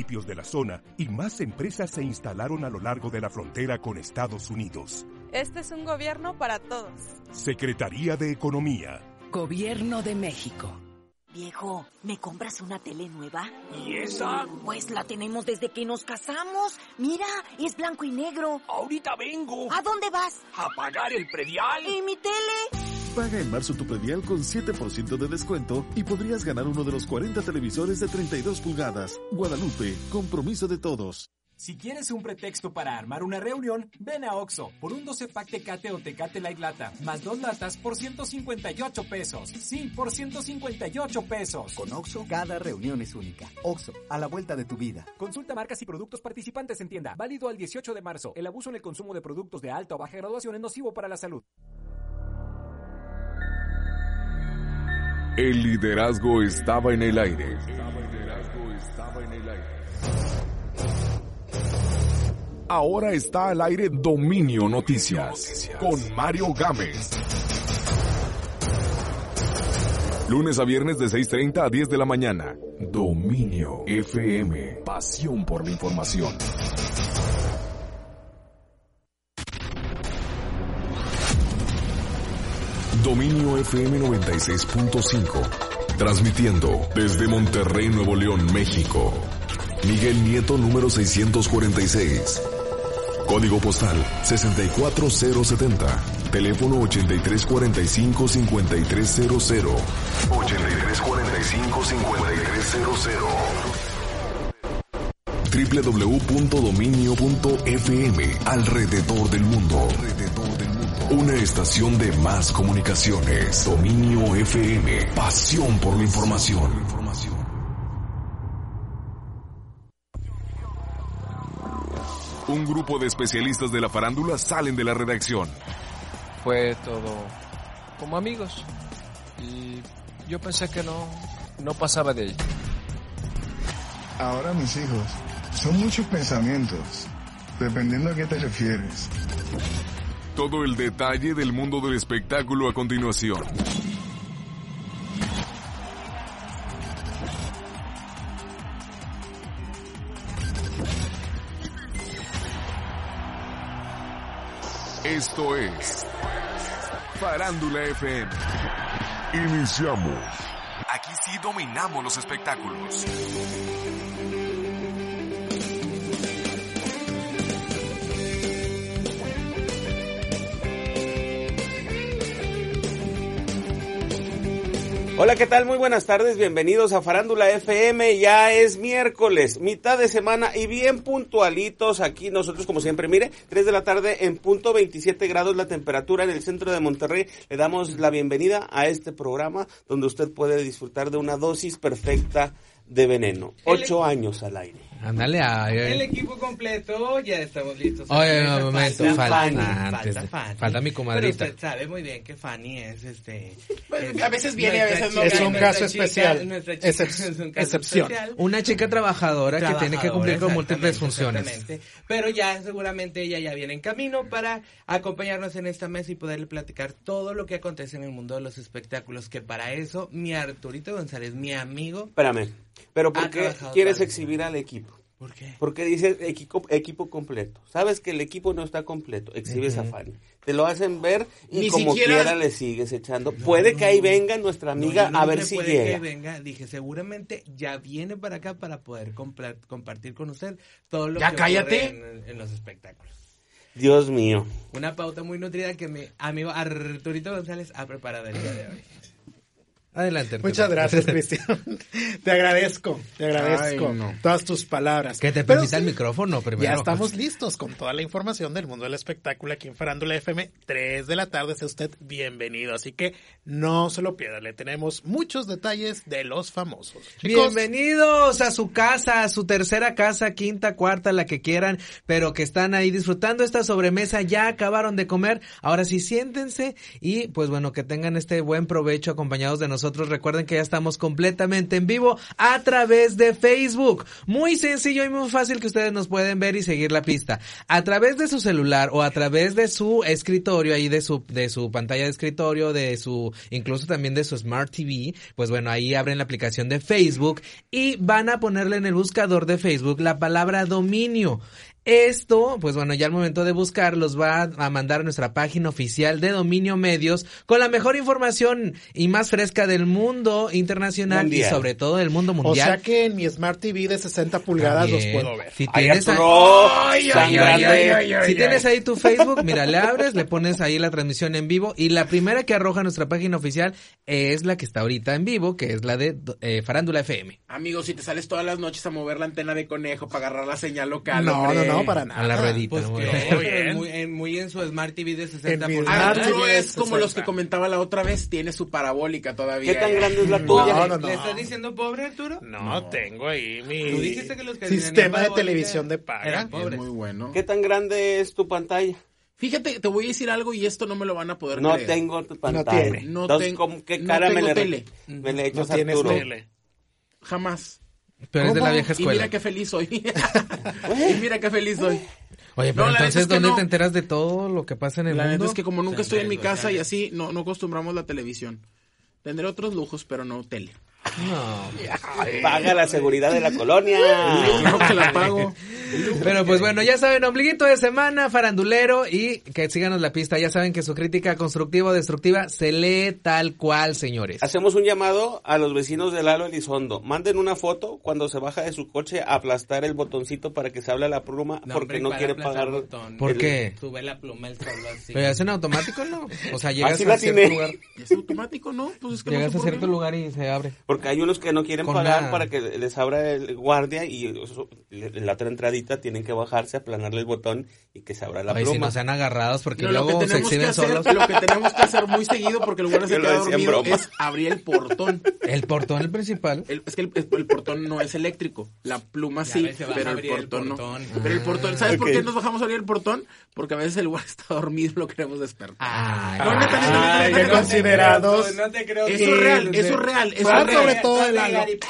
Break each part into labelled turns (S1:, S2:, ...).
S1: municipios de la zona y más empresas se instalaron a lo largo de la frontera con Estados Unidos.
S2: Este es un gobierno para todos.
S1: Secretaría de Economía.
S3: Gobierno de México.
S4: Viejo, ¿me compras una tele nueva?
S5: ¿Y esa?
S4: Pues la tenemos desde que nos casamos. Mira, es blanco y negro.
S5: Ahorita vengo.
S4: ¿A dónde vas?
S5: A pagar el predial.
S4: ¿Y mi tele?
S6: Paga en marzo tu predial con 7% de descuento y podrías ganar uno de los 40 televisores de 32 pulgadas. Guadalupe, compromiso de todos.
S7: Si quieres un pretexto para armar una reunión, ven a Oxo por un 12 pack Tecate o Tecate Light Lata, más dos latas por 158 pesos. Sí, por 158 pesos.
S8: Con Oxo, cada reunión es única. Oxo, a la vuelta de tu vida.
S7: Consulta marcas y productos participantes en tienda. Válido al 18 de marzo. El abuso en el consumo de productos de alta o baja graduación es nocivo para la salud.
S9: El liderazgo estaba en el aire. Ahora está al aire Dominio Noticias con Mario Gámez. Lunes a viernes de 6.30 a 10 de la mañana. Dominio FM. Pasión por la información. Dominio FM 96.5. Transmitiendo desde Monterrey, Nuevo León, México. Miguel Nieto número 646. Código postal 64070. Teléfono 8345-5300. 8345-5300. www.dominio.fm Alrededor del mundo. Alrededor del mundo. Una estación de más comunicaciones. Dominio FM. Pasión por la información. un grupo de especialistas de la farándula salen de la redacción.
S10: Fue todo como amigos y yo pensé que no, no pasaba de ahí.
S11: Ahora mis hijos, son muchos pensamientos, dependiendo a qué te refieres.
S9: Todo el detalle del mundo del espectáculo a continuación. Esto es Farándula FM. Iniciamos. Aquí sí dominamos los espectáculos.
S12: Hola, ¿qué tal? Muy buenas tardes, bienvenidos a Farándula FM. Ya es miércoles, mitad de semana y bien puntualitos aquí nosotros como siempre. Mire, 3 de la tarde en punto 27 grados la temperatura en el centro de Monterrey. Le damos la bienvenida a este programa donde usted puede disfrutar de una dosis perfecta de veneno. Ocho años al aire.
S13: Ándale, ay, ay.
S14: El equipo
S15: Oh,
S14: completo, ya estamos listos.
S13: Oye, no, momento,
S14: Fanny,
S13: falta,
S14: Fanny,
S13: antes de-
S14: Fanny.
S13: falta mi comadrita.
S14: Pero usted sabe muy bien que Fanny es este.
S16: a veces viene y a veces no
S14: nuestra
S16: viene.
S13: Es un
S14: nuestra
S13: caso
S14: chica-
S13: especial.
S14: nuestra chica
S13: Excep-
S14: es un caso
S13: excepción.
S14: especial.
S13: Una chica trabajadora, que tiene que cumplir con
S14: Trabajadora,
S13: múltiples
S14: exactamente,
S13: funciones.
S14: exactamente. Pero ya seguramente ella ya viene en camino para acompañarnos en esta mesa y poderle platicar todo lo que acontece en el mundo de los espectáculos, que para eso mi Arturito González, mi amigo,
S12: Espérame, pero ¿por
S14: Ha
S12: qué
S14: trabajado
S12: quieres
S14: para
S12: exhibir al equipo?
S14: ¿Por qué?
S12: Porque dices equipo, equipo completo. Sabes que el equipo no está completo. Exhibes a Fanny. Te lo hacen ver y
S14: Ni
S12: como
S14: siquiera-
S12: quiera le sigues echando. Puede que ahí venga nuestra
S14: No,
S12: amiga
S14: yo no
S12: a
S14: dije,
S12: ver si
S14: puede
S12: llega.
S14: que venga, dije, seguramente ya viene para acá para poder compla- compartir con usted todo lo
S12: Ya
S14: que
S12: cállate.
S14: ocurre en, en los espectáculos.
S12: Dios mío.
S14: Una pauta muy nutrida que mi amigo Arturito González ha preparado el día de hoy.
S13: Adelante.
S16: Muchas gracias, Cristian. Te agradezco, te agradezco
S13: Ay, no.
S16: todas tus palabras.
S13: Que te
S16: Pero
S13: permita el
S16: sí,
S13: micrófono primero.
S16: Ya estamos listos con toda la información del mundo del espectáculo aquí en Farándula FM, 3 de la tarde, sea usted bienvenido. Así que no se lo pierda, le tenemos muchos detalles de los famosos. Chicos,
S13: Bienvenidos a su casa, a su tercera casa, quinta, cuarta, la que quieran, pero que están ahí disfrutando esta sobremesa, ya acabaron de comer, ahora sí siéntense y pues bueno, que tengan este buen provecho acompañados de
S14: nosotros. Recuerden que ya estamos completamente en vivo a través de Facebook. Muy sencillo y muy fácil que ustedes nos pueden ver y seguir la pista. A través de su celular o a través de su escritorio, ahí de su, de su pantalla de escritorio, de su, incluso también de su Smart TV, pues bueno, ahí abren la aplicación de Facebook y van a ponerle en el buscador de Facebook la palabra dominio. Esto, pues bueno, ya al momento de buscar los va a mandar a nuestra página oficial de Dominio Medios con la mejor información y más fresca del mundo internacional
S16: Mundial.
S14: y sobre todo del mundo
S16: O
S14: mundial.
S16: sea que en mi Smart TV de 60 pulgadas los
S14: También.
S16: puedo ver.
S14: Si tienes, ahí-
S16: Ay,
S14: Ay,
S16: ay,
S14: ay, ay,
S16: ay, ay,
S14: si
S16: ay.
S14: tienes ahí tu Facebook, mira, le abres, le pones ahí la transmisión en vivo y la primera que arroja nuestra página oficial es la que está ahorita en vivo, que es la de eh, Farándula FM.
S13: Amigo, si te sales todas las noches a mover la antena de conejo para agarrar la señal local.
S14: No,
S13: hombre.
S14: no, no, para nada. A la ruedita,
S15: Pues
S14: ¿no?
S15: que-
S14: Muy
S15: en muy, en, muy en su Smart TV de 60
S13: Ah,
S15: pulgadas.
S13: no es como los que comentaba la otra vez, tiene su parabólica todavía. Mm.
S15: ¿Qué tan grande es la
S16: tuya? No, no, no.
S15: ¿Le estás diciendo pobre, Arturo?
S16: No, tengo ahí mi
S15: Tú dijiste que los que tenían
S16: sistema de
S15: parabólica
S16: televisión de paga.
S13: Es muy bueno.
S12: ¿Qué tan grande es tu pantalla?
S13: Fíjate, te voy a decir algo y esto no me lo van a poder
S12: No
S13: creer.
S12: tengo tu pantalla.
S13: No, tengo-
S12: Entonces, ¿con qué
S13: no
S12: cara me
S13: tengo
S12: le,
S13: tele.
S12: me le echas
S13: No
S12: a
S13: tienes
S12: Arturo?
S13: tele. Jamás.
S14: Pero es de la vieja
S13: Y
S14: escuela. Eh.
S13: mira qué feliz soy. y mira qué feliz soy.
S14: Oye, pero
S13: No, la neta
S14: entonces,
S13: es que
S14: ¿dónde
S13: no.
S14: te enteras de todo lo que pasa en el
S13: La
S14: mundo?
S13: neta es que como nunca estoy en mi casa y así, no, no acostumbramos la televisión. Tendré otros lujos, pero no tele.
S12: Paga la seguridad de la colonia.
S13: Claro que la pago.
S14: Pero pues bueno, ya saben, ombliguito de semana, farandulero y que síganos la pista. Ya saben que su crítica constructiva o destructiva se lee tal cual, señores.
S12: Hacemos un llamado a los vecinos de Lalo Elizondo. Manden una foto cuando se baja de su coche a aplastar el botoncito para que se hable la pluma porque
S15: hombre,
S12: no
S15: para
S12: quiere
S15: aplastar
S12: pagar.
S15: el botón.
S14: ¿Por qué?
S15: Sube la pluma el solo así.
S14: Pero ya es en automático, ¿no? O sea, llegas
S12: Así
S14: a
S12: la
S14: cierto
S12: tiene.
S14: lugar.
S13: Es automático, ¿no? Pues es que
S14: Llegas
S13: no
S14: a
S13: sé por
S14: cierto lugar y se abre.
S12: Porque hay unos que no quieren
S14: Con
S12: pagar
S14: la-
S12: para que les abra el guardia y eso- en la otra entradita tienen que bajarse, aplanarle el botón y que se abra la
S14: Oye, si
S12: pluma.
S14: no sean agarrados porque
S13: No, lo
S14: luego
S13: que
S14: se
S13: tenemos que
S14: exhiben
S13: hacer,
S14: solos.
S13: lo que tenemos que hacer muy seguido porque el lugar se
S12: Yo lo
S13: queda
S12: decía en
S13: dormido
S12: broma.
S13: es abrir el portón.
S14: El portón el principal.
S13: es que el, el portón no es eléctrico. La pluma
S15: Ya
S13: sí,
S15: ves, se van a
S13: pero el
S15: abrir el
S13: portón,
S15: portón.
S13: no. Pero el portón, ¿sabes
S15: Ah,
S13: por qué
S15: ok.
S13: nos bajamos a abrir el portón? Porque a veces el lugar está dormido y lo queremos despertar. no,
S16: ay,
S13: neta, neta, neta,
S16: ay,
S13: neta,
S16: qué
S13: neta.
S16: considerados.
S15: No te creo.
S13: Eso es real, eso es real, eso
S16: Fran,
S13: es real.
S16: sobre todo el
S13: Llegar
S16: Lalo.
S13: y-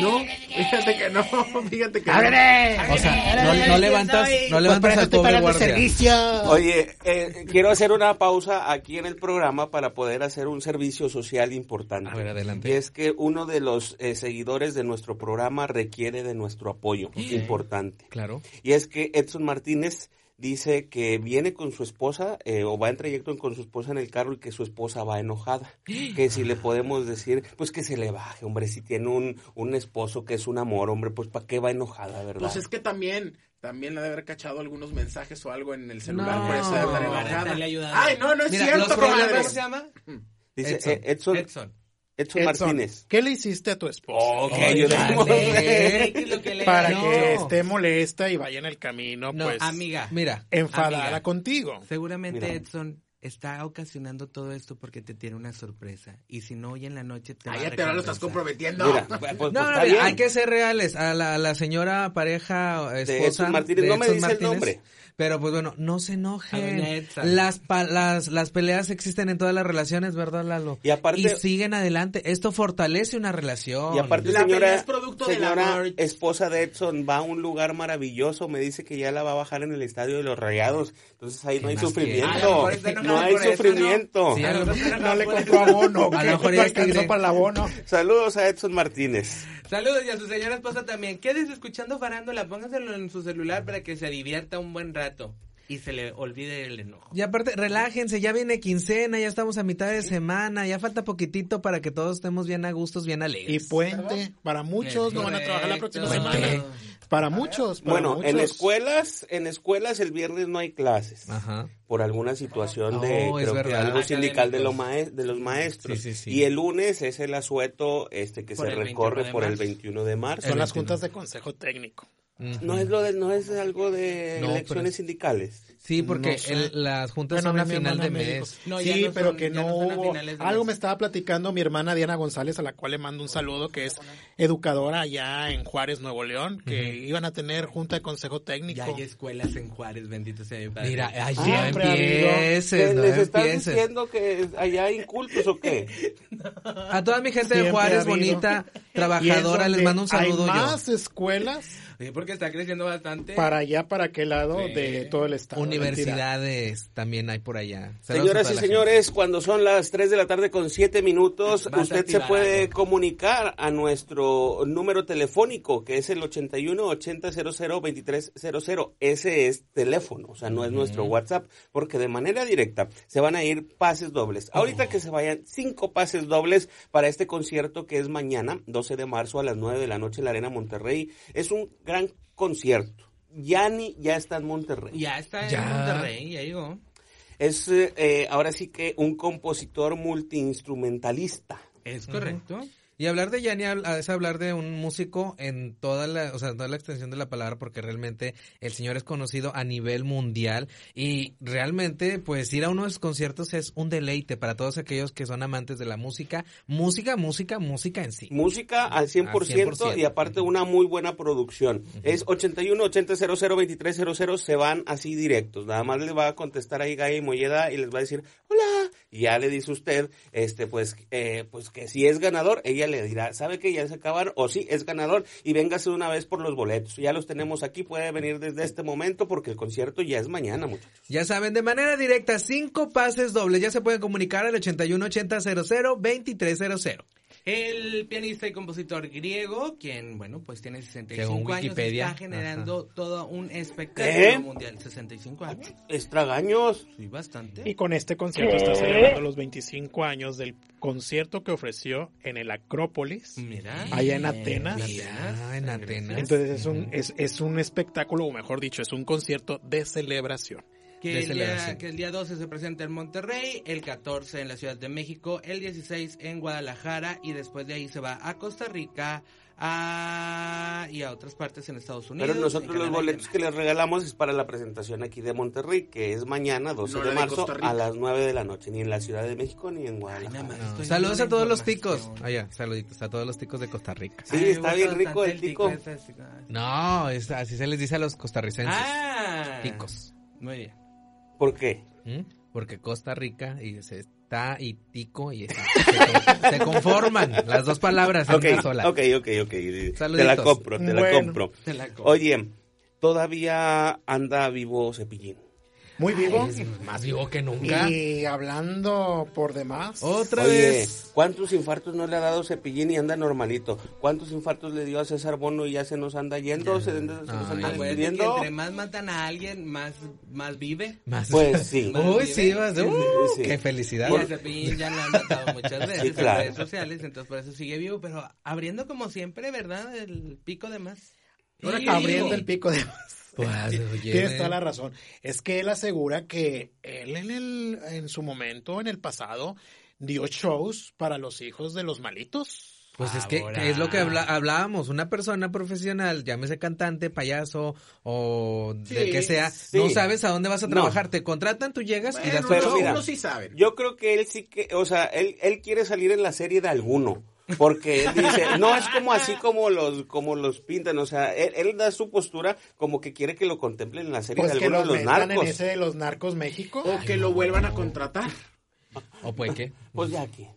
S13: No, fíjate que no, fíjate que
S14: O sea, no, no levantas,
S12: Pues
S14: no levantas al pobre guardia.
S12: Oye, eh, quiero hacer una pausa aquí en el programa para poder hacer un servicio social importante.
S14: A ver, adelante.
S12: Y es que uno de los eh, seguidores de nuestro programa requiere de nuestro apoyo importante.
S14: Claro.
S12: Y es que Edson Martínez dice que viene con su esposa eh, o va en trayecto en- con su esposa en el carro y que su esposa va enojada. Que si le podemos decir, pues que se le baje, hombre, si tiene un, un esposo que es un amor, hombre, pues ¿para qué va enojada, verdad?
S13: Pues es que también, también le ha de haber cachado algunos mensajes o algo en el celular,
S12: No.
S13: por eso ha de andar
S12: Para
S13: enojada.
S12: estarle ayudando.
S13: Ay, no, no es
S16: Mira,
S13: cierto,
S16: los
S13: comadre.
S16: problemas-
S15: se llama?
S12: Dice
S16: Edson.
S12: eh, Edson, Edson, Martínez.
S16: ¿Qué le hiciste a tu esposa?
S12: que yo no
S15: sé.
S16: Para
S15: No.
S16: que esté molesta y vaya en el camino, pues.
S15: amiga.
S14: Mira.
S16: Enfadada
S15: amiga.
S16: contigo.
S15: Seguramente
S16: Mira.
S15: Edson está ocasionando todo esto porque te tiene una sorpresa. Y si no, hoy en la noche te va a
S13: Cállate, ahora lo
S15: recompensar.
S13: estás comprometiendo.
S12: Mira, pues,
S14: No, no, mira, hay que ser reales. A la, a la señora pareja esposa
S12: De Edson Martínez,
S14: de
S12: no me
S14: Edson
S12: dice el
S14: Martínez,
S12: nombre.
S14: Pero pues bueno, no se
S12: doña
S14: enojen.
S12: Edson.
S14: Las, pa- las, las peleas existen en todas las relaciones, ¿verdad, Lalo?
S12: Y aparte-
S14: siguen adelante. Esto fortalece una relación.
S12: Y aparte, señora, señora
S14: amor.
S12: esposa de Edson, va a un lugar maravilloso. Me dice que ya la va a bajar en el estadio de los rayados. Entonces ahí no hay
S14: más quiere?
S12: sufrimiento.
S14: A lo mejor está
S12: no
S14: enojada
S12: hay
S14: por eso,
S12: sufrimiento.
S14: ¿no? Sí, a lo mejor-
S16: No le compró abono.
S12: A
S16: que
S12: lo
S16: no
S12: mejor
S16: te
S12: ya
S16: alcanzó
S12: tigre.
S16: para el abono.
S12: Saludos a Edson Martínez.
S15: Saludos y a su señora esposa también. Quédese escuchando farándula, póngaselo en su celular para que se divierta un buen rato y se le olvide el enojo.
S14: Y aparte, relájense, ya viene quincena, ya estamos a mitad de semana, ya falta poquitito para que todos estemos bien a gustos, bien alegres.
S16: Y puente, para muchos no van a trabajar la próxima semana. Para muchos, para
S12: Bueno,
S16: muchos.
S12: en escuelas, en escuelas el viernes no hay clases. Por alguna situación de
S16: No, es
S12: creo que
S16: verdad.
S12: algo sindical de, los mae- de los maestros.
S16: Sí, sí, sí.
S12: Y el lunes es el asueto este que
S16: Por
S12: se
S16: el 21
S12: recorre
S16: de
S12: por el
S16: marzo.
S12: 21 de marzo.
S16: Son las juntas de consejo técnico.
S12: No es lo de, no es algo de
S17: No, pero
S12: elecciones
S17: es-
S12: sindicales.
S14: Sí, porque
S12: No sé.
S14: el- las juntas
S16: Bueno,
S14: son a
S16: mi
S14: final
S16: hermana
S14: de
S16: me
S14: mes.
S16: dijo- sí, pero que no, hubo. Algo me estaba platicando mi hermana Diana González, a la cual le mando un saludo, que es educadora allá en Juárez, Nuevo León, que iban a tener junta de consejo técnico.
S15: Ya hay escuelas en Juárez, bendito sea mi padre.
S14: Mira, ay,
S15: Ah,
S14: ya
S12: Hombre, amigo,
S14: empieces,
S12: ¿les-
S14: no
S12: ¿Les estás
S14: empieces.
S12: diciendo que allá hay incultos o qué?
S14: A toda mi gente
S12: Siempre
S14: de
S12: ha
S14: Juárez,
S12: habido.
S14: bonita,
S16: Y
S14: trabajadora, les
S16: es donde
S14: mando un saludo
S16: Hay
S14: yo.
S16: más escuelas
S15: Oye, porque está creciendo bastante.
S16: para allá, para aquel lado
S15: Sí.
S16: de todo el estado.
S14: Universidades también hay por allá. Saludos a
S12: Señoras
S14: toda
S12: y
S14: la gente.
S12: señores, cuando son las 3 de la tarde con 7 minutos,
S14: Vas a
S12: usted se
S14: activar
S12: puede comunicar a nuestro número telefónico, que es el 81 80 00 2300. Ese es teléfono, o sea, no es nuestro WhatsApp, porque de manera directa se van a ir pases dobles.
S14: Oh.
S12: Ahorita que se vayan cinco pases dobles para este concierto que es mañana, 12 de marzo a las 9 de la noche en la Arena Monterrey. Es un gran concierto. Yani ya está en Monterrey.
S15: Ya está en
S12: Ya.
S15: Monterrey, ya llegó.
S12: Es eh, eh, ahora sí que un compositor multiinstrumentalista.
S15: Es correcto.
S14: Y hablar de Yanni habl- es hablar de un músico en toda la, o sea, toda la extensión de la palabra, porque realmente el señor es conocido a nivel mundial y realmente, pues, ir a uno de sus conciertos es un deleite para todos aquellos que son amantes de la música, música, música, música en sí.
S12: Música al 100%, y aparte una muy buena producción. Es 81 80 00 2300, se van así directos. Nada más les va a contestar ahí Gaia y Molleda y les va a decir, hola. Y ya le dice usted, este pues eh, pues que si es ganador, ella le dirá, ¿sabe que ya se acabaron? O sí, es ganador y véngase de una vez por los boletos. Ya los tenemos aquí, puede venir desde este momento porque el concierto ya es mañana, muchachos.
S14: Ya saben, de manera directa, cinco pases dobles. Ya se pueden comunicar al 8180002300.
S15: El pianista y compositor griego, quien, bueno, pues tiene
S14: Según
S15: 65 años,
S14: Wikipedia,
S15: está generando todo un espectáculo
S12: ¿Qué?
S15: mundial. 65 años.
S12: Estragaños.
S15: Sí, bastante.
S16: Y con este concierto
S15: ¿Qué?
S16: está celebrando los 25 años del concierto que ofreció en el Acrópolis, allá en Atenas. Ah,
S14: Mira, en Atenas.
S16: Entonces es un, es, es un espectáculo, o mejor dicho, es un concierto de celebración.
S15: Que el, día, que el día 12 se presenta en Monterrey, el 14 en la Ciudad de México, el 16 en Guadalajara y después de ahí se va a Costa Rica a, y a otras partes en Estados Unidos.
S12: Pero nosotros
S15: en
S12: los
S15: Canadá y
S12: boletos que les regalamos es para la presentación aquí de Monterrey, que es mañana, 12
S15: No,
S12: de
S15: la de
S12: marzo,
S15: Costa Rica.
S12: a las 9 de la noche, ni en la Ciudad de México ni en Guadalajara.
S14: Saludos a todos los ticos. Allá, saluditos a todos los ticos de Costa Rica.
S12: Sí, está bien rico el tico.
S14: No, es- así se les dice a los costarricenses.
S15: Ah.
S14: Ticos. ¿Mm?
S15: Muy bien.
S12: ¿Por qué?
S14: Porque Costa Rica y se está y tico y es- se, se conforman las dos palabras en
S12: Ok,
S14: una sola.
S12: Ok, ok, ok. Te la
S14: Saluditos.
S12: compro, te la
S14: Bueno,
S12: compro.
S14: te la compro.
S12: Oye, todavía anda vivo Cepillín.
S16: Muy vivo.
S14: Más vivo que nunca.
S16: Y hablando por demás.
S12: Oye, ¿cuántos infartos no le ha dado Cepillín y anda normalito? ¿Cuántos infartos le dio a César Bono y ya se nos anda yendo? Se, se nos anda
S15: Acuérdate Ah, que
S12: despidiendo?
S15: entre más matan a alguien, más, más vive.
S12: Pues sí.
S14: Uy, sí, vas de-
S15: Sí,
S14: ¡uh!
S15: sí.
S14: ¡Qué felicidad!
S15: Y a Cepillín ya lo han matado muchas veces
S14: Sí, claro.
S15: en redes sociales, entonces por eso sigue vivo, pero abriendo como siempre, ¿verdad? El pico de más.
S16: Ahora
S15: Sí.
S16: que abriendo el pico de más.
S14: Pues, oye,
S16: Tienes
S14: eh.
S16: toda la razón. Es que él asegura que él en, el, en su momento, en el pasado, dio shows para los hijos de los malitos.
S14: Pues es que es lo que habla- hablábamos, una persona profesional, llámese cantante, payaso o
S12: Sí,
S14: del que sea,
S12: sí.
S14: no sabes a dónde vas a
S12: No.
S14: trabajar, te contratan, tú llegas y das tu
S12: Pero
S14: show.
S12: mira, Yo creo que él sí que, o sea, él, él quiere salir en la serie de alguno. Porque él dice, no es como así como los, como los pintan, o sea, él, él da su postura como que quiere que lo contemplen en la serie
S16: Pues
S12: de
S16: que
S12: alguno
S16: los,
S12: de los
S16: metan
S12: narcos.
S16: en ese de los narcos México.
S13: O que lo vuelvan a contratar.
S14: O puede que.
S12: Pues ya aquí.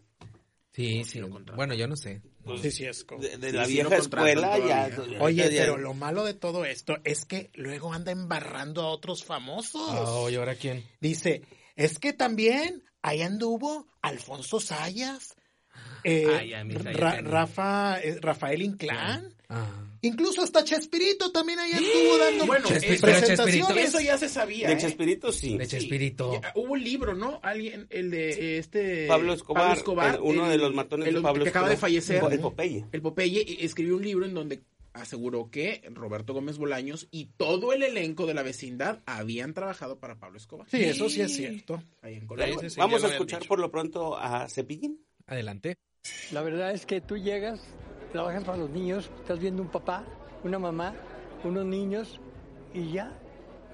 S14: Sí, sí. Bueno, yo no sé.
S16: Pues Sí, sí, es como-
S12: de- de la Sí, sí, vieja lo contratan escuela ya- todavía.
S16: Oye,
S12: ya-
S16: pero lo malo de todo esto es que luego anda embarrando a otros famosos.
S14: Oh, ¿y ahora quién?
S16: Dice, es que también ahí anduvo Alfonso Sayas, eh,
S15: Ay, a mí Sayas
S16: Ra-
S15: también.
S16: Rafa, eh, Rafael Inclán,
S14: Ah.
S16: incluso hasta Chespirito también ahí estuvo dando
S13: Bueno,
S16: eh,
S13: Chespirito,
S16: presentaciones.
S13: Eso ya se sabía. ¿eh?
S12: Chespirito sí.
S14: De Chespirito.
S13: Ya, Hubo un libro, ¿no? Alguien, el de este.
S12: Pablo Escobar, el- uno de los matones de Pablo
S13: que acaba de
S12: Escobar.
S13: fallecer.
S12: El Popeye.
S13: El Popeye y- escribió un libro en donde aseguró que Roberto Gómez Bolaños y todo el elenco de la vecindad habían trabajado para Pablo Escobar.
S16: Sí, eso sí es cierto.
S13: Ahí en
S12: Bueno,
S13: Colombia.
S12: Vamos a escuchar por lo pronto a Cepillín.
S14: Adelante.
S5: La verdad es que tú llegas, trabajas para los niños, estás viendo un papá, una mamá, unos niños y ya.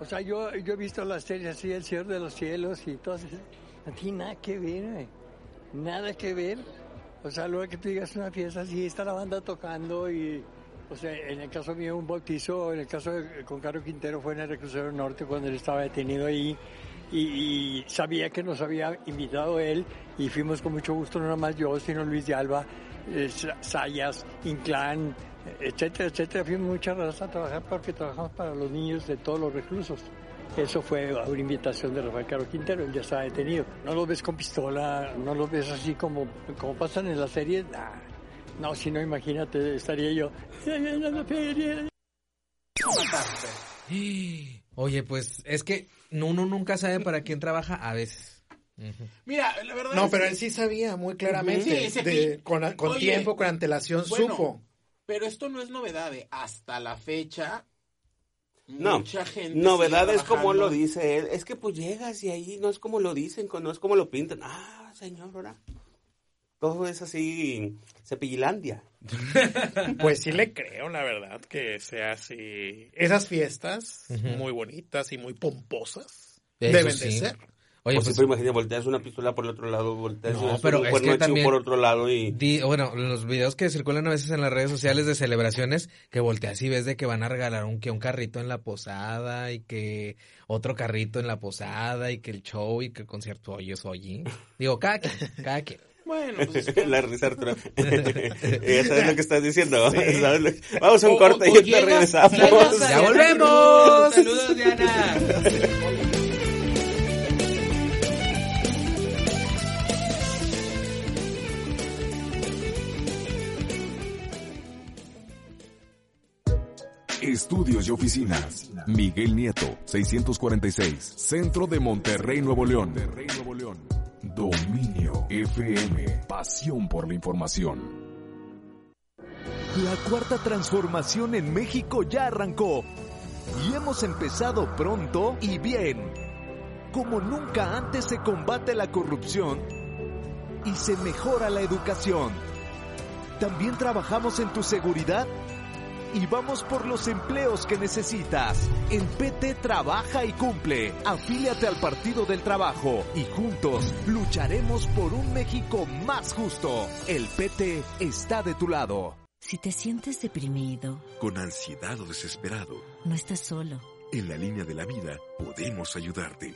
S5: O sea, yo, yo he visto las series así, El Señor de los Cielos y todas esas. No tiene nada que ver, güey. Nada que ver. O sea, luego que tú llegas a una fiesta así, está la banda tocando y... O sea, en el caso mío un bautizo, en el caso de- con Caro Quintero fue en el reclusorio norte cuando él estaba detenido ahí y, y sabía que nos había invitado él y fuimos con mucho gusto, no nada más yo, sino Luis de Alba, eh, Sa- Sayas, Inclán, etcétera, etcétera. Fuimos muchas razas a trabajar porque trabajamos para los niños de todos los reclusos. Eso fue a una invitación de Rafael Caro Quintero, él ya estaba detenido. No lo ves con pistola, no lo ves así como, como pasan en las series. nah. No, si no, imagínate, estaría yo.
S14: Oye, pues es que no- uno nunca sabe para quién trabaja a veces.
S13: Mira, la verdad
S16: No,
S13: es
S16: pero
S13: que-
S16: él sí sabía muy claramente.
S13: Sí, ese
S16: de-
S13: pi-
S16: con con
S13: Oye,
S16: tiempo, con antelación,
S13: bueno,
S16: supo.
S13: Pero esto no es novedad, eh. hasta la fecha.
S12: No,
S13: mucha gente
S12: novedad
S13: sigue
S12: es como
S13: trabajando.
S12: lo dice él. Es que pues llegas y ahí no es como lo dicen, no es como lo pintan. Ah, señor, ahora. Todo es así, cepillilandia.
S16: Pues sí le creo, la verdad, que sea así. Esas fiestas, muy bonitas y muy pomposas,
S12: Eso
S16: deben de
S12: sí.
S16: ser.
S12: Oye,
S14: Oye,
S12: pues,
S14: pues-
S12: siempre imagina, volteas una pistola por el otro lado, volteas
S14: No,
S12: un-
S14: pero
S12: un
S14: es
S12: cuerno
S14: que
S12: de chivo
S14: también-
S12: por otro lado y...
S14: Di- bueno, los videos que circulan a veces en las redes sociales de celebraciones, que volteas y ves de que van a regalar un, que un carrito en la posada y que otro carrito en la posada y que el show y que el concierto. Oye, eso oye. Digo, cada quien, cada quien.
S13: Bueno,
S14: pues
S12: la risa Arturo. ya sabes lo que estás diciendo.
S14: Sí.
S12: ¿sabes lo- Vamos a un
S14: O-
S12: corte
S14: o-
S12: y
S14: o
S12: ahorita
S14: llegas-
S12: regresamos.
S14: llegas a- ¡Ya volvemos!
S15: Saludos, Diana.
S9: Estudios y oficinas. Miguel Nieto, 646, Centro de Monterrey, Nuevo León. Dominio FM, pasión por la información.
S18: La cuarta transformación en México ya arrancó y hemos empezado pronto y bien. Como nunca antes se combate la corrupción y se mejora la educación. También trabajamos en tu seguridad y vamos por los empleos que necesitas. El PT trabaja y cumple. Afíliate al Partido del Trabajo y juntos lucharemos por un México más justo. El PT está de tu lado.
S19: Si te sientes deprimido,
S1: Con ansiedad o desesperado,
S19: no estás solo.
S1: en la línea de la vida podemos ayudarte.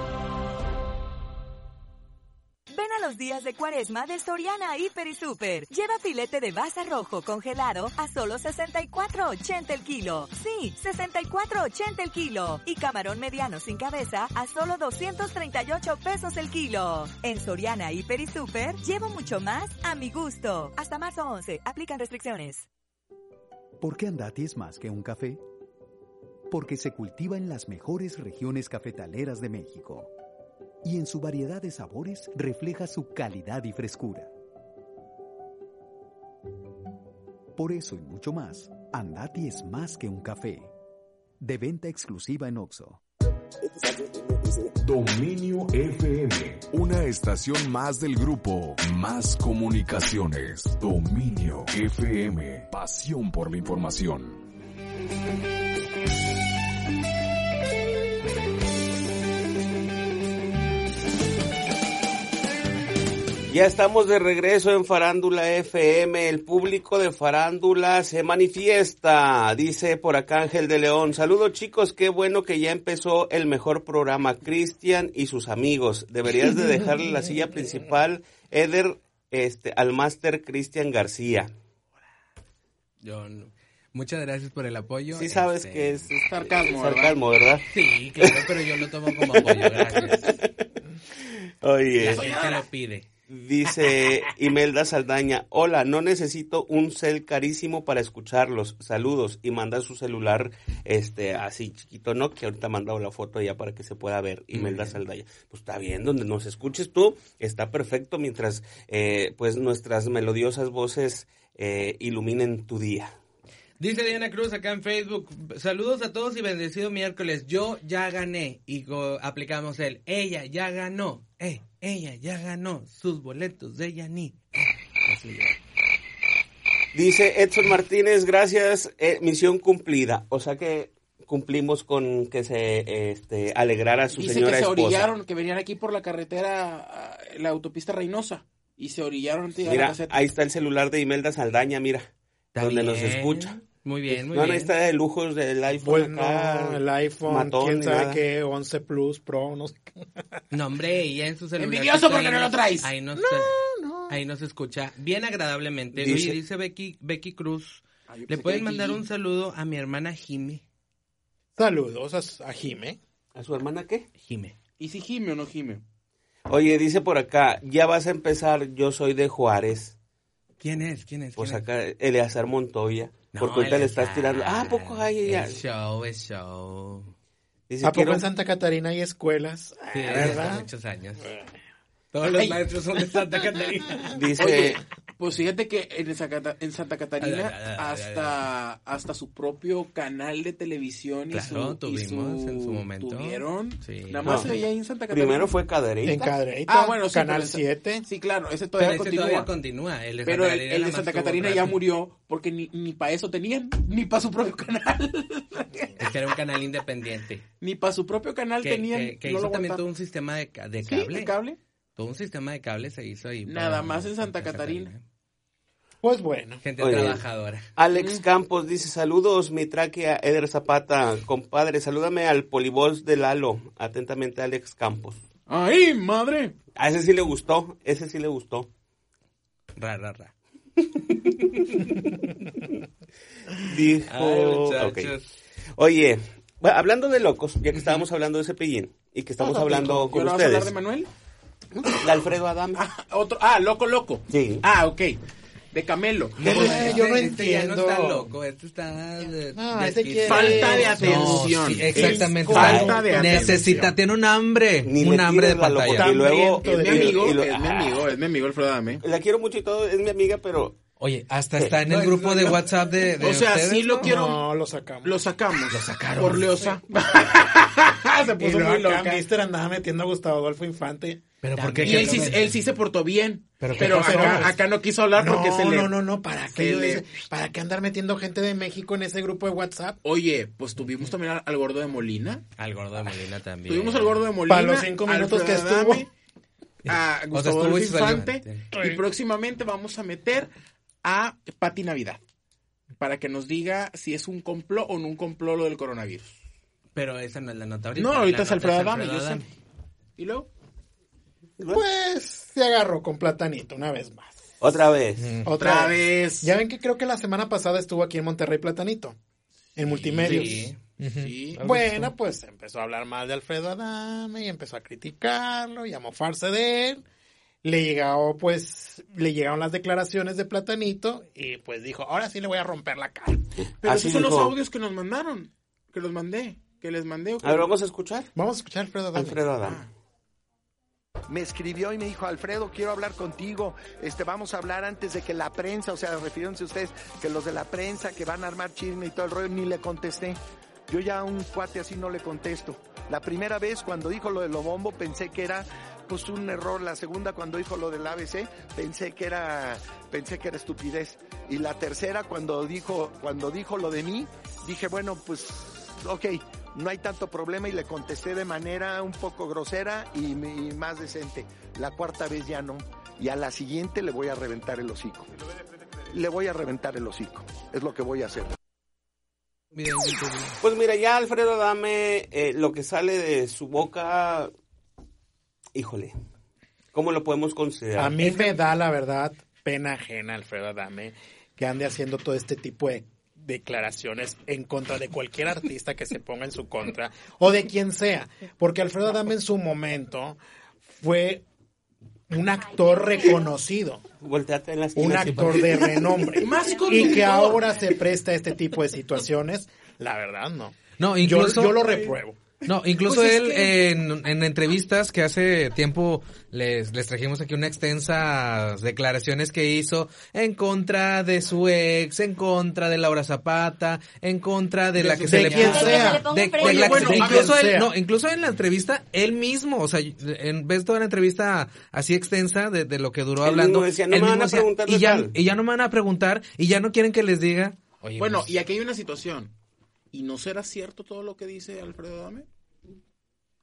S4: Ven a los días de cuaresma de Soriana Hiper y Super. Lleva filete de basa rojo congelado a solo 64.80 el kilo. Sí, 64.80 el kilo. Y camarón mediano sin cabeza a solo 238 pesos el kilo. En Soriana Hiper y Super llevo mucho más a mi gusto. Hasta marzo 11. Aplican restricciones.
S8: ¿Por qué Andati es más que un café? Porque se cultiva en las mejores regiones cafetaleras de México y en su variedad de sabores refleja su calidad y frescura. Por eso y mucho más, Andati es más que un café. De venta exclusiva en Oxo.
S9: Dominio FM, una estación más del grupo Más Comunicaciones. Dominio FM, pasión por la información.
S12: Ya estamos de regreso en Farándula FM. El público de Farándula se manifiesta, dice por acá Ángel de León. Saludos chicos, qué bueno que ya empezó el mejor programa. Cristian y sus amigos. Deberías de dejarle la silla principal, Eder, este, al máster Cristian García.
S20: Yo no- Muchas gracias por el apoyo.
S12: Sí sabes
S20: Este,
S12: que es
S13: sarcasmo,
S12: sarcasmo, ¿verdad?
S20: Sí, claro, pero yo lo tomo como apoyo, gracias.
S12: Oye.
S20: La gente lo pide.
S12: Dice Imelda Saldaña, hola, no necesito un cel carísimo para escucharlos. Saludos y manda su celular este así chiquito, ¿no? Que ahorita ha mandado la foto ya para que se pueda ver. Imelda Saldaña, pues está bien, donde nos escuches tú, está perfecto mientras eh, pues nuestras melodiosas voces eh, iluminen tu día.
S14: Dice Diana Cruz acá en Facebook, saludos a todos y bendecido miércoles. Yo ya gané y co- aplicamos el, ella ya ganó, eh, ella ya ganó sus boletos de Yanni. Así es.
S12: Dice Edson Martínez, gracias, eh, misión cumplida. O sea que cumplimos con que se este, alegrara su
S13: Dice que
S12: señora
S13: se
S12: esposa.
S13: orillaron, que venían aquí por la carretera, ah, la autopista Reynosa, y se orillaron antes de llegar a la
S12: Mira,
S13: caseta.
S12: ahí está el celular de Imelda Saldaña, mira, donde nos
S14: bien,
S12: escucha.
S14: Muy bien, muy
S12: no, no
S14: bien.
S12: está de lujos del iPhone.
S16: Bueno,
S12: acá,
S16: el iPhone,
S12: matón,
S16: quién
S12: ni
S16: sabe
S12: nada.
S16: qué, 11 Plus Pro, no sé qué.
S14: No, hombre, ella en su celular.
S16: Envidioso porque
S14: ahí
S16: no lo
S14: nos-
S16: traes.
S14: Ahí nos, ahí nos escucha bien agradablemente.
S16: Dice- Ah,
S14: Oye, dice Becky, Becky Cruz,
S16: yo
S14: ¿le
S16: pensé
S14: pueden
S16: que
S14: mandar
S16: Gigi.
S14: un saludo a mi hermana Jime?
S16: Saludos a, a Jime.
S12: ¿A su hermana qué?
S14: Jime.
S13: ¿Y si gime o no gime?
S12: Oye, dice por acá, ya vas a empezar, yo soy de Juárez.
S14: ¿Quién es? ¿Quién es?
S12: Pues
S14: ¿Quién es?
S12: acá, Eleazar Montoya. porque ahorita le estás tirando. Ah, ¿a poco hay ya.
S14: Es show, es show.
S12: Dice,
S16: ¿A poco
S12: quiero-
S16: en Santa Catarina hay escuelas?
S14: Sí,
S16: Ah,
S14: desde
S16: ¿verdad?
S14: hace muchos años. Todos los
S13: Ay.
S14: maestros son de Santa Catarina.
S13: Oye, pues fíjate que en Santa, en Santa Catarina
S14: Ay, ay, ay, ay,
S13: hasta, hasta su propio canal de televisión y
S14: Claro,
S13: su,
S14: tuvimos
S13: y su,
S14: en su momento.
S13: ¿Tuvieron?
S14: Sí.
S13: Nada más
S12: No.
S13: se veía ahí en Santa Catarina.
S12: Primero fue Cadereyta.
S16: En Cadereyta,
S13: Ah, bueno, sí,
S16: Canal
S13: pero ese-
S16: 7.
S13: Sí, claro, ese
S14: Pero
S13: todavía
S14: ese
S13: continúa.
S14: todavía continúa, el de
S13: pero
S14: Santa Catarina
S13: el, el
S14: nada
S13: de
S14: más
S13: Santa
S14: tuvo
S13: Catarina
S14: rato.
S13: ya murió porque ni, ni para eso tenían, ni para su propio canal,
S14: Es que era un canal independiente.
S13: ni para su propio canal
S14: Que,
S13: tenían.
S14: que- que
S13: no
S14: hizo
S13: lo
S14: también todo
S13: aguantaron.
S14: un sistema de, ca- de
S13: Sí,
S14: cable.
S13: de cable.
S14: Todo un sistema de cable se hizo ahí.
S13: Nada
S14: para-
S13: más en Santa Catarina.
S16: Pues bueno.
S14: Gente
S12: Oye,
S14: trabajadora.
S12: Alex Campos dice, saludos, mi tráquea Eder Zapata. Compadre, salúdame al polivoz de Lalo. Atentamente, Alex Campos.
S13: ¡Ay, madre!
S12: A ese sí le gustó, ese sí le gustó.
S14: Ra, ra, ra.
S12: Dijo...
S14: Ay, muchachos.
S12: ok. Oye, bueno, hablando de locos, ya que estábamos hablando de Cepillín y que estamos
S13: Todo
S12: hablando
S13: loco.
S12: con
S13: ¿Y ahora vas a hablar
S12: ustedes.
S13: de Manuel?
S12: De Alfredo Adame.
S13: Ah, otro, ah, loco, loco.
S12: Sí.
S13: Ah, ok. De Camelo.
S14: Este-
S16: yo no
S14: este ya no
S16: entiendo.
S14: está loco, este está... de-
S16: No, este
S14: desquiciado.
S16: quiere-
S13: Falta de
S8: No,
S13: atención.
S8: sí, exactamente.
S13: Falta de
S8: Necesita, tiene un hambre, un hambre de pantalla.
S12: Y luego,
S13: Es mi
S12: y-
S13: amigo,
S12: y lo-
S13: es mi
S12: ah,
S13: amigo, es mi amigo Alfredo Adame.
S12: La quiero mucho y todo, es mi amiga, pero
S8: Oye, hasta está en el grupo de WhatsApp de, de
S13: O sea,
S8: ustedes,
S13: sí lo
S8: ¿no?
S13: quiero.
S16: No, lo sacamos.
S13: Lo sacamos. Lo sacaron. Por Leosa. Se
S16: Y
S13: puso
S16: luego
S13: muy
S16: acá
S13: loca.
S16: Mister andaba metiendo a Gustavo Adolfo Infante.
S8: Pero
S16: porque
S13: Y él sí, él sí se portó bien. Pero, acá, acá no quiso hablar
S16: no,
S13: porque se le.
S16: no, no, no, ¿para
S13: se
S16: qué? yo
S13: le-
S16: ese- ¿Para qué andar metiendo gente de México en ese grupo de WhatsApp?
S13: Oye, pues tuvimos también al, al gordo de Molina.
S14: Al gordo de Molina también.
S13: Tuvimos al gordo de Molina.
S16: Para los cinco minutos que
S13: Alfredo
S16: estuvo.
S13: Adame, A Gustavo
S16: estuvo y
S13: Adolfo
S16: salió.
S13: Infante. Y próximamente vamos a meter a Pati Navidad. Para que nos diga si es un complot o no un complot lo del coronavirus.
S14: Pero esa no es la nota ahorita.
S13: No, ahorita
S14: La
S13: es
S14: nota
S13: Alfredo Adame, yo
S14: Alfredo
S13: sé. ¿Y luego?
S16: Pues se agarró con platanito una vez más.
S12: otra vez.
S16: Otra,
S13: Otra vez.
S16: Ya ven que creo que la semana pasada estuvo aquí en Monterrey Platanito. En multimedios.
S14: Sí.
S13: Sí.
S16: Bueno, pues empezó a hablar mal de Alfredo Adame y empezó a criticarlo y a mofarse de él. Le llegó, pues, le llegaron las declaraciones de Platanito y pues dijo, ahora sí le voy a romper la cara.
S13: Pero
S12: Así
S13: esos son los
S12: dijo.
S13: audios que nos mandaron. Que los mandé. Que les mandé. ¿o qué?
S12: A ver, vamos a escuchar.
S16: Vamos a escuchar a Alfredo Adame. Ah,
S12: Alfredo Adame.
S21: me escribió y me dijo, Alfredo, quiero hablar contigo, este, vamos a hablar antes de que la prensa, o sea, refiriéndose ustedes, que los de la prensa que van a armar chisme y todo el rollo, ni le contesté. Yo ya a un cuate así no le contesto. La primera vez cuando dijo lo del Lobombo pensé que era pues un error. La segunda cuando dijo lo del ABC pensé que era pensé que era estupidez. Y la tercera cuando dijo cuando dijo lo de mí dije bueno pues ok, no hay tanto problema y le contesté de manera un poco grosera y, m- y más decente. La cuarta vez ya no. Y a la siguiente le voy a reventar el hocico. Le voy a reventar el hocico. Es lo que voy a hacer.
S12: Pues mira, ya Alfredo Adame, eh, lo que sale de su boca, híjole, ¿cómo lo podemos considerar?
S16: A mí me da, la verdad, pena ajena, Alfredo Adame, que ande haciendo todo este tipo de declaraciones en contra de cualquier artista que se ponga en su contra o de quien sea. Porque Alfredo Adame en su momento fue un actor reconocido.
S12: Volteate en la esquina
S16: un
S12: así
S16: actor
S12: para-
S16: de renombre
S12: Más
S16: y
S12: conductor.
S16: que ahora se presta a este tipo de situaciones, la verdad no.
S14: No, incluso-
S16: yo, yo lo repruebo.
S14: No, incluso
S16: Pues es
S14: él eh,
S16: que-
S14: en, en entrevistas que hace tiempo les, les trajimos aquí una extensas declaraciones que hizo en contra de su ex, en contra de Laura Zapata, en contra de,
S16: De
S14: la
S16: su-
S14: que se
S16: de
S14: le
S16: quien
S14: puso-
S16: sea.
S14: de- de
S16: Oye,
S14: la-
S16: bueno,
S14: de-
S16: a ver,
S14: incluso él-
S16: sea.
S14: no, incluso en la entrevista él mismo, o sea, en, ves toda la entrevista así extensa de, de lo que duró
S12: Él
S14: hablando,
S12: mismo decía, "No
S14: él
S12: me
S14: mismo
S12: van a
S14: decía,
S12: preguntar
S14: y
S12: de
S14: ya,
S12: tal".
S14: y ya no me van a preguntar y ya no quieren que les diga. Oye,
S13: bueno,
S14: pues,
S13: y aquí hay una situación. ¿Y no será cierto todo lo que dice Alfredo Dame?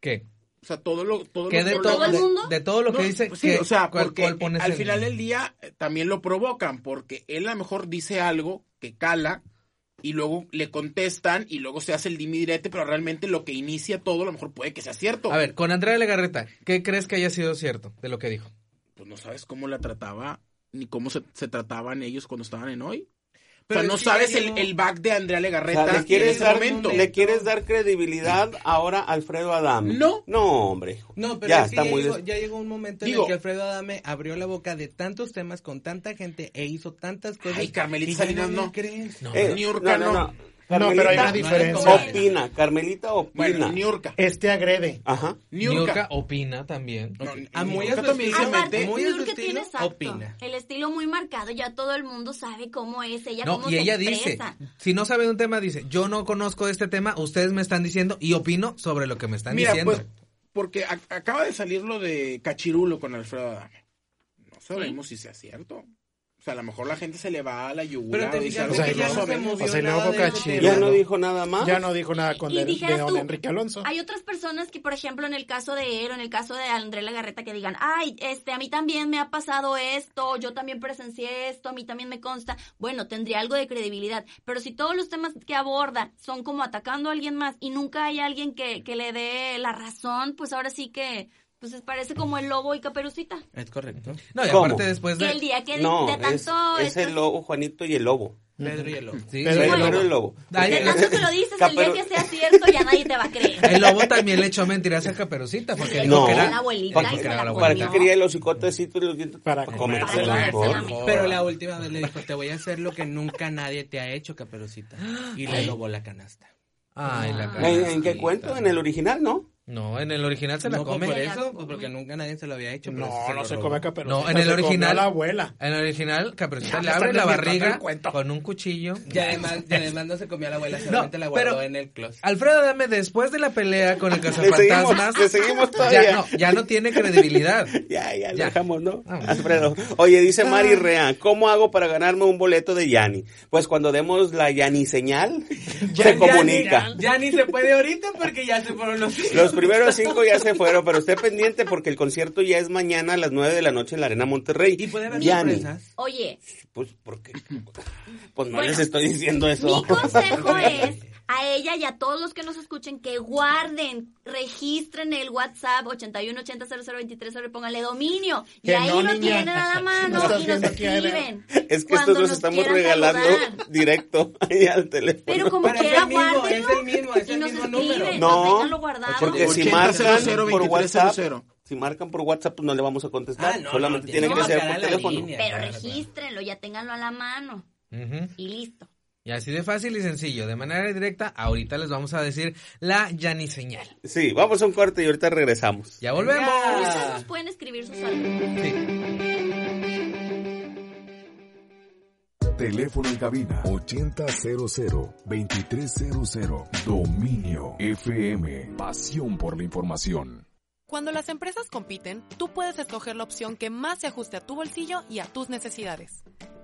S14: ¿qué?
S13: O sea, todo lo todo
S14: Que
S13: lo-
S14: de
S13: lo-
S14: todo-
S13: lo-
S14: de- de todo lo que dice,
S13: pues sí,
S14: que-
S13: o sea,
S14: cuál-
S13: porque
S14: cuál pones
S13: al
S14: en-
S13: final del día eh, también lo provocan porque él a lo mejor dice algo que cala y luego le contestan y luego se hace el dimi direte, pero realmente lo que inicia todo a lo mejor puede que sea cierto.
S14: A ver, con Andrea Legarreta, ¿qué crees que haya sido cierto de lo que dijo?
S13: pues no sabes cómo la trataba ni cómo se, se trataban ellos cuando estaban en hoy.
S12: Pero
S13: o sea, no
S12: es que ya
S13: sabes el,
S12: llegó-
S13: el back de Andrea
S12: O
S13: Legarreta
S12: sea, ¿le,
S13: en
S12: quieres
S13: ese
S12: dar,
S13: momento.
S12: ¿Le quieres dar credibilidad ahora a Alfredo Adame?
S13: No.
S12: No, hombre. hijo.
S15: No, pero
S12: ya
S15: es que
S12: está
S15: ya,
S12: muy...
S15: llegó,
S12: des-
S15: ya llegó un momento en
S12: Digo-
S15: el que Alfredo Adame abrió la boca de tantos temas con tanta gente e hizo tantas cosas.
S13: Ay, Carmelita
S15: que ya
S13: Salinas,
S15: le
S13: no.
S15: crees.
S12: Eh,
S13: Niurka no.
S16: No, pero hay una
S12: Carmelita
S16: diferencia.
S12: Opina, Carmelita opina.
S13: Bueno, Niurka.
S16: Este agrede.
S12: Ajá.
S14: Niurka opina también.
S15: A muy a su
S13: también
S15: estilo,
S22: Aparte,
S15: muy a su
S22: Niurka tiene
S15: estilo,
S22: exacto,
S15: opina.
S22: el estilo muy marcado, ya todo el mundo sabe cómo es ella,
S14: No,
S22: cómo
S14: y
S22: se
S14: ella dice,
S22: expresa.
S14: si no sabe de un tema, dice, yo no conozco este tema, ustedes me están diciendo y opino sobre lo que me están
S13: Mira,
S14: diciendo.
S13: pues, porque a- acaba de salir lo de Cachirulo con Alfredo Adame. No sabemos si sea cierto. O sea, a lo mejor la gente se le va a la
S15: Pero
S13: yugular.
S15: te
S13: dice
S15: fijaste
S13: algo
S15: que ya no se
S13: menos.
S15: movió O sea, y luego nada de eso. Cachirulo.
S12: Ya no dijo nada más.
S16: Ya no dijo nada con
S22: Y
S16: de,
S22: dijeras
S16: de don
S22: tú,
S16: Enrique Alonso.
S22: Hay otras personas que, por ejemplo, en el caso de él o en el caso de André Lagarreta, que digan, ay, este, a mí también me ha pasado esto, yo también presencié esto, a mí también me consta. Bueno, tendría algo de credibilidad. Pero si todos los temas que aborda son como atacando a alguien más y nunca hay alguien que, que le dé la razón, pues ahora sí que, pues parece como el lobo y caperucita.
S15: Es correcto.
S14: No, y
S12: ¿Cómo?
S14: aparte después
S22: Que
S14: de...
S22: el día que de-
S12: No,
S22: de
S12: es,
S22: tanto...
S12: es el
S22: esto-
S12: lobo, Juanito y el lobo.
S15: Pedro y el lobo.
S14: Sí,
S12: Pedro,
S14: sí,
S12: y el lobo.
S14: Ay,
S22: de tanto que lo dices, el día
S12: Caperu-
S22: que sea cierto ya nadie te va a creer.
S14: El lobo también le echó mentiras a Caperucita porque dijo
S12: No.
S14: que era...
S22: La abuelita
S14: porque
S22: y se
S14: era
S22: la
S14: la
S12: ¿Para
S14: abuelita.
S12: qué quería los psicotecitos y los dientes? Para comérsela
S22: Para
S12: mejor.
S22: comérsela mejor.
S15: Pero la última vez le dijo, te voy a hacer lo que nunca nadie te ha hecho, Caperucita. Y le robó la canasta. Ah.
S14: Ay, la
S12: ¿En,
S14: cara.
S12: en qué cuento? En el original, ¿no?
S14: No, en el original se la
S15: No, pues,
S14: come.
S15: por eso, pues, porque nunca nadie se lo había hecho. pero sí
S16: No, no
S15: lo
S16: se
S15: robó.
S16: come a Caperucita.
S14: No, en el
S16: se comió a
S14: original.
S16: la abuela.
S14: En el original, Caperucita
S16: Ya
S14: le
S16: me
S14: abre
S16: están
S14: la
S16: inventando el
S14: barriga
S16: cuento.
S14: con un cuchillo.
S15: Y además, y además no se comió a la abuela, solamente la guardó en el closet.
S14: Alfredo Dame, después de la pelea con el
S12: Le
S14: cazafantasmas,
S12: seguimos, le seguimos
S14: ya
S12: todavía.
S14: no, ya no tiene credibilidad.
S12: Ya, ya,
S14: Ya. Ah.
S12: lo dejamos, ¿no? Alfredo. Oye, dice Mari Rea, ¿cómo hago para ganarme un boleto de Yanni? Pues cuando demos la Yanni señal, se comunica.
S15: Ya, ni se puede ahorita porque ya se fueron los...
S12: Los primeros cinco ya se fueron, pero esté pendiente porque el concierto ya es mañana a las nueve de la noche en la Arena Monterrey. ¿Y
S15: puede haber sorpresas?
S22: Oye,
S12: Pues, ¿por qué? Pues no
S22: Bueno,
S12: les estoy diciendo eso.
S22: Mi consejo es Pues, a ella y a todos los que nos escuchen que guarden, registren el WhatsApp 81800023 sobre pónganle dominio y
S16: Que
S22: ahí
S16: no,
S22: lo
S16: niña.
S22: tienen a la
S16: No
S22: mano
S16: estás
S22: y nos
S16: viendo aquí, Adela.
S22: escriben.
S12: Es que
S22: Cuando
S12: estos los
S22: nos
S12: estamos
S22: quieran
S12: regalando
S22: saludar.
S12: directo ahí al teléfono.
S22: Pero como
S15: Pero es
S22: quiera,
S15: el mismo,
S22: guárdenlo
S15: es el mismo, es
S22: y
S15: el
S22: nos
S15: mismo
S22: escriben.
S15: número.
S12: No,
S22: ténganlo guardado.
S12: porque si
S13: 80
S12: marcan
S13: 00
S12: por
S13: 23
S12: WhatsApp,
S13: 00.
S12: si marcan por WhatsApp, pues no le vamos a contestar.
S15: Ah, no,
S12: Solamente
S15: no,
S12: tiene
S15: no,
S12: que ser
S15: marcará
S12: por
S15: la
S12: teléfono.
S15: línea.
S22: Pero
S15: Claro, claro.
S22: regístrenlo, ya ténganlo a la mano
S14: Ujú.
S22: y listo.
S14: Y así de fácil y sencillo, de manera directa, ahorita les vamos a decir la Yani señal.
S12: Sí, vamos a un corte y ahorita regresamos.
S14: Ya volvemos.
S16: Ah.
S22: Ustedes nos pueden escribir sus saludos.
S9: Teléfono en cabina 8000-2300. Dominio FM. Pasión por la información.
S23: Cuando las empresas compiten, tú puedes escoger la opción que más se ajuste a tu bolsillo y a tus necesidades.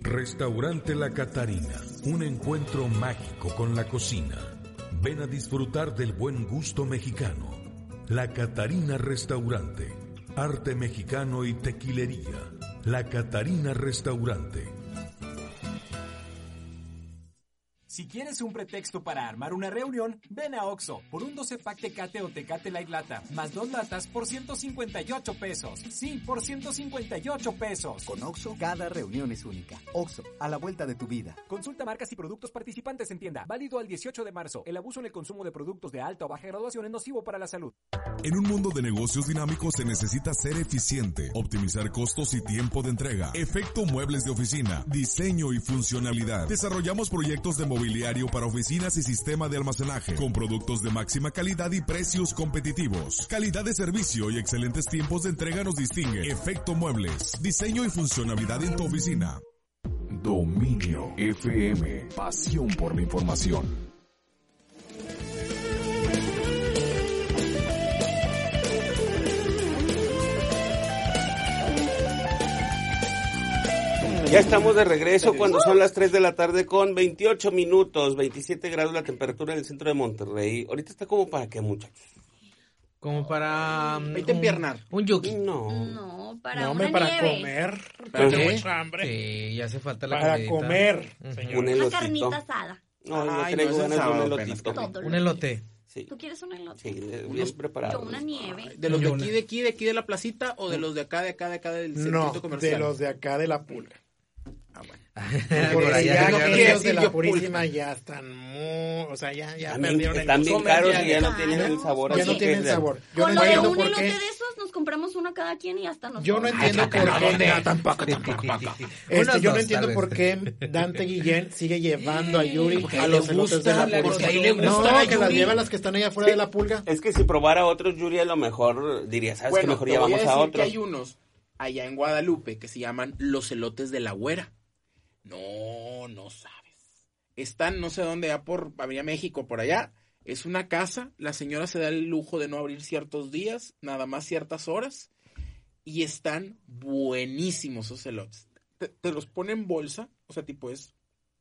S9: Restaurante La Catarina, un encuentro mágico con la cocina. Ven a disfrutar del buen gusto mexicano. La Catarina Restaurante, arte mexicano y tequilería. La Catarina Restaurante.
S7: Si quieres un pretexto para armar una reunión, ven a Oxo por un 12 pack Tecate o Tecate Light Lata, más dos latas por 158 pesos. Sí, por 158 pesos.
S8: Con Oxo, cada reunión es única. Oxo, a la vuelta de tu vida.
S7: Consulta marcas y productos participantes en tienda. Válido al 18 de marzo. El abuso en el consumo de productos de alta o baja graduación es nocivo para la salud.
S9: En un mundo de negocios dinámicos se necesita ser eficiente, optimizar costos y tiempo de entrega. Efecto muebles de oficina, diseño y funcionalidad. Desarrollamos proyectos de mobiliario para oficinas y sistema de almacenaje, con productos de máxima calidad y precios competitivos. Calidad de servicio y excelentes tiempos de entrega nos distingue. Efecto Muebles, diseño y funcionalidad en tu oficina.
S24: Dominio FM, pasión por la información.
S12: Ya estamos de regreso cuando son las 3 de la tarde con 28 minutos, 27 grados la temperatura en el centro de Monterrey. Ahorita está como para qué, muchachos.
S14: Como para. um,
S13: Vete a
S14: un-
S13: empiernar.
S14: Un yuki.
S12: No.
S22: No, para
S16: No,
S22: una
S16: hombre, para
S22: nieve.
S16: comer.
S14: Pero
S16: Tengo
S14: sí.
S16: mucha hambre.
S14: Sí, Eh, ya hace falta la
S16: Para
S14: comidita.
S16: comer,
S14: Ujú.
S16: señor.
S12: Un
S22: Una
S12: elotito.
S22: carnita asada.
S12: No, yo
S13: Ay,
S12: traigo
S13: no, es
S12: ganas de un
S13: sábado
S12: elotito.
S22: apenas, Todo
S14: Un elote.
S12: Sí,
S22: ¿Tú quieres un elote?
S12: sí, eh, bien
S22: Yo
S12: preparado.
S22: una nieve.
S13: ¿De los de
S14: Yo
S13: aquí,
S14: no.
S13: de aquí, de aquí de la placita o de los de acá, de acá, de acá del
S16: No,
S13: centro comercial?
S16: de los de acá de la pulga. Ah,
S14: Por
S16: Porque
S14: allá,
S16: ya
S14: claro.
S13: no
S16: aquellos
S13: quiere
S16: de
S13: decir
S16: la
S13: yo
S16: purísima ya están muy, o sea, ya, ya
S12: Están bien-
S16: perdieron el
S12: están bien
S16: gusto.
S12: caros
S16: Ya-
S12: y ya no tienen el sabor.
S16: Ya
S12: así que
S16: no tienen
S12: de-
S16: sabor. Yo no
S22: Con lo de
S16: entiendo
S22: un
S16: por
S22: elote
S16: qué.
S22: de esos nos compramos uno cada quien y hasta nos
S16: Yo no entiendo por qué.
S13: tampoco, tampoco.
S16: Este,
S14: Unos
S16: yo
S14: dos,
S16: no entiendo
S14: tal
S16: por
S14: vez.
S16: qué Dante Guillén sigue llevando a Yuri
S13: Porque
S16: a
S13: ahí
S16: los
S13: le
S16: elotes de
S13: gusta,
S16: la
S13: la
S16: pulga.
S13: costumbre.
S16: no,
S13: gusta a
S16: que las
S13: Yuri.
S16: lleva las que están allá afuera de la pulga.
S12: Es que si probara otros, Yuri, a lo mejor diría, ¿sabes qué?
S13: Bueno,
S12: Mejor
S13: te
S12: ya
S13: voy a
S12: vamos
S13: decir
S12: a
S13: que
S12: otros.
S13: hay unos allá en Guadalupe que se llaman los elotes de la güera. No, no sabes. Están no sé dónde, ya por Avenida México, por allá. Es una casa, la señora se da el lujo de no abrir ciertos días, nada más ciertas horas. Y están buenísimos esos elotes. Te, te los pone en bolsa, o sea, tipo es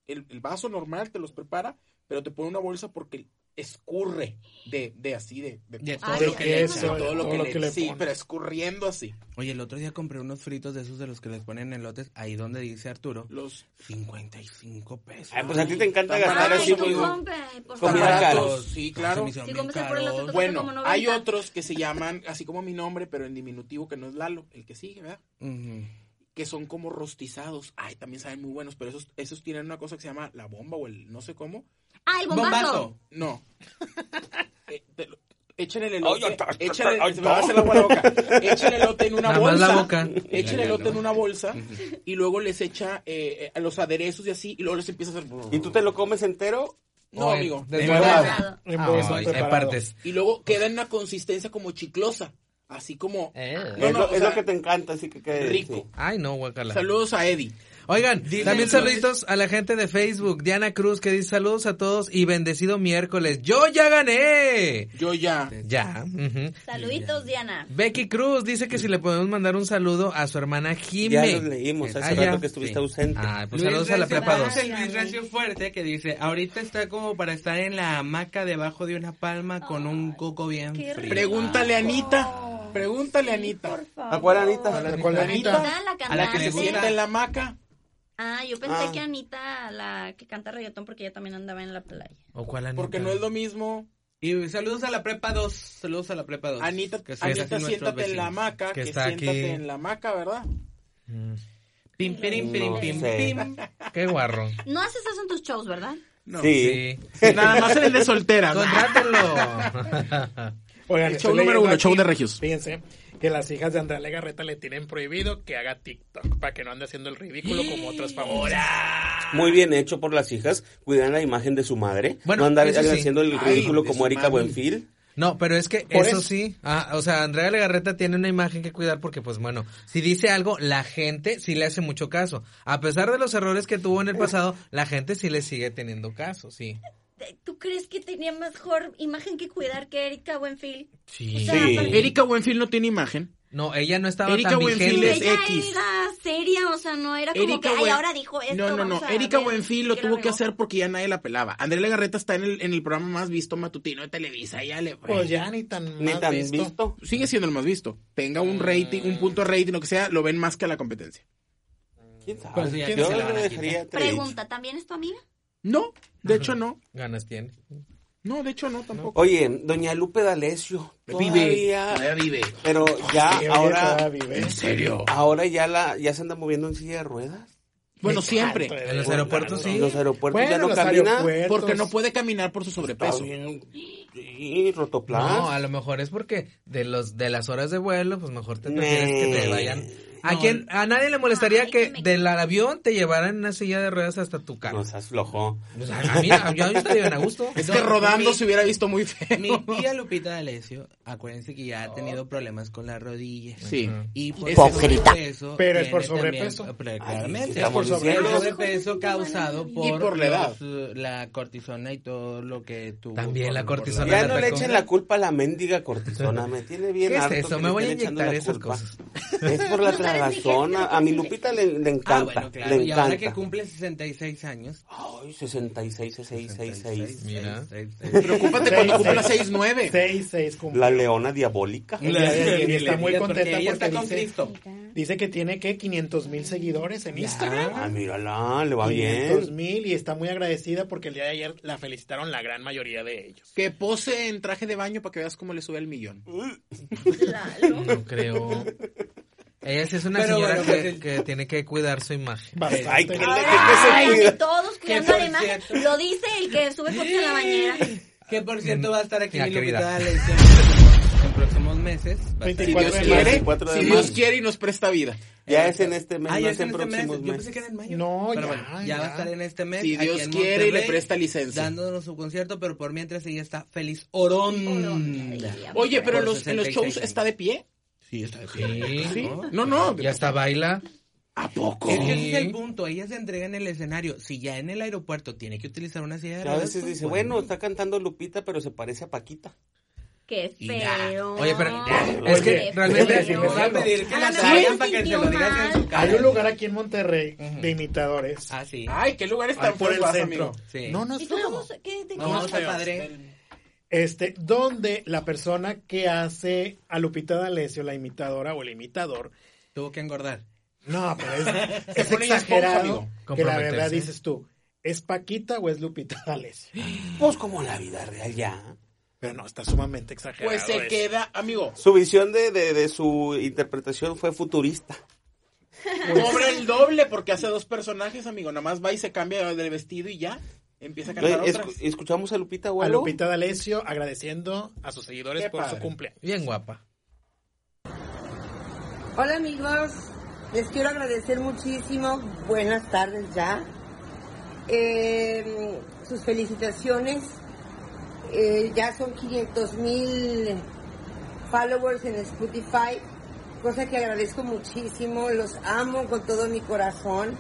S13: el, el vaso normal, te los prepara, pero te pone una bolsa porque escurre de, de así, de, de,
S11: De
S22: todo lo que le
S13: de
S22: echa,
S13: todo lo que le, Sí,
S16: pone.
S13: pero escurriendo así.
S11: Oye, el otro día compré unos fritos de esos de los que les ponen elotes, ahí donde dice Arturo,
S13: Los
S11: 55 pesos.
S12: Ay, pues a ti te encanta
S13: Ay,
S12: gastar
S22: Ay,
S12: así,
S22: tú
S12: pues.
S22: compre, por
S12: Comida
S22: favor.
S12: cara.
S13: baratos, sí, claro.
S11: Se me hicieron
S22: Si
S11: bien
S22: comes el por el
S11: caros.
S22: otro,
S13: Bueno,
S22: como 90.
S13: hay otros que se llaman así como mi nombre, pero en diminutivo que no es Lalo, el que sigue, ¿verdad?
S11: Ujú.
S13: Que son como rostizados. Ay, también saben muy buenos, pero esos, esos tienen una cosa que se llama la bomba o el no sé cómo.
S22: Ah, el bombazo.
S13: No. Eh, te lo- Echen el
S12: Ay, ay,
S13: elote,
S12: ay,
S13: echen el,
S12: ay,
S13: se me va a hacer agua la boca. Echen el elote en una
S14: Nada más
S13: bolsa.
S14: la boca.
S13: Echen el
S11: Ya, ya,
S13: elote
S11: no.
S13: en una bolsa y luego les echa eh, eh, a los aderezos y así y luego les empieza a hacer.
S12: ¿Y tú te lo comes entero?
S13: No,
S14: O en-
S13: amigo.
S14: de-
S22: Preparado.
S16: En
S14: Ay,
S16: bolsa,
S14: hay
S16: preparado.
S14: partes.
S13: Y luego queda en una consistencia como chiclosa. Así como
S14: Eh.
S13: No,
S12: es
S13: no,
S12: lo,
S13: o
S12: es
S13: sea,
S12: lo que te encanta, así que. que- sí.
S13: rico.
S14: Ay, no, guacala.
S13: Saludos a Eddie.
S14: Oigan,
S13: Dime
S14: también
S13: entonces.
S14: saluditos a la gente de Facebook. Diana Cruz que dice saludos a todos y bendecido miércoles. ¡Yo ya gané!
S13: Yo ya.
S14: Ya. ujú.
S22: Saluditos, Diana.
S14: Becky Cruz dice que si le podemos mandar un saludo a su hermana Jime.
S12: Ya los leímos hace
S14: Ah, ya.
S12: rato que estuviste
S14: Sí.
S12: ausente.
S14: Ay, pues
S11: Luis
S14: saludos a la
S11: Recio-
S14: prepa 2.
S11: dice Luis Recio Fuerte que dice, ahorita está como para estar en la hamaca debajo de una palma con un coco bien
S22: qué
S11: frío.
S13: Pregúntale a Anita. Pregúntale a Anita.
S22: Por favor.
S12: ¿A cuál, Anita?
S16: ¿A cuál,
S13: Anita?
S16: Anita?
S22: Anita, la
S13: A la que se
S22: cantante.
S13: sienta en la hamaca.
S22: Ah, yo pensé
S12: Ah.
S22: que Anita, la que canta reggaetón, porque ella también andaba en la playa.
S14: ¿O cuál Anita?
S13: Porque no es lo mismo.
S11: Y saludos a la prepa 2, saludos a la prepa 2.
S13: Anita,
S11: que son
S13: Anita
S11: así nuestros
S13: siéntate en la
S11: vecinos.
S13: hamaca.
S14: Que
S13: Que,
S14: está
S13: siéntate
S14: aquí.
S13: en la hamaca, ¿verdad?
S14: Mm,
S11: Pim, pirim, pirim,
S12: No
S11: pim,
S12: sé.
S11: pim.
S14: Qué guarro.
S22: No haces eso en tus shows, ¿verdad?
S12: Sí.
S14: Sí.
S13: Nada más en el de soltera.
S14: Contrátenlo.
S16: Oigan,
S13: El
S16: estoy
S13: show número
S16: leyendo
S13: uno,
S16: aquí,
S13: show de regios.
S16: Fíjense que las hijas de Andrea Legarreta le tienen prohibido que haga TikTok para que no ande haciendo el ridículo como otras famosas.
S12: Muy bien hecho por las hijas, cuidan la imagen de su madre,
S14: Bueno,
S12: no andar
S14: eso sí.
S12: haciendo el
S13: Ay,
S12: ridículo
S13: de
S12: como
S13: su
S12: Erika
S13: mami.
S12: Buenfil.
S14: No, pero es que
S15: Por
S14: eso,
S15: eso.
S14: sí, ah, o sea, Andrea Legarreta tiene una imagen que cuidar porque, pues bueno, si dice algo, la gente sí le hace mucho caso. A pesar de los errores que tuvo en el pasado, la gente sí le sigue teniendo caso, sí.
S22: ¿Tú crees que tenía mejor imagen que cuidar que Erika Buenfil?
S14: Sí.
S22: O sea, Sí. aparte-
S13: Erika Buenfield no tiene imagen.
S14: No, ella no estaba
S13: Erika
S14: tan
S13: Buenfil
S14: vigente.
S13: es
S22: Ella
S13: X.
S22: era seria, o sea, no era Ah, como
S13: Erika
S22: que, ay,
S13: Buen-
S22: ahora dijo esto.
S13: No, no,
S22: vamos
S13: no.
S22: a
S13: Erika
S22: ver
S13: Buenfil lo
S22: qué la
S13: tuvo que
S22: regó".
S13: hacer porque ya nadie la pelaba. Andrea Legarreta está en el, en el programa más visto matutino de Televisa. Ya le fue.
S16: Pues ya ni tan
S13: Ni
S16: más
S13: tan
S16: visto.
S13: visto. Sigue siendo el más visto. Tenga
S14: Ah.
S13: un rating, un punto de rating, lo que sea, lo ven más que a la competencia.
S12: ¿Quién sabe?
S13: Pues, ¿quién
S12: Yo
S13: se la
S12: lo
S13: van a
S12: dejaría
S13: quitar?
S12: tres.
S22: Pregunta, ¿también es tu amiga?
S13: No, de hecho no.
S14: Ganas tiene.
S13: No, de hecho no tampoco.
S12: Oye, doña Lupe D'Alessio.
S13: Vive,
S12: Todavía,
S13: todavía vive.
S12: Pero ya
S13: sí, oye,
S12: ahora.
S13: todavía vive. En serio.
S12: Ahora ya la, ya se anda moviendo en silla de ruedas.
S13: Bueno, siempre.
S14: En los aeropuertos sí.
S12: En los aeropuertos
S13: Bueno,
S12: ya no
S13: los
S12: camina.
S13: aeropuertos. Porque no puede caminar por su sobrepeso.
S12: Sí, rotoplas.
S14: No, a lo mejor es porque de los de las horas de vuelo, pues mejor te prefieres que te vayan. A quien a nadie le molestaría que del avión te llevaran en una silla de ruedas hasta tu casa.
S12: No seas flojo.
S14: a mí, a- yo estaría bien a gusto.
S13: Es que rodando se hubiera visto muy feo.
S20: Mi tía Lupita D'Alessio, acuérdense que ya ha
S14: Oh.
S20: tenido problemas con las rodillas.
S13: Sí.
S20: Y por
S13: Hipócrita.
S20: sobrepeso.
S16: Pero es por
S20: viene también-
S16: sobrepeso.
S20: pero
S16: Ay,
S20: claramente.
S16: ¿qué estamos
S20: Es por
S16: diciendo?
S20: sobrepeso causado por,
S13: por la edad.
S20: los, eh, la cortisona y todo lo que tuvo.
S14: También la
S20: por- por
S14: cortisona
S12: Ya
S14: la
S12: no le
S14: atacó.
S12: echen la culpa a la mendiga cortisona. Me tiene bien
S14: ¿Qué es
S12: harto
S14: eso?
S12: que le
S14: Me voy a
S12: estén echando
S14: inyectar
S12: la
S14: esas
S12: culpa. Es por la
S20: No sabes ni qué
S12: tragazona. A mi Lupita le, le encanta.
S20: Ah, bueno, claro.
S12: Le
S20: y ahora que
S12: encanta.
S20: cumple 66 años.
S12: Ay, 66, 66, 66.
S14: Mira.
S13: Preocúpate cuando cumpla 6'9".
S16: 6, 6
S12: La leona diabólica.
S16: Y la- y está muy contenta
S20: ella
S16: porque
S20: está con
S16: dice,
S20: Cristo.
S16: dice que tiene que 500 mil seguidores en Instagram.
S12: Ah, mírala, le va bien.
S16: mil y está muy agradecida porque el día de ayer la felicitaron la gran mayoría de ellos.
S13: Que pose en traje de baño para que veas cómo le sube el millón.
S14: No creo. Ella sí es una
S20: Pero
S14: señora
S20: bueno,
S14: que,
S20: pues
S12: eh.
S20: el-
S14: que tiene que cuidar su imagen.
S16: Ay, que
S22: Ay, de todos cuidando
S20: por
S22: además. Lo dice el que sube fotos en la bañera.
S20: Que por cierto va a estar aquí
S14: Ya,
S16: Ah,
S20: mi
S14: querida.
S20: Lupita D'Alessio en- en próximos meses. Va a estar
S13: Si
S20: aquí.
S13: Dios
S12: de
S13: quiere,
S12: marzo, 24 de
S13: si
S12: marzo.
S13: Dios quiere y nos presta vida.
S12: Ya es en este mes,
S20: Ah,
S12: no
S20: ya
S12: es
S20: es en
S12: en
S20: este mes.
S12: próximos
S20: Yo pensé
S12: meses.
S20: que era en mayo.
S16: No,
S20: Pero
S16: ya,
S20: bueno, ya, va a estar en este mes.
S13: Si
S20: aquí
S13: Dios
S20: en
S13: quiere y le
S20: Monterrey,
S13: presta licencia.
S20: Dándonos su concierto, pero por mientras ella está feliz. Oronda.
S13: Oye, pero
S20: Por
S13: los- en los
S20: 66 años.
S13: shows está de pie.
S20: Sí, está de
S14: Sí.
S13: No, no.
S14: Y hasta baila.
S13: ¿A poco?
S20: Es que ese
S14: Sí.
S20: es el punto, ella se entrega en el escenario. Si ya en el aeropuerto tiene que utilizar una silla de
S12: A
S20: ruedas.
S12: veces
S20: pues,
S12: dice, bueno, está cantando Lupita, pero se parece a Paquita.
S22: Qué
S20: ya.
S22: feo.
S14: Oye,
S16: Ah.
S14: pero es que
S22: Oye,
S14: realmente
S22: pero-
S20: Les voy a pedir que
S22: A
S20: la
S22: lo mejor
S20: traigan
S22: se
S20: para que se
S22: Ah, sintió
S20: lo digas en su
S22: mal.
S16: Hay un
S20: cara.
S16: lugar aquí en Monterrey de imitadores.
S20: Ah, sí.
S13: Ay, qué lugares
S16: Ahí
S13: tan
S16: por el
S13: feos vas,
S16: centro.
S13: amigo.
S20: Sí.
S16: No, no
S22: ¿Y
S16: es
S22: tú
S16: feo.
S22: cómo se- qué- de qué-
S20: No, está
S16: feos.
S20: padre.
S16: Este, donde la persona que hace a Lupita D'Alessio, la imitadora o el imitador,
S20: Tuvo que engordar.
S16: no, pero es, es
S13: pone ya esponja,
S16: exagerado
S13: amigo.
S16: que la verdad
S14: Comprometerse.
S16: dices tú, ¿es Paquita o es Lupita D'Alessio?
S12: Pues como la vida real ya.
S16: Pero no, está sumamente exagerado.
S13: Pues se
S16: eso.
S13: queda, amigo.
S12: Su visión de, de, de su interpretación fue futurista.
S13: Cobra el doble porque hace dos personajes, amigo. Nada más va y se cambia de vestido y ya. Empieza a cantar
S12: Oye,
S13: otras.
S12: escu- escuchamos a Lupita,
S16: A
S12: güey.
S16: Lupita D'Alessio agradeciendo a sus seguidores
S13: Qué
S16: por su
S13: padre.
S16: cumpleaños.
S14: Bien guapa.
S25: Hola amigos, les quiero agradecer muchísimo. Buenas tardes ya. Eh, sus felicitaciones. Eh, ya son 500 mil followers en Spotify, cosa que agradezco muchísimo. Los amo con todo mi corazón.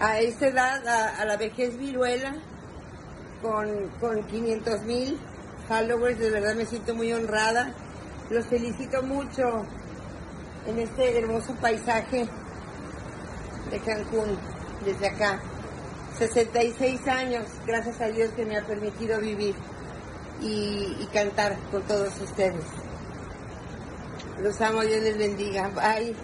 S25: A esta edad, a, a la vejez viruela, con, con 500 mil followers, de verdad me siento muy honrada. Los felicito mucho en este hermoso paisaje de Cancún, desde acá. 66 años, gracias a Dios que me ha permitido vivir y, y cantar con todos ustedes. Los amo, Dios les bendiga. Bye.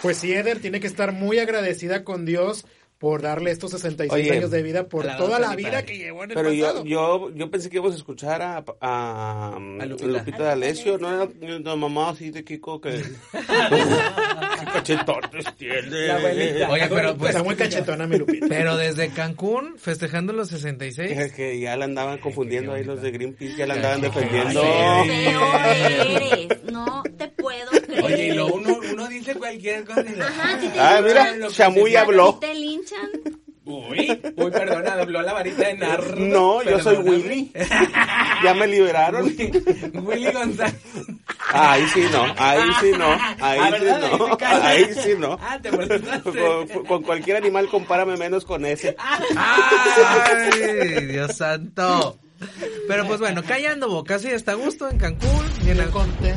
S16: Pues sí, Eder tiene que estar muy agradecida con Dios por darle estos 66
S12: Oye,
S16: años de vida, por
S20: alabado
S16: toda
S20: sea
S16: la
S20: mi
S16: vida
S20: padre.
S16: que llevó en el
S12: Pero yo,
S16: pasado.
S12: yo, yo pensé que íbamos a escuchar a, a, um,
S20: A Lupita.
S12: Lupita D'Alessio, no era la mamá así de Kiko que... Qué cachetotes tiene.
S20: La abuelita.
S14: Oye, pero pues
S16: Está muy cachetona mi Lupita.
S14: pero desde Cancún festejando los 66.
S12: Es que ya la andaban confundiendo ahí los de Greenpeace, ya la
S14: Qué
S12: andaban
S14: chiquita.
S12: defendiendo.
S22: Feo eres. No te puedo creer.
S20: Oye, y lo uno, uno dice cualquier cosa. y lo-
S22: Ajá, sí te
S12: Ah,
S22: digo,
S12: mira,
S22: lo que
S12: Chamuy
S22: se-
S12: habló.
S22: Te linchan.
S20: Uy, uy, perdona, dobló la varita de narro.
S12: No, yo soy Willy. ya me liberaron.
S20: Willy González.
S12: Ahí sí no, ahí sí no,
S20: Ah,
S12: ahí sí
S20: ¿verdad? Ahí
S12: no,
S20: te callas.
S12: ahí sí no.
S20: Ah, te molestaste.
S12: Con, con cualquier animal compárame menos con ese.
S14: ¡Ay, Dios santo! Pero pues bueno, callando bocas, sí está a gusto en Cancún. Y, en la-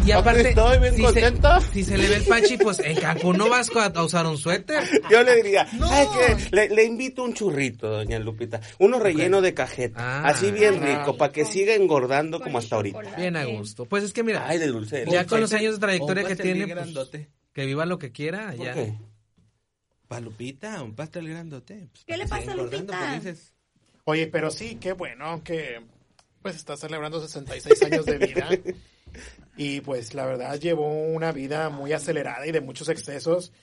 S14: y aparte,
S12: Estoy bien
S14: si, se,
S12: contento.
S14: si se le ve el pachi, pues en Cancún no vas a a usar un suéter.
S12: Yo le diría, "¿Sabe qué? Le, le invito un churrito, doña Lupita. Uno relleno de cajeta. así bien
S14: ah.
S12: rico, para que siga engordando como hasta ahorita.
S14: Bien a gusto. Pues es que mira,
S12: Ay, de dulce.
S14: ya con los años de trayectoria
S15: Un
S14: que
S15: pastel bien
S14: tiene, pues,
S15: grandote.
S14: que viva lo que quiera.
S15: ¿Por
S14: ya.
S15: qué? Palupita, un pastel grandote. Pues,
S22: ¿Qué le
S15: para que
S22: pasa,
S15: siga engordando,
S22: Lupita?
S15: pues, dices.
S16: Oye, pero sí, qué bueno que pues está celebrando 66 años de vida. Y pues la verdad llevó una vida muy acelerada y de muchos excesos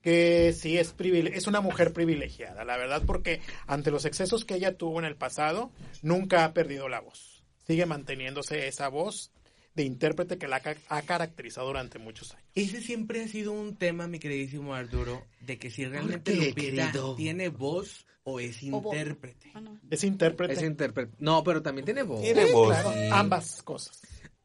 S16: que sí es privile- es una mujer privilegiada, la verdad, porque ante los excesos que ella tuvo en el pasado, nunca ha perdido la voz. Sigue manteniéndose esa voz de intérprete que la ca- ha caracterizado durante muchos años.
S15: Ese siempre ha sido un tema, mi queridísimo Arturo, de que si realmente
S16: qué,
S15: Lupita
S16: querido?
S15: tiene voz Ah, o es intérprete.
S16: Es intérprete.
S14: Es intérprete. No, pero también tiene voz.
S12: Tiene voz.
S16: Claro, ambas cosas.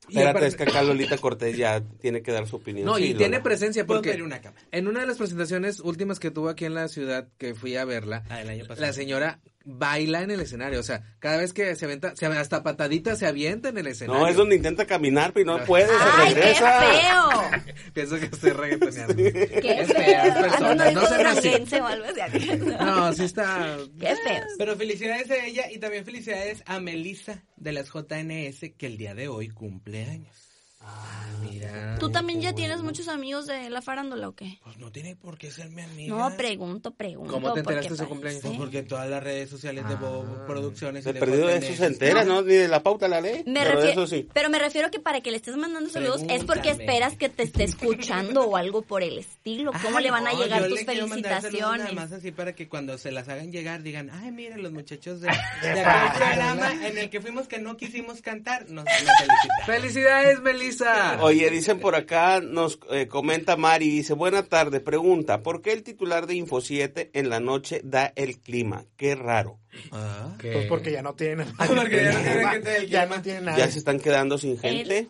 S14: Y
S12: Espérate,
S14: aparte-
S12: es que acá Lolita Cortés ya tiene que dar su opinión.
S14: No,
S12: Sí,
S14: y
S12: Lola.
S14: tiene presencia
S15: Puedo
S14: porque
S15: pedir una cámara.
S14: en una de las presentaciones últimas que tuvo aquí en la ciudad que fui a verla,
S15: Ah, el año pasado.
S14: la señora baila en el escenario, o sea, cada vez que se aventa, se- hasta patadita se avienta en el escenario.
S12: No, es donde intenta caminar, pero no puede, se
S14: ¡Ay, qué
S12: regresa.
S22: feo!
S14: Pienso que estoy reggaetoneando.
S22: ¡Qué
S14: Es fea, es
S22: feo!
S14: persona,
S22: Ando de
S14: no sean así.
S22: duranguense o algo así.
S14: No, sí está...
S22: ¡Qué feo!
S15: Pero felicidades a ella y también felicidades a Melissa de las JNS que el día de hoy cumple años. Ah,
S14: mira.
S22: ¿Tú también ya tienes muchos amigos de la farándula o qué?
S15: Pues no tiene por qué ser mi amiga.
S22: No, pregunto, pregunto.
S14: ¿Cómo te
S22: porque
S14: enteraste de su
S22: parece- Ah.
S14: cumpleaños?
S15: Pues porque en todas las redes sociales de Bobo Producciones. y
S12: De perdido de eso se
S15: JNS.
S12: entera, ¿no? Ni de la pauta la ley.
S22: Me
S12: pero de
S22: refiero-
S12: eso sí.
S22: Pero me refiero que para que le estés mandando saludos es porque
S15: Pregúntame.
S22: esperas que te esté escuchando o algo por el estilo. ¿Cómo
S15: Ah,
S22: le van a
S15: no,
S22: llegar
S15: yo
S22: tus
S15: le quiero mandar saludos Nada
S22: felicitaciones?
S15: más así para que cuando se las hagan llegar digan, ay, mira, los muchachos de, de aquel programa en el que fuimos que no quisimos cantar, nos, nos felicitaron.
S14: ¡Felicidades, Melissa!
S12: Oye, dicen por acá, nos eh, comenta Mari, dice, buena tarde, pregunta, ¿por qué el titular de Info 7 en la noche da el clima? Qué raro.
S14: Ah.
S16: Pues porque ya no tienen.
S15: Porque ya no tienen gente del
S16: Ya no tienen nada.
S12: Ya se están quedando sin gente.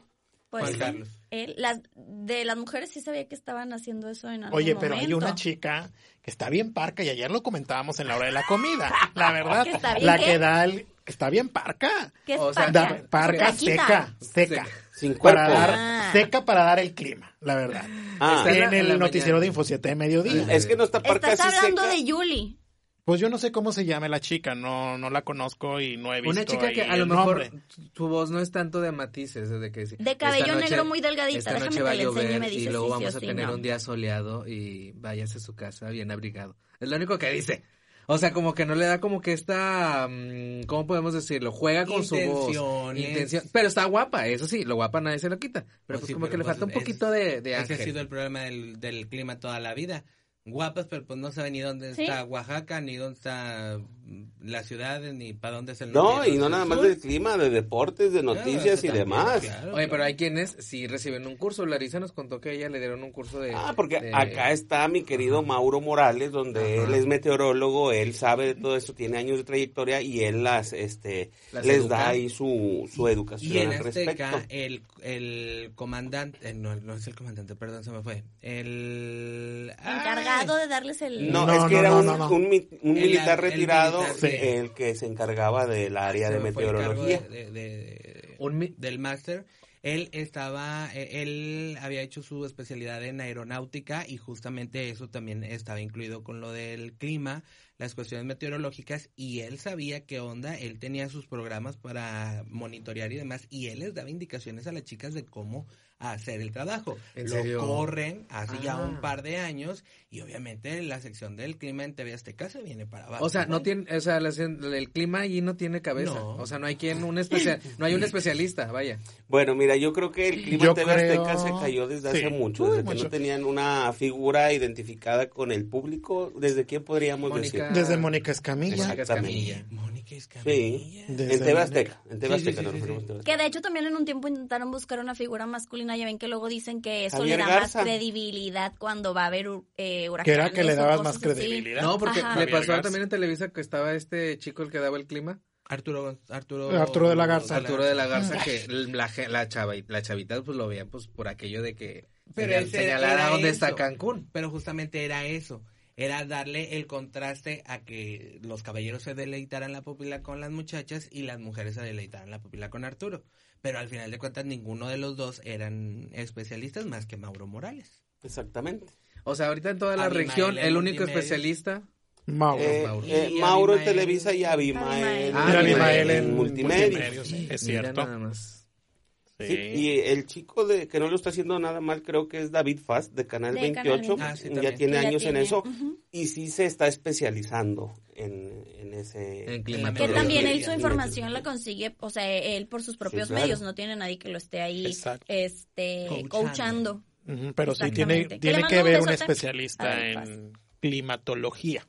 S22: Pues
S15: Juan
S22: sí,
S15: Carlos.
S22: él- las, de las mujeres sí sabía que estaban haciendo eso en algún
S16: Oye, pero hay
S22: momento.
S16: una chica que está bien parca y ayer lo comentábamos en la hora de la comida. La verdad,
S22: ¿Que está bien
S16: la
S22: qué?
S16: que da el... Está bien parca.
S22: ¿Qué es
S14: O sea,
S22: parca?
S16: Da- parca
S22: Flaquita.
S16: seca, seca.
S12: Sin cuerpo.
S16: Para dar,
S22: Ah.
S16: seca para dar el clima, la verdad.
S12: Ah,
S14: Está
S16: en
S14: en la- en
S16: el
S14: la
S16: noticiero
S14: mañana.
S16: de Info 7 de mediodía.
S12: es que no está parca
S22: Estás
S12: así
S22: hablando
S12: seca.
S22: de Yuli.
S16: Pues yo no sé cómo se llame la chica, no, no la conozco y no he visto.
S14: Una chica que
S16: ahí
S14: a lo
S16: el
S14: mejor
S16: nombre.
S14: su- su voz no es tanto de matices, desde que dice,
S22: De cabello
S14: "Esta
S22: negro muy delgadita,
S14: esta
S22: déjame
S14: noche
S22: que
S14: va a
S22: le enseñe y
S14: llover
S22: me dices
S14: luego
S22: si sí
S14: vamos
S22: o
S14: a
S22: si
S14: tener
S22: no".
S14: un día soleado y váyase a su casa bien abrigado. Es lo único que dice. O sea, como que no le da como que esta, mm, ¿cómo podemos decirlo? Juega con su voz.
S15: Intenciones.
S14: Intención. Pero está guapa, eso sí, lo guapa nadie se lo quita. Pero pues,
S15: Pues sí,
S14: como
S15: pero
S14: que le
S15: pues
S14: falta un
S15: es-
S14: poquito de, de
S15: Ese ha
S14: ángel.
S15: sido el problema del, del clima toda la vida. Guapas, pero pues no sabe ni dónde
S22: Sí.
S15: está Oaxaca, ni dónde está mm, la ciudad, ni para dónde es el
S12: No,
S15: norte,
S12: y no
S15: dónde es
S12: nada
S15: el
S12: más
S15: sur.
S12: del clima, de deportes, de
S15: Claro,
S12: noticias
S15: eso
S12: y
S15: también,
S12: demás.
S15: claro,
S14: Oye,
S15: claro.
S14: pero hay quienes sí reciben un curso. Larisa nos contó que ella le dieron un curso de...
S12: Ah, porque
S14: de-
S12: acá está mi querido Mauro Morales, donde él es meteorólogo, él sabe de todo eso, tiene años de trayectoria y él las, este,
S14: Las
S12: les
S14: educa.
S12: da ahí su, su educación
S15: Y en
S12: al
S14: este
S12: respecto.
S15: Azteca, el, el comandante, eh, no, no es el comandante, perdón, se me fue. El
S22: Encargado de darles el...
S12: No, es
S16: No,
S12: que
S16: no,
S12: era
S16: no,
S12: un,
S16: no, no.
S12: un mi- un
S15: El-
S12: militar
S15: el
S12: retirado eh,
S15: militar, sí.
S12: el que se encargaba del área de
S15: se me fue el cargo
S12: meteorología.
S15: de- de- de-
S14: Un mi-
S15: del máster. Él estaba, eh, él había hecho su especialidad en aeronáutica y justamente eso también estaba incluido con lo del clima, las cuestiones meteorológicas y él sabía qué onda, él tenía sus programas para monitorear y demás y él les daba indicaciones a las chicas de cómo hacer el trabajo.
S14: ¿En
S15: lo
S14: serio?
S15: corren hace ya
S14: Ah.
S15: un par de años y obviamente la sección del clima en TV Azteca se viene para abajo.
S14: O sea, no
S15: ¿no?
S14: tiene, o sea, la- el clima allí no tiene cabeza.
S15: No.
S14: O sea, no hay quien, un especial, no hay un especialista, vaya.
S12: Bueno, mira, yo creo que el clima
S16: Yo
S12: en TV Azteca
S16: creo-
S12: se cayó desde
S16: sí,
S12: hace mucho,
S16: muy
S12: desde que
S16: mucho.
S12: no tenían una figura identificada con el público, desde quién podríamos
S14: Mónica
S12: decir.
S16: Mónica. Desde Mónica Escamilla.
S12: Mónica Escamilla.
S14: Mónica
S12: Sí.
S14: Escamilla.
S16: Desde
S12: en TV Azteca. En TV
S14: Sí, sí,
S12: Azteca
S14: sí,
S12: nos
S14: sí,
S12: referimos a TV Azteca.
S22: Que de hecho también en un tiempo intentaron buscar una figura masculina, ya ven que luego dicen que eso
S12: Javier
S22: le da
S12: Garza.
S22: más credibilidad cuando va a haber hu- eh, huracanes.
S16: Que era que le
S22: o
S16: dabas más
S22: cosas así.
S16: credibilidad.
S26: No, porque
S22: Ajá.
S26: le pasó
S16: Garza.
S26: también en Televisa que estaba este chico el que daba el clima.
S14: Arturo, Arturo,
S16: Arturo de la Garza.
S14: Arturo de la Garza, que la, ge- la, chava, la chavita pues lo veían pues por aquello de que
S27: Pero
S14: señal-
S27: ese
S14: señalara
S27: era
S14: dónde está
S27: eso.
S14: Cancún. Pero justamente era eso, era darle el contraste a que los caballeros se deleitaran la pupila con las muchachas y las mujeres se deleitaran la pupila con Arturo. Pero al final de cuentas ninguno de los dos eran especialistas más que Mauro Morales.
S12: Exactamente.
S26: O sea, ahorita en toda la
S14: Abimael
S26: región,
S14: en
S26: el único
S14: multimedia.
S26: especialista.
S16: Mauro.
S12: Eh,
S26: Mauro.
S12: eh,
S26: Y
S12: Mauro en
S26: Abimael.
S12: Televisa y Abimael.
S26: Ah, Abimael
S12: en
S26: en
S12: multimedia.
S26: multimedia,
S12: Sí,
S26: es Mira cierto. nada más.
S12: Sí,
S26: Sí.
S12: Y el chico de que no lo está haciendo nada mal creo que es David Fast de Canal
S22: De Canal
S12: 28.
S22: 28. Ah, sí,
S12: ya
S22: también.
S12: tiene
S22: Que ya
S12: años
S22: tiene,
S12: en eso.
S22: ujú.
S12: Y sí se está especializando en, en ese...
S22: Que
S12: en
S22: también él su
S12: climatología.
S22: información la consigue, o sea, él por sus propios
S12: claro.
S22: medios, no tiene nadie que lo esté ahí
S16: Exacto.
S22: este
S16: Coachando.
S22: coachando.
S16: Ujú, Pero sí tiene,
S22: Exactamente. Que
S16: tiene
S22: le mando
S16: que
S22: un
S16: ver un
S22: besote a
S16: especialista
S22: David
S16: en climatología.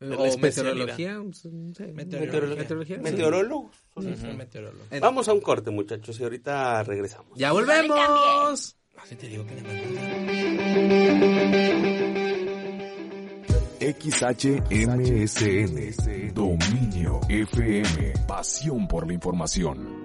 S16: Es la
S26: O
S16: especialidad.
S26: meteorología. pues, no sé,
S12: Meteorología.
S26: meteorología, sí.
S12: Meteorólogos.
S26: Ujú.
S12: Ujú.
S14: Meteorólogo.
S12: Vamos a un corte, muchachos, y ahorita regresamos.
S14: ¡Ya volvemos! Así te digo que le
S28: XHMSN Dominio FM Pasión por la información.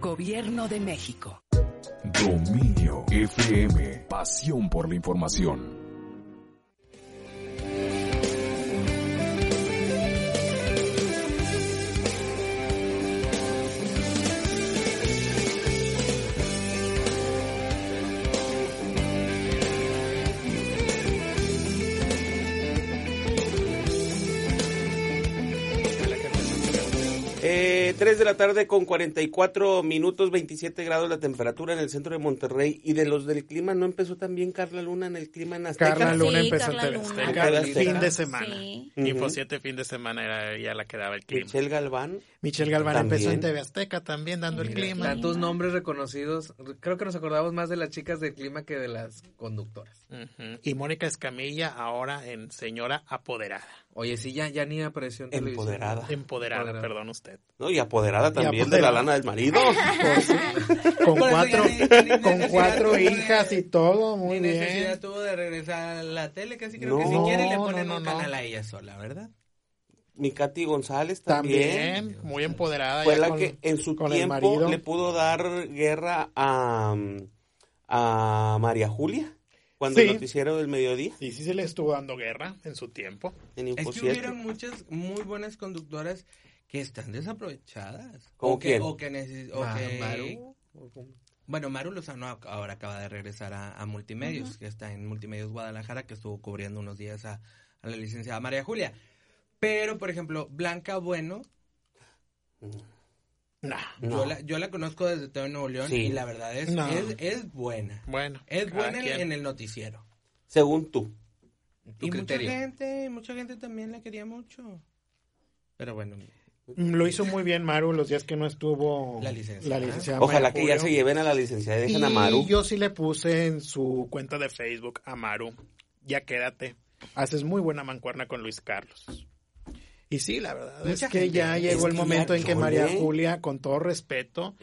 S29: Gobierno de México.
S28: Dominio FM Pasión por la información.
S12: Eh, 3 de la tarde con 44 minutos, 27 grados la temperatura en el centro de Monterrey. Y de los del clima, ¿no empezó también Carla Luna en el clima en Azteca?
S16: Carla Luna empezó en TV Azteca,
S12: En TV
S16: el
S12: Azteca.
S16: fin de semana.
S12: Ujú.
S16: Info 7 fin de semana era ya la que daba el clima.
S12: Michelle Galván.
S16: Michelle Galván
S12: También.
S16: empezó en TV Azteca también dando el clima.
S26: Tantos nombres reconocidos. Creo que nos acordamos más de las chicas del clima que de las conductoras.
S16: Ujú. Y Mónica Escamilla ahora en señora apoderada.
S26: Oye, sí, ya, ya ni apareció en televisión.
S12: Empoderada.
S16: Empoderada, perdón usted.
S12: No, y apoderada
S16: Y
S12: también de
S16: apoderada. Pues
S12: la lana del marido.
S16: Con cuatro, con cuatro hijas y todo, muy
S14: Ni necesidad
S16: bien.
S14: tuvo de regresar a la tele, casi creo que
S12: No,
S14: si quiere le
S12: no,
S14: ponen
S12: no,
S14: un
S12: no.
S14: canal a ella sola, ¿verdad?
S12: Mi Katy González también.
S16: También, muy empoderada.
S12: Fue
S16: ya
S12: la
S16: con-
S12: que en su
S16: con el
S12: tiempo
S16: marido.
S12: le pudo dar guerra a, a María Julia. Cuando
S16: Sí.
S12: el noticiero del mediodía.
S16: Y sí se le estuvo dando guerra en su tiempo.
S12: En
S14: Es
S12: Info
S14: que
S12: 7.
S14: hubieron muchas muy buenas conductoras que están desaprovechadas.
S12: ¿Cómo
S14: o que,
S12: quién?
S14: O que neces- o
S12: Ah,
S26: Ma-
S14: que-
S26: Maru, o como-
S14: Bueno, Maru Lozano ac- ahora acaba de regresar a, a Multimedios, que está en Multimedios Guadalajara, que estuvo cubriendo unos días a, a la licenciada María Julia. Pero, por ejemplo, Blanca Bueno,
S12: No.
S14: yo, la, yo la conozco desde todo Nuevo León
S12: Sí.
S14: y la verdad es,
S12: No.
S14: es, es buena.
S16: Bueno,
S14: es
S12: cada
S14: buena en-
S12: quien.
S14: en el noticiero.
S12: Según tú.
S14: y
S12: criterio.
S14: mucha gente, mucha gente también la quería mucho. Pero bueno,
S16: Lo hizo muy bien Maru los días que no estuvo la licenciada.
S12: Ojalá
S16: María
S12: que ya
S16: Julio.
S12: se lleven a la licenciada y dejen a
S16: Y
S12: Maru.
S16: yo sí le puse en su cuenta de Facebook a Maru, ya quédate. Haces muy buena mancuerna con Luis Carlos. Y sí, la verdad
S12: Mucha
S16: es que
S12: gente.
S16: ya llegó
S12: Es
S16: el
S12: que ¿eh? ya
S16: momento en que
S12: chole.
S16: María Julia, con todo respeto,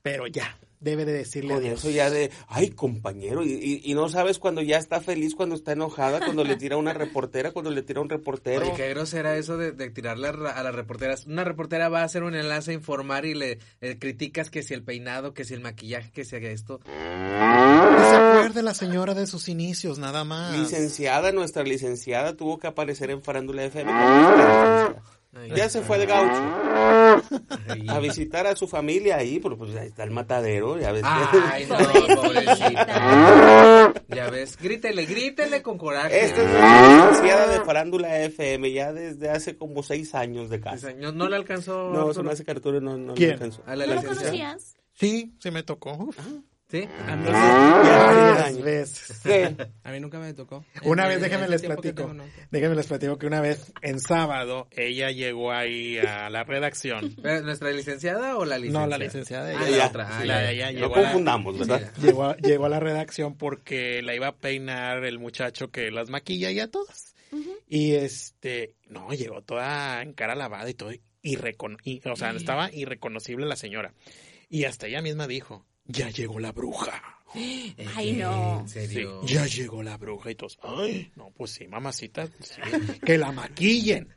S16: pero ya, debe de decirle
S12: Con
S16: adiós.
S12: eso ya de, ay, compañero, y, y- y no sabes cuando ya está feliz, cuando está enojada, cuando le tira una reportera, cuando le tira un reportero.
S14: Oye, qué grosera eso de, de tirarle a ra- a las reporteras. Una reportera va a hacer un enlace a informar y le eh, criticas que si el peinado, que si el maquillaje, que si esto.
S16: Que se acuerde la señora de sus inicios, nada más.
S12: Licenciada, nuestra licenciada tuvo que aparecer en Farándula FM. con nuestra licenciada. Ya se fue de gaucho a visitar a su familia ahí, pero pues ahí está el matadero, ya ves.
S14: Ay, no, pobrecita. Ya ves, grítele, grítele con coraje.
S12: Esta es nuestra licenciada de Farándula FM, ya desde hace como seis años de casa.
S14: No, no le alcanzó.
S12: No, se
S14: Arturo.
S12: me hace que Arturo no, no
S14: ¿Quién?
S12: le alcanzó. Ah.
S14: A la ¿No lo licenciada. conocías?
S16: Sí, se me tocó.
S14: ¿Sí?
S16: A mí
S14: Varias
S16: veces.
S15: A mí nunca me tocó.
S16: Una
S15: En-
S16: vez,
S15: en
S16: déjenme
S15: ese
S16: les
S15: tiempo que
S16: platico.
S15: tengo, no.
S16: Déjenme les platico que una vez en sábado ella llegó ahí a la redacción.
S14: Pero, ¿Nuestra licenciada o la licenciada?
S16: No, la licenciada.
S14: Ah,
S16: ella.
S14: la otra. Ah, ya,
S16: La de
S14: ya.
S16: ella
S12: No
S16: llegó a la-
S12: confundamos, ¿verdad?
S16: Llegó a, llegó a la redacción porque la iba a peinar el muchacho que las maquilla y a todas. Y este, no, llegó toda en cara lavada y todo. irrecon- y- o sea, estaba irreconocible la señora. Y hasta ella misma dijo, ya llegó la bruja.
S22: Ay, no.
S16: Sí, ya llegó la bruja y todos, ay, no, pues sí, mamacita, sí, que la maquillen.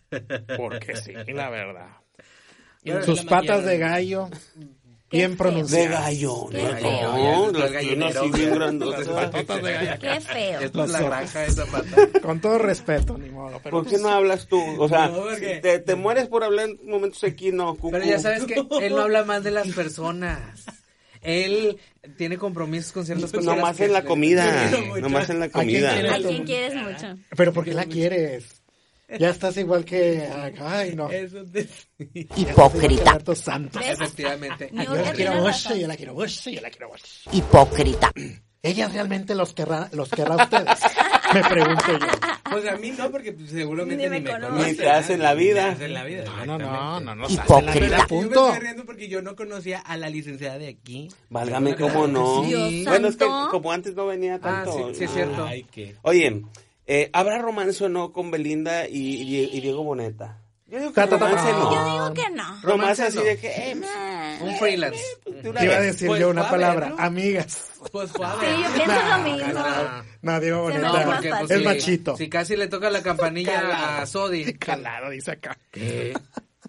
S16: Porque sí, la verdad. Y
S14: Pero
S16: sus
S14: la
S16: patas
S14: maquillaron.
S16: de gallo, bien pronunciadas.
S12: De gallo,
S16: De
S12: ¿no?
S16: gallo,
S12: No,
S16: ya,
S12: las
S16: del
S12: que uno así
S16: gallinero.
S12: bien grandotas.
S16: Las patotas de gallo.
S22: Qué feo.
S14: Esto es la
S16: Las
S14: granja
S16: hojas.
S14: esa pata.
S16: Con todo respeto, ni modo. Pero pues
S12: ¿Por qué no hablas tú? O sea,
S14: No, porque-
S12: si te, te mueres por hablar en momentos aquí, no. cucú.
S14: Pero ya sabes que él no habla más de las personas. Él tiene compromisos con ciertas personas.
S12: Nomás
S14: que
S12: en la
S14: le-
S12: comida,
S14: Yo quiero
S12: nomás en la
S16: ¿A quién quieres?
S12: comida.
S22: ¿A quién quieres mucho?
S16: Pero ¿por qué la quieres? Ya estás igual que... Ay, no.
S14: Hipócrita.
S16: Alberto Santos.
S14: Efectivamente.
S16: Yo la quiero Bush, yo la quiero Bush, yo la quiero Bush.
S14: Hipócrita.
S16: ¿Ella realmente los querrá, los querrá a ustedes? Me pregunto yo.
S15: Pues a mí no, porque pues, seguramente ni me, conoce.
S12: Ni te hacen la vida.
S16: No, no, no, no, no.
S12: Hipócrita.
S16: sale la vida,
S15: pues, Yo me
S16: punto.
S15: estoy riendo porque yo no conocía a la licenciada de aquí.
S12: Válgame,
S15: Claro
S12: ¿cómo
S15: que
S12: no?
S15: sí.
S12: Bueno, es que como antes no venía
S14: Ah,
S12: tanto.
S15: Ah, sí, sí, es cierto. Ay, qué.
S12: Oye, eh, ¿habrá romance o no con Belinda y, y- y Diego Boneta? Yo digo
S16: Ta, ta, ta,
S12: romance
S16: ta.
S12: no.
S16: Yo digo
S22: que no.
S12: Romance así
S15: no.
S12: de que, eh,
S14: Un freelance.
S12: de una
S16: Te iba a
S12: vez.
S16: decir
S12: Pues,
S16: yo una
S12: va a
S16: palabra.
S12: verlo.
S16: Amigas.
S14: Pues suave.
S22: Sí, yo pienso lo mismo.
S16: No, Diego
S22: Se
S16: Boneta.
S22: me hace
S15: pues,
S22: más fácil.
S16: es machito.
S14: Si casi le toca la campanilla a Sodi.
S16: Calado, dice acá.
S15: ¿Qué?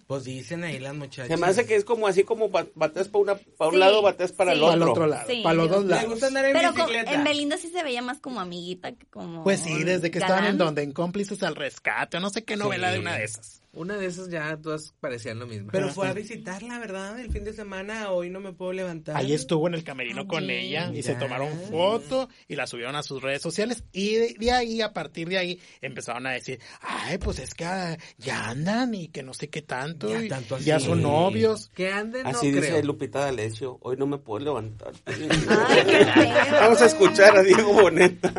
S15: Pues dicen ahí las muchachas.
S12: Se me hace que es como así como ba- bateas para una, pa' un
S22: Sí,
S12: lado, bateas para
S22: sí.
S12: el otro.
S16: Para el otro lado,
S22: Sí,
S16: para los
S22: yo-
S16: dos
S22: Me
S16: lados.
S22: Pero con- en Belinda sí se veía más como amiguita que como.
S16: Pues sí, desde que estaban en
S22: galán.
S16: donde, en cómplices al rescate, o no sé qué novela de una de esas.
S14: Una de esas ya todas parecían lo mismo.
S15: Pero fue a visitarla, ¿verdad? El fin de semana, hoy no me puedo levantar.
S16: Ahí estuvo en el camerino con ella y se tomaron foto y la subieron a sus redes sociales y de, de ahí, a partir de ahí, empezaron a decir, ay, pues es que ah, ya andan y que no sé qué tanto, y ya, son novios.
S14: Que anden,
S12: Así
S14: no
S12: dice
S14: creo.
S12: Lupita D'Alessio, hoy no me puedo levantar. Vamos a escuchar a Diego Boneta.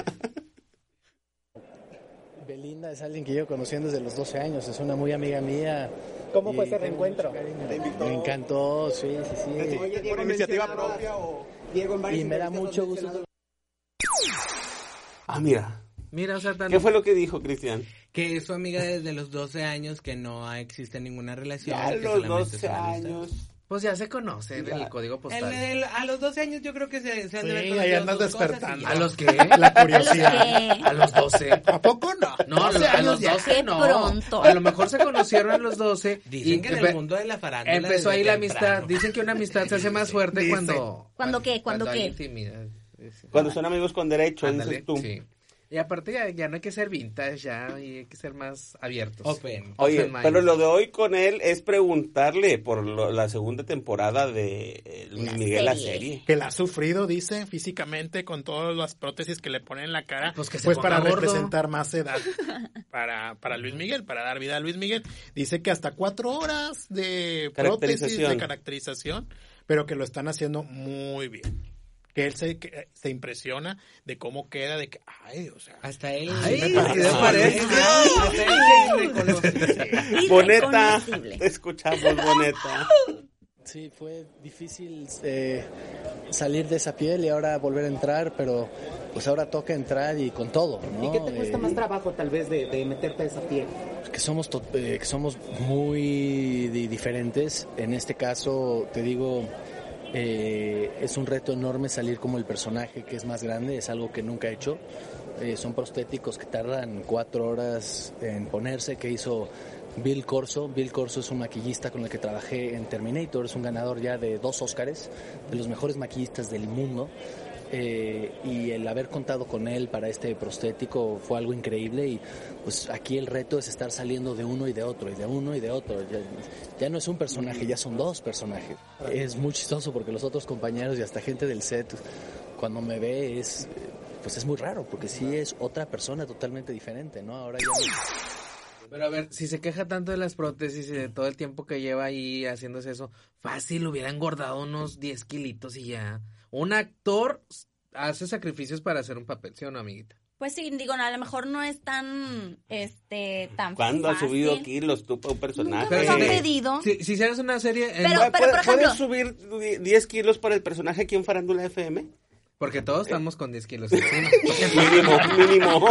S30: Belinda es alguien que yo conociendo desde los 12 años, es una muy amiga mía. ¿Cómo fue ese reencuentro? Me encantó, sí, sí, sí.
S31: ¿Por iniciativa propia o Diego
S30: Y me da mucho gusto.
S12: Ah, mira.
S15: Mira, o sea, tan...
S12: ¿Qué fue lo que dijo Cristian?
S15: Que es su amiga desde los 12 años, que no ha- existe ninguna relación.
S12: Ya
S15: que
S12: los
S15: solamente
S12: 12
S15: es una amistad.
S14: Pues ya se conocen
S15: Ya.
S14: el código
S15: El-
S14: postal.
S15: el- a los 12 años yo creo que se, se han de ver
S16: Sí,
S15: conocido
S16: ahí andas
S15: sus cosas y
S16: despertando.
S15: ya.
S14: ¿A los qué?
S16: La curiosidad.
S14: A los 12.
S16: ¿A poco no?
S14: No, a los- a los 12 no. A lo mejor se conocieron a los 12.
S15: Dicen
S14: y
S15: que en
S14: empe-
S15: el mundo de la farándula
S14: Empezó
S15: desde
S14: ahí la
S15: temprano.
S14: amistad. Dicen que una amistad se hace más fuerte
S15: Dicen.
S14: cuando...
S22: ¿Cuándo qué? ¿Cuándo
S14: hay
S22: qué?
S14: intimidad.
S12: Cuando son amigos con derecho,
S14: Ándale,
S12: dices tú.
S14: sí. Y aparte ya, ya no hay que ser vintage, ya y hay que ser más abiertos.
S15: Open.
S12: Oye,
S14: pues, Open
S12: pero
S14: mind.
S12: lo de hoy con él es preguntarle por lo- la segunda temporada de eh, Luis Miguel la serie.
S16: Que la ha sufrido, dice, físicamente, con todas las prótesis que le ponen en la cara, pues,
S14: se ponga
S16: para
S14: gordo.
S16: representar más edad para, para Luis Miguel, para dar vida a Luis Miguel. Dice que hasta cuatro horas de prótesis, de
S12: Caracterización.
S16: caracterización, pero que lo están haciendo muy bien. Que él se, que eh, se impresiona de cómo queda, de que, ay, o sea.
S15: Hasta él.
S16: Ay,
S14: me
S16: sí me
S14: parece.
S16: parece.
S12: Boneta, te escuchamos, Boneta.
S30: Sí, fue difícil eh, salir de esa piel y ahora volver a entrar, pero pues ahora toca entrar y con todo. ¿no?
S31: ¿Y qué te cuesta
S30: Eh,
S31: más trabajo tal vez de, de meterte a esa piel?
S30: que somos to- eh, que somos muy di- diferentes. En este caso, te digo, Eh, es un reto enorme salir como el personaje que es más grande, es algo que nunca he hecho. Eh, son prostéticos que tardan cuatro horas en ponerse, que hizo Bill Corso. Bill Corso es un maquillista con el que trabajé en Terminator, es un ganador ya de dos Óscares, de los mejores maquillistas del mundo. Eh, y el haber contado con él para este prostético fue algo increíble y pues aquí el reto es estar saliendo de uno y de otro y de uno y de otro ya, ya no es un personaje ya son dos personajes es muy chistoso porque los otros compañeros y hasta gente del set cuando me ve es pues es muy raro porque sí es otra persona totalmente diferente no ahora ya
S14: pero a ver, si se queja tanto de las prótesis y de todo el tiempo que lleva ahí haciéndose eso, fácil hubiera engordado unos 10 kilitos y ya. Un actor hace sacrificios para hacer un papel, ¿sí o no, amiguita?
S22: Pues sí, digo, a lo mejor no es tan, este, tan
S12: ¿Cuándo ha
S22: fácil.
S12: subido kilos tú para un personaje?
S22: Nunca me lo han pedido.
S14: Si, si hicieras una serie... en-
S22: Pero- pero, por ejemplo-
S12: ¿Puedes subir 10 kilos para el personaje aquí en Farándula FM?
S14: Porque todos estamos con 10 kilos encima.
S12: Mínimo, mínimo.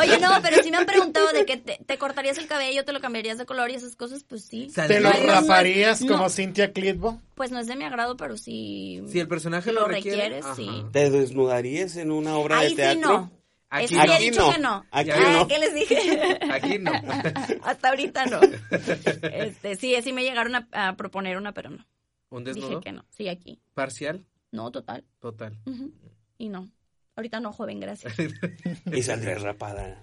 S22: Oye, no, pero si me han preguntado de que te, te cortarías el cabello, te lo cambiarías de color y esas cosas, pues sí.
S16: ¿Te lo
S22: No, no, no,
S16: raparías
S22: no,
S16: como Cynthia Clitbo?
S22: Pues no es de mi agrado, pero sí.
S14: Si el personaje lo,
S22: Lo
S14: requiere,
S22: requiere,
S14: ajá.
S22: sí.
S12: ¿Te desnudarías en una obra
S22: Ahí
S12: de
S22: sí
S12: teatro?
S22: no. Eso sí he dicho que no.
S12: Aquí
S22: Ah,
S12: no.
S22: ¿Qué les dije?
S14: Aquí no.
S22: Hasta ahorita no. Este, sí, sí me llegaron a, a proponer una, pero no.
S14: ¿Un desnudo?
S22: Dije que no. Sí, aquí.
S14: ¿Parcial?
S22: No, total.
S14: Total.
S22: Ujú. Y no. Ahorita no, joven, gracias.
S12: Y saldrías rapada.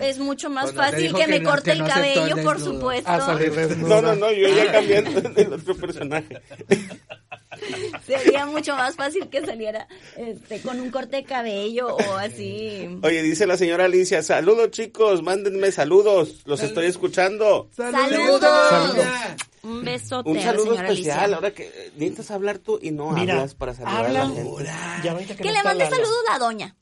S22: Es mucho más
S12: Pues no, te
S22: fácil
S12: dijo
S22: que,
S12: que
S22: me
S12: no-
S22: corte
S12: que
S22: el
S12: no aceptó el
S22: cabello, por
S12: desnudo.
S22: supuesto.
S12: Ah, salir desnuda. No, no, no, yo ya cambié el otro personaje.
S22: Sería mucho más fácil que saliera este, con un corte de cabello o así.
S12: Oye, dice la señora Alicia, saludos chicos, mándenme saludos, los estoy escuchando.
S22: ¡Saludos!
S12: Saludos.
S22: Un besote
S12: Un
S22: a la
S12: saludo
S22: señora
S12: especial,
S22: Alicia.
S12: ahora que eh, necesitas hablar tú y no
S16: Mira,
S12: hablas para saludar a la
S16: habla.
S12: gente.
S22: Que le mande saludos la doña.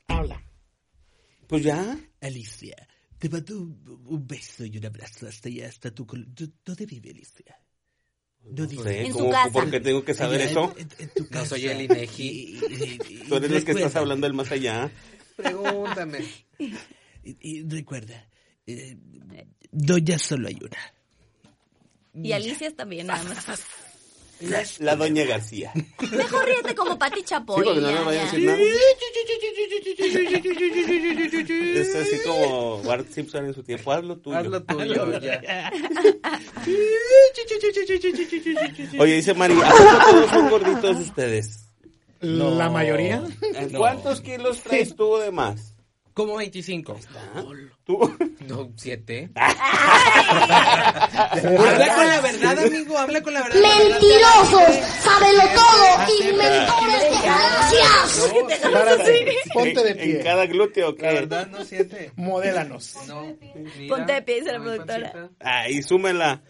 S12: Pues ya.
S25: Alicia, te mando un, un beso y un abrazo hasta allá, hasta tu... col- ¿Dó- ¿Dónde vive Alicia? No
S12: sé,
S25: dice.
S12: En su ¿cómo- casa. por qué tengo que saber
S25: Allá
S12: eso?
S25: en- en- en tu
S14: No soy
S25: casa.
S14: el Inegi.
S25: Y- y- y-
S12: Tú eres los que
S25: recuerda-
S12: estás hablando del más allá.
S14: Pregúntame.
S25: Y, y recuerda, eh, doña solo hay una.
S22: Y Alicia también, nada más.
S12: La, la doña García. Sí,
S22: Mejor ríete como Pati Chapoy.
S12: porque no
S22: ya,
S12: me vaya a
S22: ya.
S12: decir nada. Es así como Bart Simpson en su tiempo, hazlo tuyo.
S14: Hazlo tuyo, ya.
S12: Oye, dice María, ¿a poco todos son gorditos ustedes?
S16: ¿La mayoría?
S12: No. ¿Cuántos kilos traes tú de más?
S14: Como 25.
S12: ¿Tú?
S14: No, 7. habla con la verdad, amigo, habla con la verdad.
S4: ¡Sábelo
S14: todo,
S4: ¡Inventores de galaxias!
S16: Ponte de
S12: ¿En cada glúteo qué? La
S14: verdad no siente.
S16: Modélanos.
S22: Ponte de pie, dice la productora.
S12: Ahí, Ah, súmela.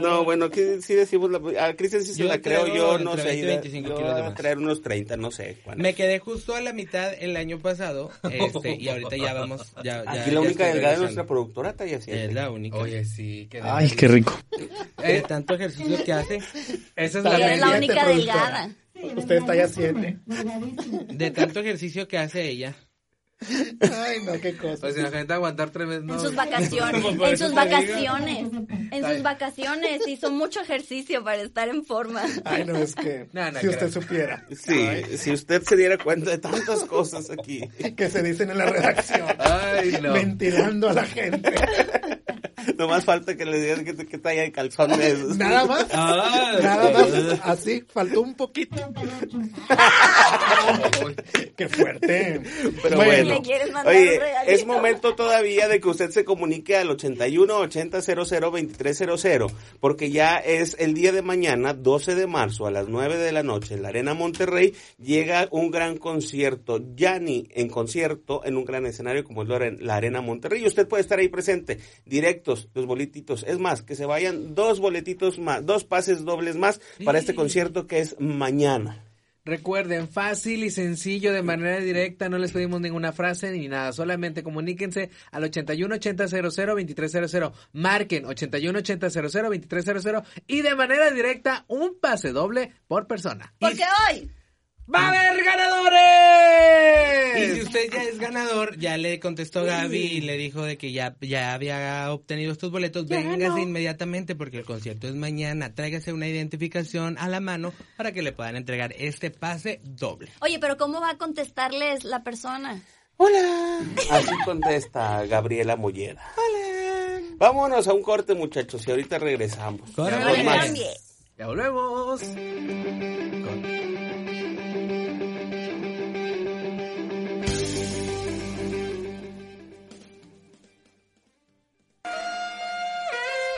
S12: No, bueno, ¿qué, sí decimos la... A Cristian sí se
S14: Eh. Yo
S12: la creo,
S14: creo
S12: yo
S14: entre
S12: no
S14: 20
S12: sé.
S14: y 25
S12: yo
S14: kilos de más.
S12: traer unos 30, no sé. cuál.
S14: Me quedé justo a la mitad el año pasado este, y ahorita ya vamos. Ya, ya-
S12: Aquí
S14: ya
S12: la única delgada
S14: estoy
S12: es
S14: regresando.
S12: nuestra productora, Taya
S14: Es la única. Oye, sí. qué
S25: Ay,
S14: delicia.
S25: qué rico.
S14: Eh, tanto ejercicio que hace. Esa es la,
S22: Ella es la
S14: media.
S22: única delgada.
S16: Usted está ya siete.
S14: De tanto ejercicio que hace ella.
S16: Ay, no, qué cosa.
S14: Pues imagínate aguantar tres meses.
S22: En sus vacaciones, en sus vacaciones, en sus vacaciones hizo mucho ejercicio para estar en forma.
S16: Ay, no, es que
S14: No, no
S16: si usted
S14: creo.
S16: supiera
S12: Sí, si usted se diera cuenta de tantas cosas aquí.
S16: que se dicen en la redacción,
S14: Ay, no.
S16: ventilando a la gente.
S12: No más falta que le digan que, que talla de calzones.
S16: Nada más, nada más, así, faltó un poquito. Qué fuerte.
S12: Pero
S16: Bueno.
S12: bueno.
S16: ¿Le quieres mandar
S12: Oye,
S16: un regalito?
S12: es momento todavía de que usted se comunique al 81 80 00 2300, porque ya es el día de mañana, 12 de marzo, a las 9 de la noche, en la Arena Monterrey, llega un gran concierto, Yanni en concierto, en un gran escenario como es la Are- la Arena Monterrey. Y usted puede estar ahí presente, directos, los boletitos. Es más, que se vayan dos boletitos más, dos pases dobles más para este concierto que es mañana.
S14: Recuerden, fácil y sencillo, de manera directa, no les pedimos ninguna frase ni nada, solamente comuníquense al 8180002300, marquen 8180002300 y de manera directa un pase doble por persona. Ah.
S22: Porque hoy Ah.
S20: ¡Va a haber ganadores!
S15: Y si usted ya es ganador, ya le contestó Gaby y le dijo de que ya, ya había obtenido estos boletos.
S20: Ya
S15: Véngase
S20: ganó.
S15: inmediatamente porque el concierto es mañana. Tráigase una identificación a la mano para que le puedan entregar este pase doble.
S22: Oye, pero ¿cómo va a contestarles la persona?
S12: Hola. Así contesta Gabriela Mollera. Vámonos a un corte, muchachos, y ahorita regresamos.
S20: Córrele.
S12: Con más.
S20: ¡Ya volvemos!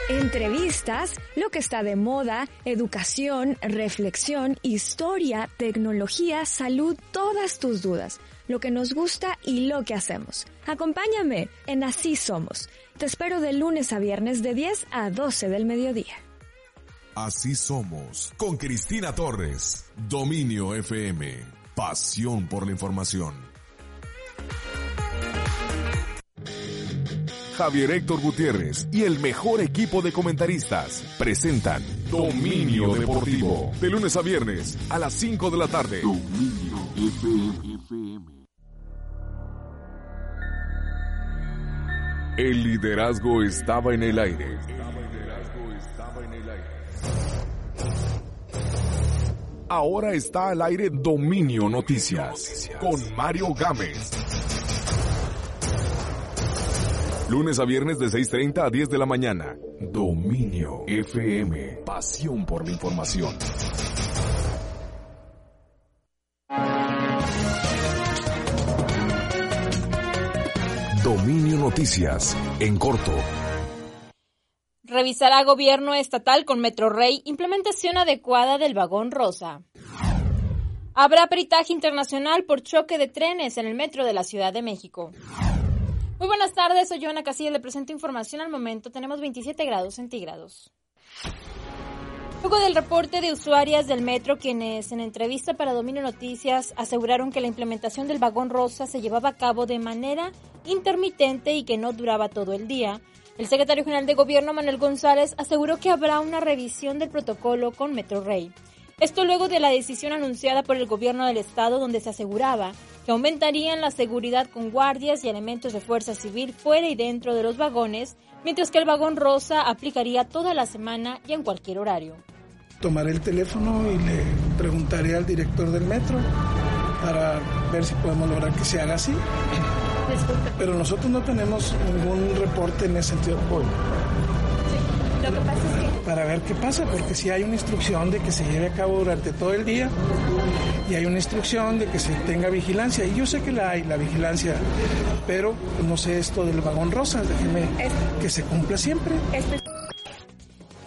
S17: Entrevistas, lo que está de moda, educación, reflexión, historia, tecnología, salud, todas tus dudas, lo que nos gusta y lo que hacemos. Acompáñame en Así Somos. Te espero de lunes a viernes de 10 a 12 del mediodía.
S9: Así somos. Con Cristina Torres. Dominio FM. Pasión por la información. Javier Héctor Gutiérrez y el mejor equipo de comentaristas presentan Dominio Deportivo. De lunes a viernes a las 5 de la tarde. El liderazgo estaba en el aire. Ahora está al aire Dominio Noticias con Mario Gámez. Lunes a viernes de 6.30 a 10 de la mañana. Dominio FM. Pasión por la información. Dominio Noticias. En corto.
S32: Revisará gobierno estatal con Metrorrey implementación adecuada del vagón rosa. Habrá peritaje internacional por choque de trenes en el metro de la Ciudad de México. Muy buenas tardes, soy Joana Casillas, le presento información al momento. Tenemos 27 grados centígrados. Luego del reporte de usuarias del metro, quienes en entrevista para Dominio Noticias aseguraron que la implementación del vagón rosa se llevaba a cabo de manera intermitente y que no duraba todo el día, el secretario general de Gobierno Manuel González aseguró que habrá una revisión del protocolo con Metrorrey. Esto luego de la decisión anunciada por el gobierno del estado donde se aseguraba que aumentarían la seguridad con guardias y elementos de fuerza civil fuera y dentro de los vagones, mientras que el vagón rosa aplicaría toda la semana y en cualquier horario.
S11: tomaré el teléfono y le preguntaré al director del metro para ver si podemos lograr que se haga así. Pero nosotros no tenemos ningún reporte en ese sentido hoy. Para ver qué pasa, porque si hay una instrucción de que se lleve a cabo durante todo el día y hay una instrucción de que se tenga vigilancia, y yo sé que la hay, la vigilancia, pero no sé esto del vagón rosa, déjeme que se cumpla siempre.
S22: Este,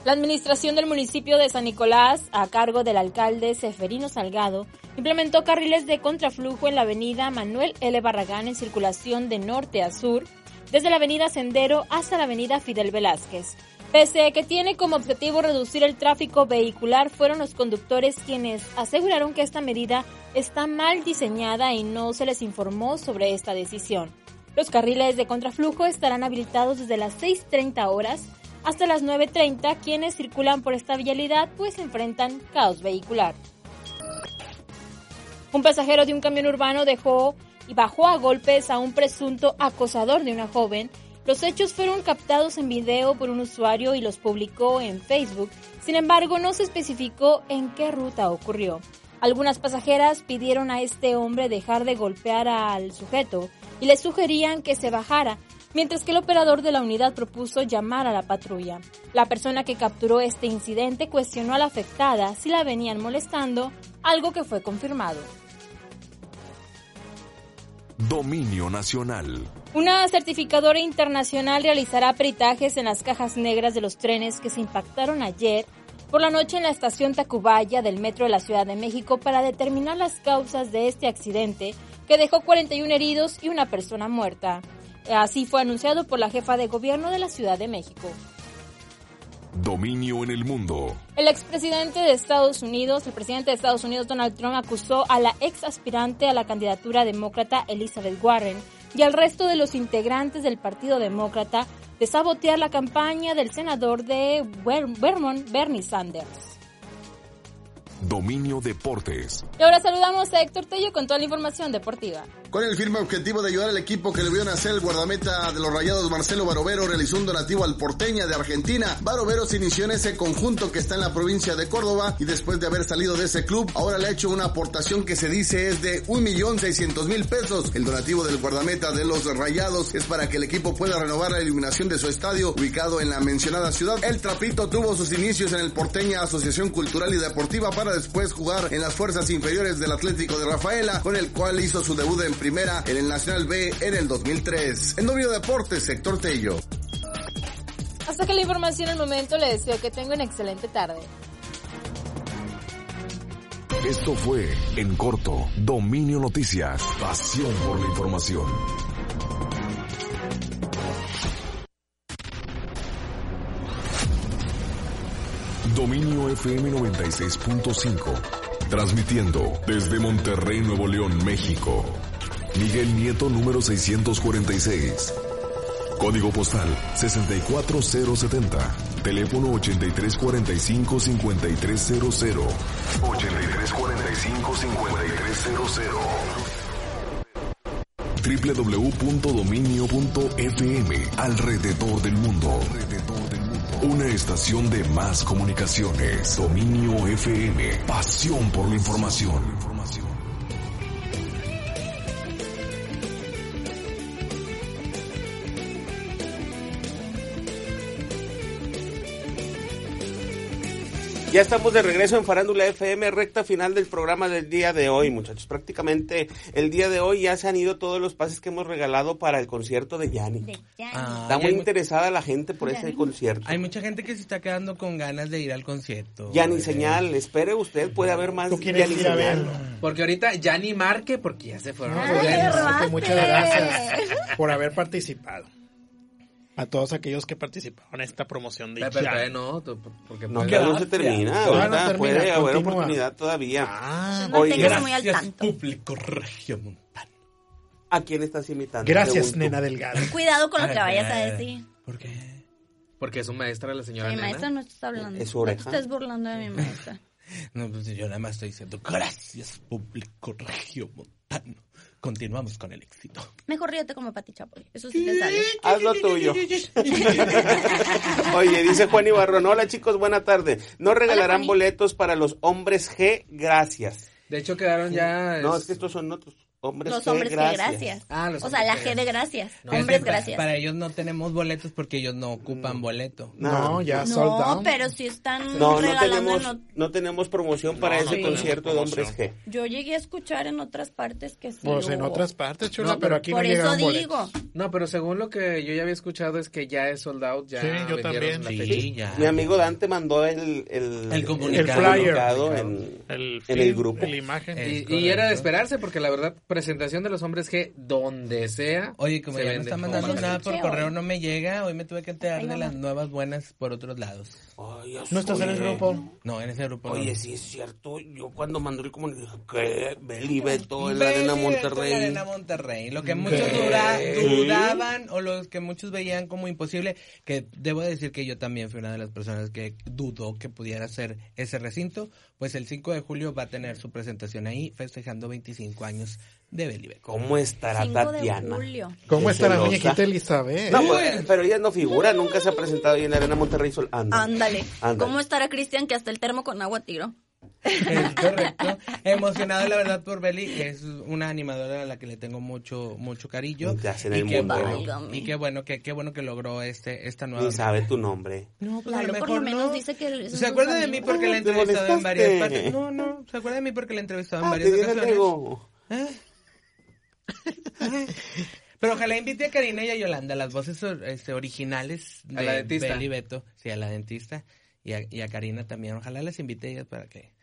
S32: La administración del municipio de San Nicolás, a cargo del alcalde Seferino Salgado, implementó carriles de contraflujo en la avenida Manuel L. Barragán en circulación de norte a sur, desde la avenida Sendero hasta la avenida Fidel Velázquez. Pese a que tiene como objetivo reducir el tráfico vehicular, fueron los conductores quienes aseguraron que esta medida está mal diseñada y no se les informó sobre esta decisión. Los carriles de contraflujo estarán habilitados desde las 6.30 horas hasta las 9.30. Quienes circulan por esta vialidad pues enfrentan caos vehicular. Un pasajero de un camión urbano dejó y bajó a golpes a un presunto acosador de una joven. Los hechos fueron captados en video por un usuario y los publicó en Facebook. Sin embargo, no se especificó en qué ruta ocurrió. Algunas pasajeras pidieron a este hombre dejar de golpear al sujeto y le sugerían que se bajara, mientras que el operador de la unidad propuso llamar a la patrulla. La persona que capturó este incidente cuestionó a la afectada si la venían molestando, algo que fue confirmado.
S9: Dominio Nacional.
S32: Una certificadora internacional realizará peritajes en las cajas negras de los trenes que se impactaron ayer por la noche en la estación Tacubaya del metro de la Ciudad de México para determinar las causas de este accidente que dejó 41 heridos y una persona muerta. Así fue anunciado por la jefa de gobierno de la Ciudad de México.
S9: Dominio en el mundo.
S32: El expresidente de Estados Unidos, el presidente de Estados Unidos Donald Trump acusó a la ex aspirante a la candidatura demócrata Elizabeth Warren y al resto de los integrantes del Partido Demócrata de sabotear la campaña del senador de Ver- Vermont Bernie Sanders.
S9: Dominio Deportes.
S32: Y ahora saludamos a Héctor Tello con toda la información deportiva.
S33: Con el firme objetivo de ayudar al equipo que le vio nacer el guardameta de los rayados Marcelo Barovero realizó un donativo al Porteña de Argentina. Barovero se inició en ese conjunto que está en la provincia de Córdoba y después de haber salido de ese club, ahora le ha hecho una aportación que se dice es de 1.600.000 pesos. El donativo del guardameta de los rayados es para que el equipo pueda renovar la iluminación de su estadio ubicado en la mencionada ciudad. El Trapito tuvo sus inicios en el Porteña Asociación Cultural y Deportiva para después jugar en las fuerzas inferiores del Atlético de Rafaela, con el cual hizo su debut en primera en el Nacional B en el 2003. En Novio Deportes, sector Tello.
S32: Hasta que la información al momento le deseo que tenga una excelente tarde.
S9: Esto fue, en corto, Dominio Noticias. Pasión por la información. Dominio FM 96.5. Transmitiendo desde Monterrey, Nuevo León, México. Miguel Nieto número 646. Código postal 64070. Teléfono 8345-5300. 8345-5300 www.dominio.fm alrededor del mundo. Una estación de más comunicaciones. Dominio FM. Pasión por la información.
S12: Ya estamos de regreso en Farándula FM, recta final del programa del día de hoy, muchachos. Prácticamente el día de hoy ya se han ido todos los pases que hemos regalado para el concierto de Yanni.
S14: Ah,
S12: Está
S14: ya
S12: muy
S14: hay
S12: interesada la gente por ese concierto.
S14: Hay mucha gente que se está quedando con ganas de ir al concierto.
S12: Yanni Señal, espere usted, puede haber más
S14: quieres
S12: Yanni
S14: ir a
S12: Señal.
S14: verlo.
S30: Porque ahorita ya ni marque porque ya se fueron. los
S16: Ay,
S30: boletos.
S16: Roberto, pues, Muchas gracias por haber participado. A todos aquellos que participaron en esta promoción de
S30: Pero, pero
S16: Yanni.
S30: todavía no, tú- porque
S12: No,
S16: Qué
S12: que aún no se
S16: gracia.
S12: termina.
S16: Todavía
S12: ahorita
S16: no termina,
S12: puede ah, haber
S16: continúa. Ah,
S12: oportunidad todavía.
S16: Manténgase
S12: Oiga,
S16: muy al
S12: gracias,
S16: tanto.
S12: público regiomontano. ¿A quién estás imitando?
S16: Gracias,
S12: Pregunto.
S16: nena Delgado.
S22: Cuidado con lo que vayas a decir.
S30: Porque es su maestra la señora
S22: Mi
S30: Nena.
S22: maestra no te está hablando.
S30: Es su
S22: No te
S30: oreja.
S22: estás burlando de mi maestra.
S14: No, pues yo nada más estoy diciendo gracias, público regiomontano. Continuamos con el éxito.
S22: Mejor ríete como Pati Chapoy. Eso sí te sale.
S12: Haz lo tuyo. Oye, dice Juan Ibarrón, hola chicos, buena tarde. No regalarán boletos para los hombres G, gracias.
S30: De hecho,
S14: Ah,
S30: quedaron ya.
S12: No, es que estos son otros. Hombres
S22: Los
S12: G,
S22: hombres que
S12: gracias.
S22: gracias.
S12: Ah,
S22: o sea, la Ah, G de gracias. Hombres
S14: Es que pa-
S22: gracias.
S14: Para ellos no tenemos boletos porque ellos no ocupan boleto.
S16: No, ya
S22: no,
S16: sold out.
S22: pero si están
S12: No, no
S22: regalando
S12: tenemos,
S22: en ot-
S12: no tenemos promoción para
S16: No, no
S12: ese
S16: tenemos
S12: concierto de hombres G.
S22: Yo llegué a escuchar en otras partes que sí.
S16: Pues en
S22: hubo.
S16: otras partes, chula,
S30: No,
S16: pero aquí
S22: Por
S16: no
S22: eso
S16: llegaron
S22: digo.
S16: boletos.
S30: No, pero según lo que yo ya había escuchado es que ya es sold out. Ya
S16: Sí, yo
S30: vendieron
S16: también.
S30: la
S16: Sí,
S30: fecha.
S16: ya.
S12: Mi amigo Dante mandó el, el,
S14: El comunicado.
S12: el comunicado en, en el grupo.
S30: Y, y era de esperarse porque la verdad, presentación de los hombres que donde sea.
S14: Oye, como
S30: se
S14: ya no
S30: vende.
S14: está mandando
S30: Como
S14: nada
S30: maravilla.
S14: por correo, no me llega. Hoy me tuve que enterar de las nuevas buenas por otros lados.
S12: ¿No estás en el oye. grupo?
S14: No, en ese grupo no.
S12: Oye, sí es cierto. Yo cuando mandó el comunicado, que Beli Beto en la Arena Monterrey.
S14: La Arena Monterrey. Lo que muchos
S12: ¿Qué?
S14: dura- dudaban o los que muchos veían como imposible, que debo decir que yo también fui una de las personas que dudó que pudiera ser ese recinto, pues el 5 de julio va a tener su presentación ahí festejando 25 años de Belíber.
S12: ¿Cómo estará
S22: 5 de
S12: Tatiana?
S22: julio.
S16: ¿Cómo
S12: Qué
S16: está la
S12: celosa.
S16: muñequita Elizabeth?
S12: No, pues, pero ella no figura, nunca se ha presentado ahí en la Arena Monterrey Sol. Anda.
S22: Ándale.
S12: Ándale.
S22: ¿Cómo estará Cristian que hasta el termo con agua tiró?
S14: Emocionado, la verdad, por Beli, que es una animadora a la que le tengo mucho, mucho cariño.
S12: Ya se
S14: Y
S12: ve
S14: qué,
S12: muy
S14: bueno,
S12: bueno.
S14: y qué bueno, que, qué bueno que logró este, esta nueva.
S12: Ni sabe tu nombre.
S14: No, pues a
S22: Lalo
S14: lo
S22: por lo
S14: mejor
S22: menos
S14: no.
S22: dice que...
S14: ¿Se acuerda de mí porque la he
S12: Te
S14: entrevistado en varias
S12: molestaste.
S14: partes? No, no, ¿se acuerda de mí porque la he entrevistado en
S12: Ah,
S14: varias
S12: te dije
S14: ocasiones?
S12: luego.
S14: Pero ojalá invite a Karina y a Yolanda, las voces or- este, originales de
S30: A la dentista.
S14: Bel y Beto, sí, a la dentista y a, y a Karina también. Ojalá las invite ellas para que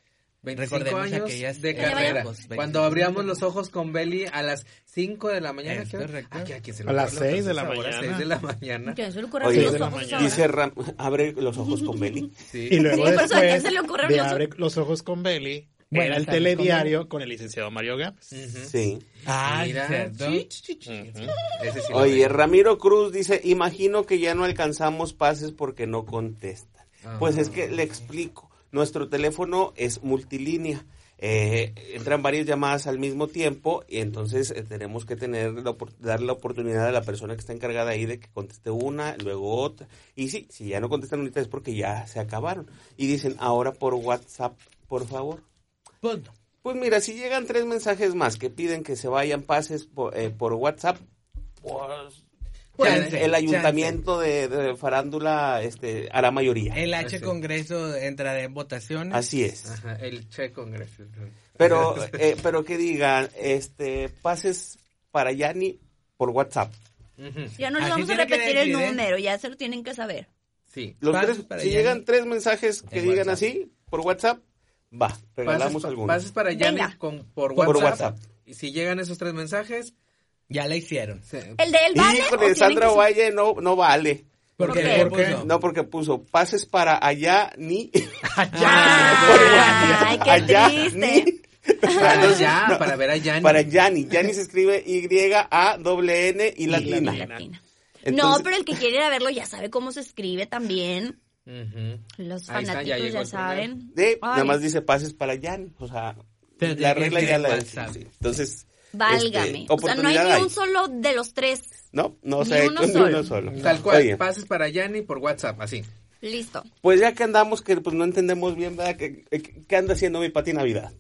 S30: 25
S14: recordemos
S30: años
S14: aquellas
S30: de
S14: épocas, Pues,
S30: carrera.
S14: 25.
S30: Cuando abríamos los ojos con Belly a las 5 de la mañana.
S14: Es
S30: ¿qué hora? ¿A, qué- a qué se le
S16: A las
S30: ocurre
S16: 6 de la
S30: ahora?
S16: mañana.
S30: 6 de la mañana.
S22: ¿Quién se le ocurre abrir
S12: Oye,
S22: los ojos ahora?
S12: dice Ram, abre los ojos con Beli.
S16: Y luego
S22: Sí, por eso, ¿a quién
S16: después
S22: se le ocurre
S16: de
S22: abrir los-
S16: Abre los ojos con Beli,
S14: Buenas
S16: era el
S14: tardes,
S16: telediario con, el licenciado Mario Gaps.
S12: Sí.
S14: Ah, ¿cierto?
S30: Ese sí lo
S12: Oye,
S30: veo.
S12: Ramiro Cruz dice, imagino que ya no alcanzamos pases porque no contestan. Pues es que le explico. nuestro teléfono es multilínea. Eh, entran varias llamadas al mismo tiempo y entonces eh, tenemos que tener la opor- dar la oportunidad a la persona que está encargada ahí de que conteste una, luego otra. Y sí, si ya no contestan ahorita es porque ya se acabaron. Y dicen, ahora por WhatsApp, por favor. Pues mira, si llegan tres mensajes más que piden que se vayan pases por, eh, por WhatsApp, pues,
S11: Chance,
S12: el ayuntamiento de, de Farándula este, hará mayoría.
S11: El
S30: Ah,
S11: H Congreso entrará en votaciones.
S12: Así es.
S11: Ajá, el Che Congreso.
S12: Pero, eh, pero que digan, este, pases para Yanni por WhatsApp.
S22: Ya no les
S12: Así
S22: vamos a
S12: tiene que
S22: repetir el
S12: decir, ¿eh?
S22: número, ya se lo tienen que saber.
S12: Sí. Los
S14: pases
S12: tres-
S14: para
S12: si
S14: Yanni.
S12: llegan tres mensajes que
S14: En
S12: digan
S14: WhatsApp.
S12: así por WhatsApp, va, regalamos
S14: pases, pa-
S12: algunos.
S14: pases para Yanni
S22: Venga.
S14: con- por,
S12: Por
S14: WhatsApp,
S12: WhatsApp.
S14: Y si llegan esos tres mensajes,
S11: ya la hicieron.
S22: El de él vale. o
S12: Híjole,
S22: tienen
S12: Sandra
S22: que-
S12: Valle no, no vale.
S11: ¿Por qué? ¿Por qué?
S12: No, porque puso pases para allá ni.
S22: Ah, Ay, qué
S12: Allá,
S22: triste.
S12: Para
S14: allá, para ver a Yanni.
S12: Para Yanni. Yanni se escribe Y-A-N-N y latina.
S22: no,
S12: Entonces-
S22: pero el que quiere ir a verlo ya sabe cómo se escribe también. Los
S12: Ahí está,
S22: fanáticos
S12: ya
S22: ya,
S12: llegó el
S22: saben.
S12: De,
S22: Ay,
S12: nada más dice pases para Yanni. O sea,
S11: Pero
S12: la
S11: tiene que
S12: regla
S11: escribir
S12: ya la
S11: WhatsApp.
S12: sí. Entonces.
S22: Válgame.
S12: este,
S22: o sea, no hay
S12: oportunidad
S22: ni un solo de los tres.
S12: No, no
S22: ni
S12: se ha
S22: uno
S12: hecho ni
S22: solo.
S12: uno solo.
S14: Tal cual,
S12: Oye,
S14: pases para Yanni por WhatsApp, así.
S22: Listo.
S12: pues ya que andamos, que pues no entendemos bien, ¿verdad? ¿Qué, qué- qué anda haciendo mi pati Navidad?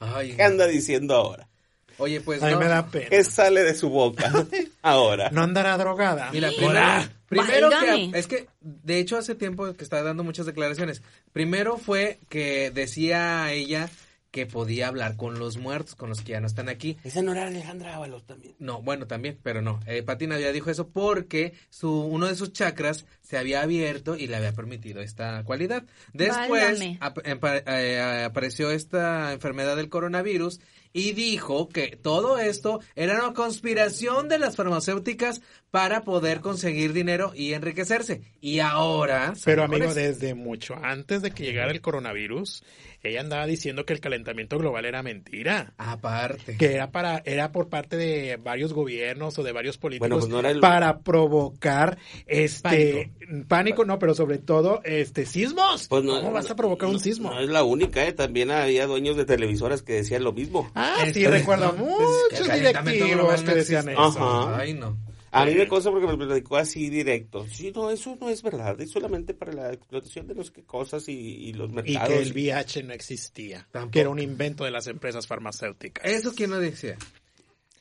S14: Ay,
S12: ¿Qué anda diciendo ahora?
S14: Oye, pues
S16: A mí
S14: no.
S16: me da pena.
S12: ¿Qué sale de su boca ahora?
S16: No andará drogada.
S14: Mira,
S16: Ahora.
S14: primero, primero
S16: Válgame.
S14: que es que de hecho hace tiempo que está dando muchas declaraciones. Primero fue que decía ella que podía hablar con los muertos, con los que ya no están aquí.
S12: Esa no era Alejandra Ábalos también.
S14: No, bueno, también, pero no. Eh, Pati Navidad dijo eso porque su, uno de sus chakras se había abierto y le había permitido esta cualidad. Después
S22: Válgame.
S14: ap- empa- eh, apareció esta enfermedad del coronavirus y dijo que todo esto era una conspiración de las farmacéuticas para poder conseguir dinero y enriquecerse. Y ahora...
S16: Pero
S14: salió con
S16: amigo,
S14: esto.
S16: desde mucho antes de que llegara el coronavirus, ella andaba diciendo que el calentamiento global era mentira.
S14: Aparte.
S16: Que era para, era por parte de varios gobiernos o de varios políticos
S12: Bueno, pues no era el-
S16: para provocar este pánico. no, pero sobre todo este sismos.
S12: Pues no,
S16: ¿Cómo
S12: no,
S16: vas a provocar un sismo?
S12: No es la única, ¿eh? También había dueños de televisoras que decían lo mismo.
S16: Ah, sí, recuerdo
S12: que el
S16: muchos
S12: calentamiento
S16: directivos
S12: global
S16: que
S12: no
S16: decían
S12: existe.
S16: eso.
S12: Ajá.
S14: Ay, no.
S12: A mí me consta porque me platicó así directo. Sí, no, eso no es verdad. Es solamente para la explotación de los que cosas y, y los
S16: Y
S12: mercados.
S16: que el VIH no existía, que era un invento de las empresas farmacéuticas.
S14: ¿Eso quién lo decía?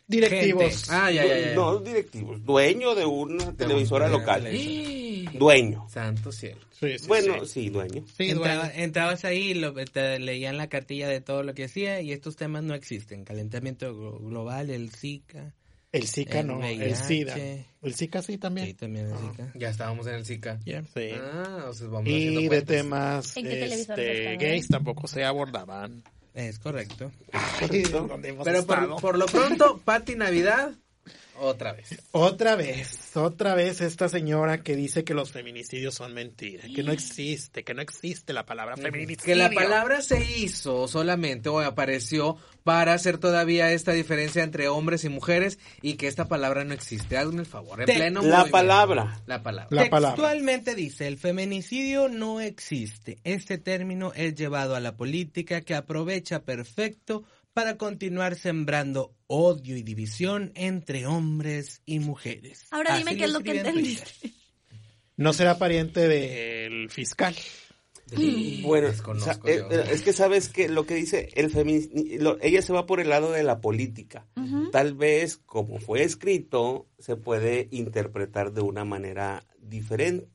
S16: Directivos.
S14: Gente. Ah, ya, ya, ya.
S12: No, directivos. Dueño de una televisora
S14: de una
S12: local.
S14: televisora.
S12: Dueño.
S14: Santo cielo.
S12: bueno, sí, dueño.
S11: Entraba- entrabas ahí y lo- te leían la cartilla de todo lo que hacía y estos temas no existen. Calentamiento glo- global, el Zika.
S16: El Zika no, el
S11: VIH.
S16: SIDA. El Zika sí también. Sí,
S11: también el Zika.
S14: Ya estábamos en el Zika.
S16: Ya.
S14: Ah, o sea, vamos haciendo
S16: Y de
S14: cuentas.
S16: temas
S14: ¿En qué televisor
S16: este,
S14: estaba?
S16: gays tampoco se abordaban.
S11: Es correcto.
S14: Pero por, por lo pronto, Pati Navidad, otra vez.
S16: Otra vez, otra vez esta señora que dice que los feminicidios son mentira, que no existe, que no existe la palabra feminicidio.
S14: Que la palabra se hizo solamente o apareció para hacer todavía esta diferencia entre hombres y mujeres y que esta palabra no existe. Hazme el favor. En
S11: Te-
S14: pleno
S11: La
S14: movimiento.
S11: palabra.
S14: La palabra.
S11: Textualmente dice, el feminicidio no existe. Este término es llevado a la política que aprovecha perfecto para continuar sembrando odio y división entre hombres y mujeres.
S22: Ahora
S11: Así
S22: dime qué es lo que
S11: escribe en
S22: entendiste.
S16: No será pariente del fiscal.
S12: Bueno, o sea, eh, eh, es que sabes que lo que dice el feminismo, ella se va por el lado de la política.
S22: Ujú.
S12: Tal vez como fue escrito, se puede interpretar de una manera diferente.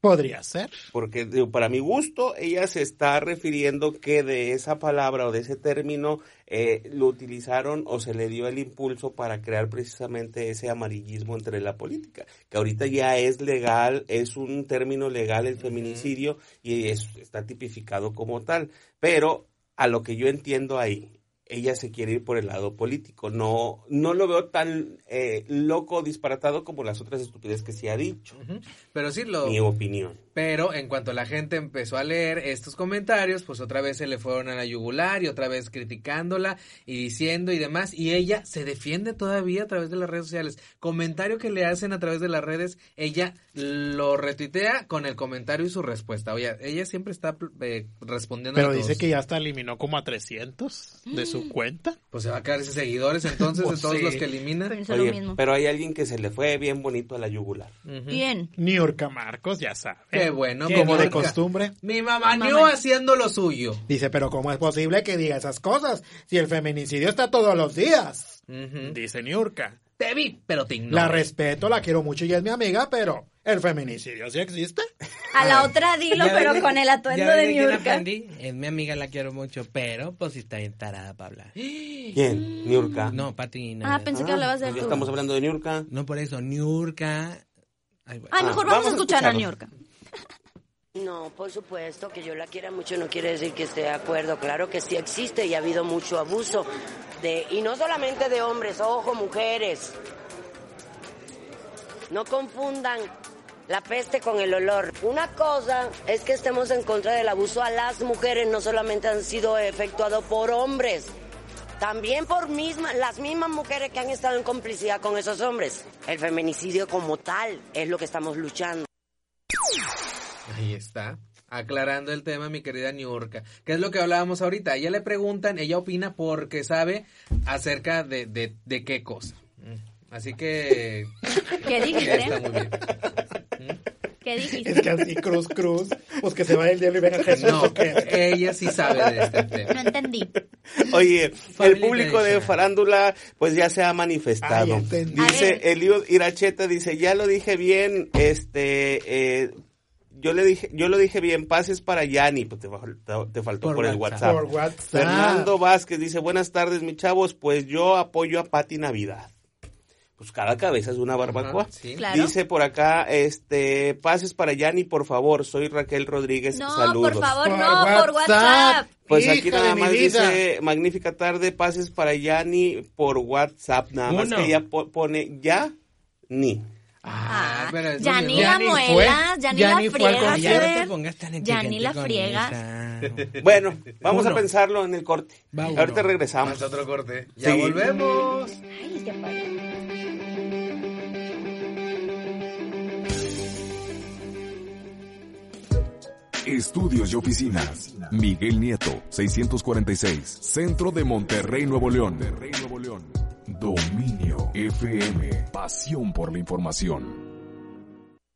S16: Podría ser.
S12: Porque digo, para mi gusto, ella se está refiriendo que de esa palabra o de ese término eh, lo utilizaron o se le dio el impulso para crear precisamente ese amarillismo entre la política, que ahorita ya es legal, es un término legal el feminicidio y es- está tipificado como tal. Pero a lo que yo entiendo ahí, ella se quiere ir por el lado político. No, no lo veo tan eh, loco, disparatado como las otras estupideces que se ha dicho.
S14: Pero sí lo...
S12: Mi opinión.
S14: Pero en cuanto la gente empezó a leer estos comentarios, pues otra vez se le fueron a la yugular y otra vez criticándola y diciendo y demás. Y ella se defiende todavía a través de las redes sociales. Comentario que le hacen a través de las redes, ella lo retuitea con el comentario y su respuesta. Oye, ella siempre está eh, respondiendo a
S16: Pero dice
S14: todos.
S16: que ya hasta eliminó como a 300 de su cuenta.
S14: Pues se va a caer sin seguidores entonces de
S16: Pues
S14: todos
S16: sí.
S14: los que elimina.
S12: Oye, pero hay alguien que se le fue bien bonito a la yugular.
S32: Bien.
S16: New York Marcos, ya sabe.
S14: Qué bueno,
S16: Como de
S14: Niurka.
S16: costumbre.
S14: Mi mamá
S16: Mamá.
S14: no haciendo lo suyo.
S16: Dice, pero ¿cómo es posible que diga esas cosas si el feminicidio está todos los días? Dice Niurka.
S14: Te vi, pero te ignoro.
S16: La respeto, la quiero mucho y es mi amiga, pero ¿el feminicidio sí existe?
S32: A
S12: Ah.
S32: la otra dilo,
S34: Ah. Ya
S32: pero
S34: ven-
S32: con el atuendo
S34: ya ven
S32: de
S34: quién
S32: Niurka.
S34: aprendí. Es mi amiga, la quiero mucho, pero pues sí está bien tarada para hablar.
S12: ¿Quién? ¿Niurka?
S34: No, Pati.
S32: Ah, pensé que hablabas de
S12: ya
S32: tú.
S12: estamos hablando de Niurka.
S34: No por eso, Niurka. Ay, bueno.
S32: Ay, Ah, mejor vamos, a escuchar a Niurka.
S35: No, por supuesto, que yo la quiera mucho no quiere decir que esté de acuerdo. Claro que sí existe y ha habido mucho abuso. De, y no solamente de hombres, ojo, mujeres. No confundan la peste con el olor. Una cosa es que estemos en contra del abuso a las mujeres, no solamente han sido efectuados por hombres, también por misma- las mismas mujeres que han estado en complicidad con esos hombres. El feminicidio como tal es lo que estamos luchando.
S14: Ahí está. Aclarando el tema, mi querida Niurka. ¿Qué es lo que hablábamos ahorita? A Ella le preguntan, ella opina porque sabe acerca de, de, de qué cosa. Mm. Así que...
S32: ¿Qué dijiste?
S14: Está muy bien.
S32: ¿Qué dijiste?
S16: Es que así, cruz, cruz, pues que se vaya el diablo y venga Jesús.
S14: No,
S16: ¿o qué?
S12: eh,
S14: ella sí sabe de este tema.
S32: No entendí.
S12: Oye, el
S16: Family
S12: público de Farándula pues ya se ha manifestado. dice Eliud Iracheta, dice, ya lo dije bien, este, eh, yo le dije, yo lo dije bien, pases para Yanni, pues te, fal- te faltó por, el WhatsApp.
S16: Por WhatsApp.
S32: Ah.
S12: Fernando Vázquez dice, buenas tardes, mis chavos, pues yo apoyo a Pati Navidad. Pues cada cabeza es una barbacoa.
S32: Claro.
S12: Dice por acá, este, pases para Yanni, por favor, soy Raquel Rodríguez,
S32: No,
S12: saludos.
S32: por favor, no, por WhatsApp.
S12: Pues aquí nada más dice, magnífica tarde, pases para Yanni por WhatsApp, nada más
S32: Uno.
S12: que ella po- pone ya ni.
S14: Ah, pero es
S32: Ya
S14: muy
S32: ni
S12: bien.
S32: la
S12: Ya ni
S32: muelas,
S12: fue.
S32: ya ni
S12: Ya
S32: la
S12: ni fue al
S32: friegas,
S12: concierto.
S32: Fer.
S12: No te pongas tan
S32: Ya ni
S12: exigente
S32: la
S12: con
S32: friegas.
S12: Bueno, vamos a
S14: Uno.
S12: pensarlo en el corte.
S14: Va uno.
S12: Ahorita regresamos.
S14: Falta otro corte. Ya
S12: Sí.
S14: volvemos.
S32: Ay, qué
S9: Estudios y oficinas. Miguel Nieto, 646, Centro de Monterrey, Nuevo León. Dominio FM, pasión por la información.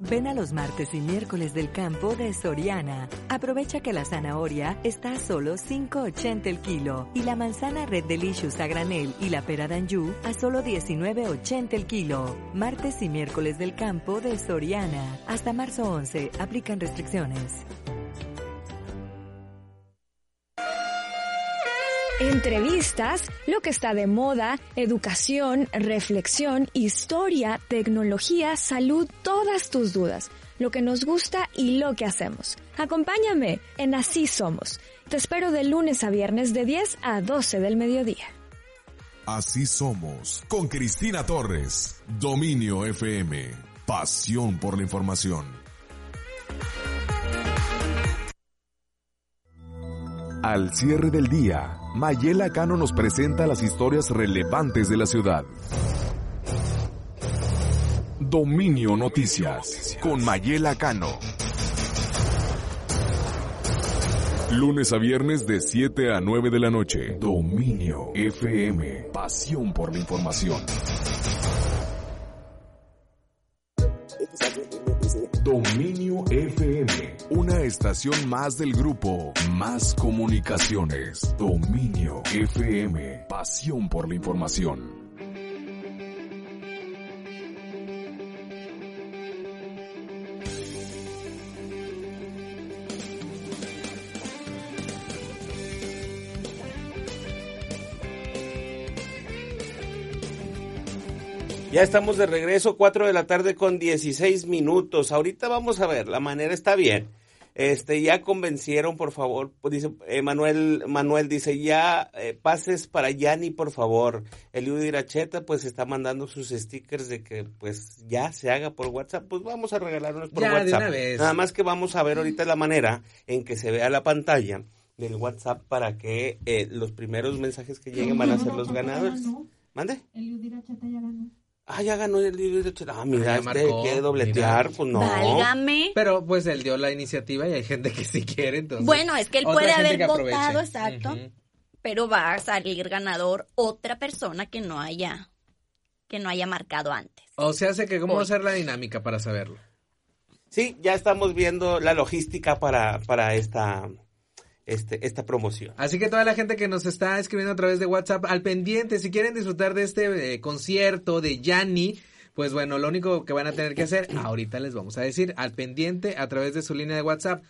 S4: Ven a los martes y miércoles del campo de Soriana. Aprovecha que la zanahoria está a solo 5.80 el kilo y la manzana Red Delicious a granel y la pera Danju a solo 19.80 el kilo. Martes y miércoles del campo de Soriana. Hasta marzo 11 aplican restricciones.
S17: Entrevistas, lo que está de moda, educación, reflexión, historia, tecnología, salud, todas tus dudas, lo que nos gusta y lo que hacemos. Acompáñame en Así Somos. Te espero de lunes a viernes de 10 a 12 del mediodía.
S9: Así somos con Cristina Torres, Dominio FM, pasión por la información. Al cierre del día, Mayela Cano nos presenta las historias relevantes de la ciudad. Dominio Noticias con Mayela Cano. Lunes a viernes de 7 a 9 de la noche. Dominio FM. Pasión por la información. Dominio FM. Una estación más del grupo. Más comunicaciones. Dominio FM. Pasión por la información.
S12: Ya estamos de regreso, 4 de la tarde con 16 minutos. Ahorita vamos a ver, la manera está bien. Este, ya convencieron, por favor, dice eh, Manuel, Manuel dice, ya eh, pases para Yanni, por favor. Eliud Iracheta, pues, está mandando sus stickers de que, pues, ya se haga por WhatsApp. Pues vamos a regalarnos por
S14: Ya, de
S12: WhatsApp.
S14: una vez.
S12: Nada más que vamos a ver ahorita la manera en que se vea la pantalla del WhatsApp para que eh, los primeros mensajes que lleguen van a ser los ganadores. ¿Mande? Ah, ya ganó el libro. Ah, mira,
S14: Ya
S12: este
S14: marcó,
S12: quiere dobletear,
S14: mira.
S12: pues no.
S22: Válgame.
S14: Pero pues él dio la iniciativa y hay gente que sí quiere, entonces.
S22: Bueno, es que él
S14: otra
S22: puede
S14: gente
S22: haber
S14: que aproveche.
S22: votado, exacto. Pero va a salir ganador otra persona que no haya, que no haya marcado antes.
S14: O sea, sé que cómo va a ser la dinámica para saberlo.
S12: Sí, ya estamos viendo la logística para, para esta, este, esta promoción.
S14: Así que toda la gente que nos está escribiendo a través de WhatsApp, al pendiente, si quieren disfrutar de este eh, concierto de Yanni, pues bueno, lo único que van a tener que hacer, ahorita les vamos a decir, al pendiente a través de su línea de WhatsApp,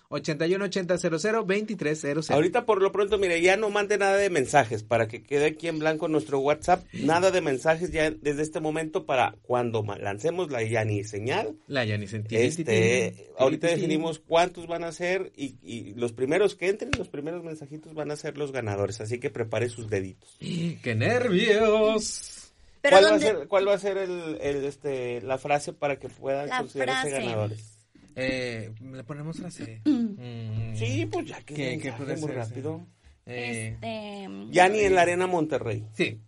S14: 8180002300.
S12: Ahorita por lo pronto, mire, ya no mande nada de mensajes para que quede aquí en blanco nuestro WhatsApp. Nada de mensajes ya desde este momento para cuando ma- lancemos la Yani señal.
S14: La Yanni sentí.
S12: Este, ahorita definimos cuántos van a ser y, y los primeros que entren, los primeros mensajitos van a ser los ganadores. Así que prepare sus deditos.
S14: ¡Qué nervios!
S22: Pero
S12: ¿Cuál,
S22: ¿dónde-
S12: va a ser, cuál va a ser el, el, este, la frase para que puedan
S22: La
S12: considerarse
S22: frase.
S12: ganadores?
S14: Eh, ¿Le ponemos frase?
S12: Sí, pues ya que
S14: ¿Qué-
S12: mensaje
S14: qué puede
S12: muy
S14: ser, sí?
S12: rápido.
S14: Eh,
S12: Yani en la Arena Monterrey.
S14: Ah, Sí.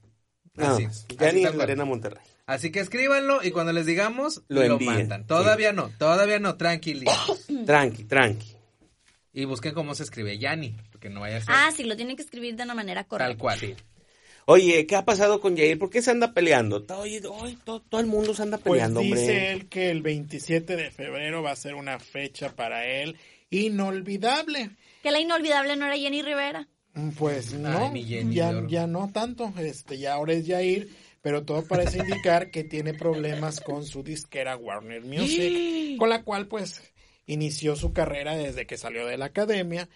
S12: Nada
S14: Así
S12: más.
S14: es. Así
S12: Yani
S14: tal
S12: en la
S14: cual.
S12: Arena Monterrey.
S14: Así que escríbanlo y cuando les digamos,
S12: Lo
S14: lo,
S12: envíen,
S14: mandan. Todavía no, todavía no, tranquilitos.
S12: Tranqui, tranqui.
S14: Y busquen cómo se escribe Yanni, porque no vaya a ser
S22: Ah, sí, lo tienen que escribir de una manera
S14: tal
S22: correcta.
S14: cual.
S12: Oye, ¿qué ha pasado con Jair? ¿Por qué se anda peleando? Está- oye, hoy to- todo el mundo se anda
S16: Pues
S12: peleando,
S16: dice
S12: hombre.
S16: él que el 27 de febrero va a ser una fecha para él inolvidable.
S22: Que la inolvidable no era Jenny Rivera.
S16: Pues no,
S14: mi Jenny de
S16: ya,
S14: oro.
S16: ya no tanto, este, ya ahora es Jair, pero todo parece indicar que tiene problemas con su disquera Warner Music, con la cual pues inició su carrera desde que salió de la academia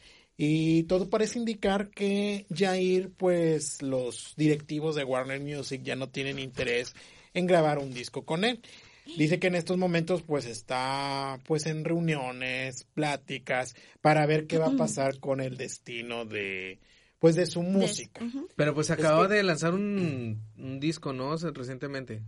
S16: y todo parece indicar que Jair pues los directivos de Warner Music ya no tienen interés en grabar un disco con él. Dice que en estos momentos pues está pues en reuniones, pláticas para ver qué va a pasar con el destino de pues Mm. de su música.
S14: Pero pues
S16: Es
S14: acababa
S16: que-
S14: de lanzar un, un disco, ¿no? O sea, recientemente.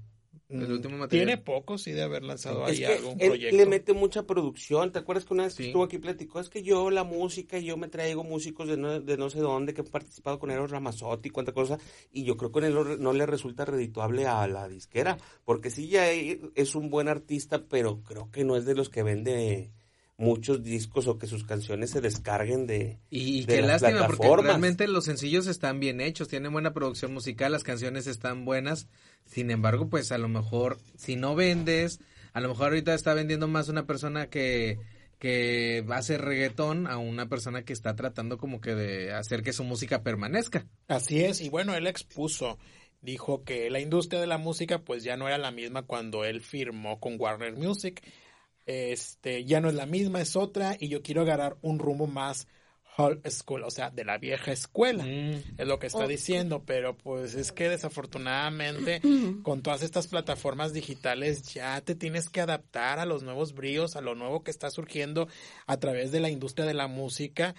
S14: El
S16: Mm,
S14: último material.
S16: Tiene poco sí de haber lanzado
S12: Es
S16: ahí
S12: que
S16: algún
S12: él
S16: proyecto.
S12: le mete mucha producción. ¿Te acuerdas que una vez que estuvo aquí platicó? Es que yo la música, yo me traigo músicos de no, de no sé dónde que han participado con Eros Ramazzotti, cuánta cosa. Y yo creo que con él no le resulta redituable a la disquera. Porque sí, Jair es un buen artista, pero creo que no es de los que vende muchos discos o que sus canciones se descarguen de,
S14: Y
S12: de
S14: qué
S12: las
S14: lástima, porque
S12: plataformas.
S14: realmente los sencillos están bien hechos, tienen buena producción musical, las canciones están buenas. Sin embargo, pues a lo mejor, si no vendes, a lo mejor ahorita está vendiendo más una persona que, que hace reggaetón a una persona que está tratando como que de hacer que su música permanezca.
S16: Así es, y bueno, él expuso, dijo que la industria de la música pues ya no era la misma cuando él firmó con Warner Music. Este, ya no es la misma, es otra y yo quiero agarrar un rumbo más old school, o sea, de la vieja escuela.
S14: Mm.
S16: Es lo que está
S14: Ok.
S16: diciendo, pero pues es que desafortunadamente con todas estas plataformas digitales ya te tienes que adaptar a los nuevos bríos, a lo nuevo que está surgiendo a través de la industria de la música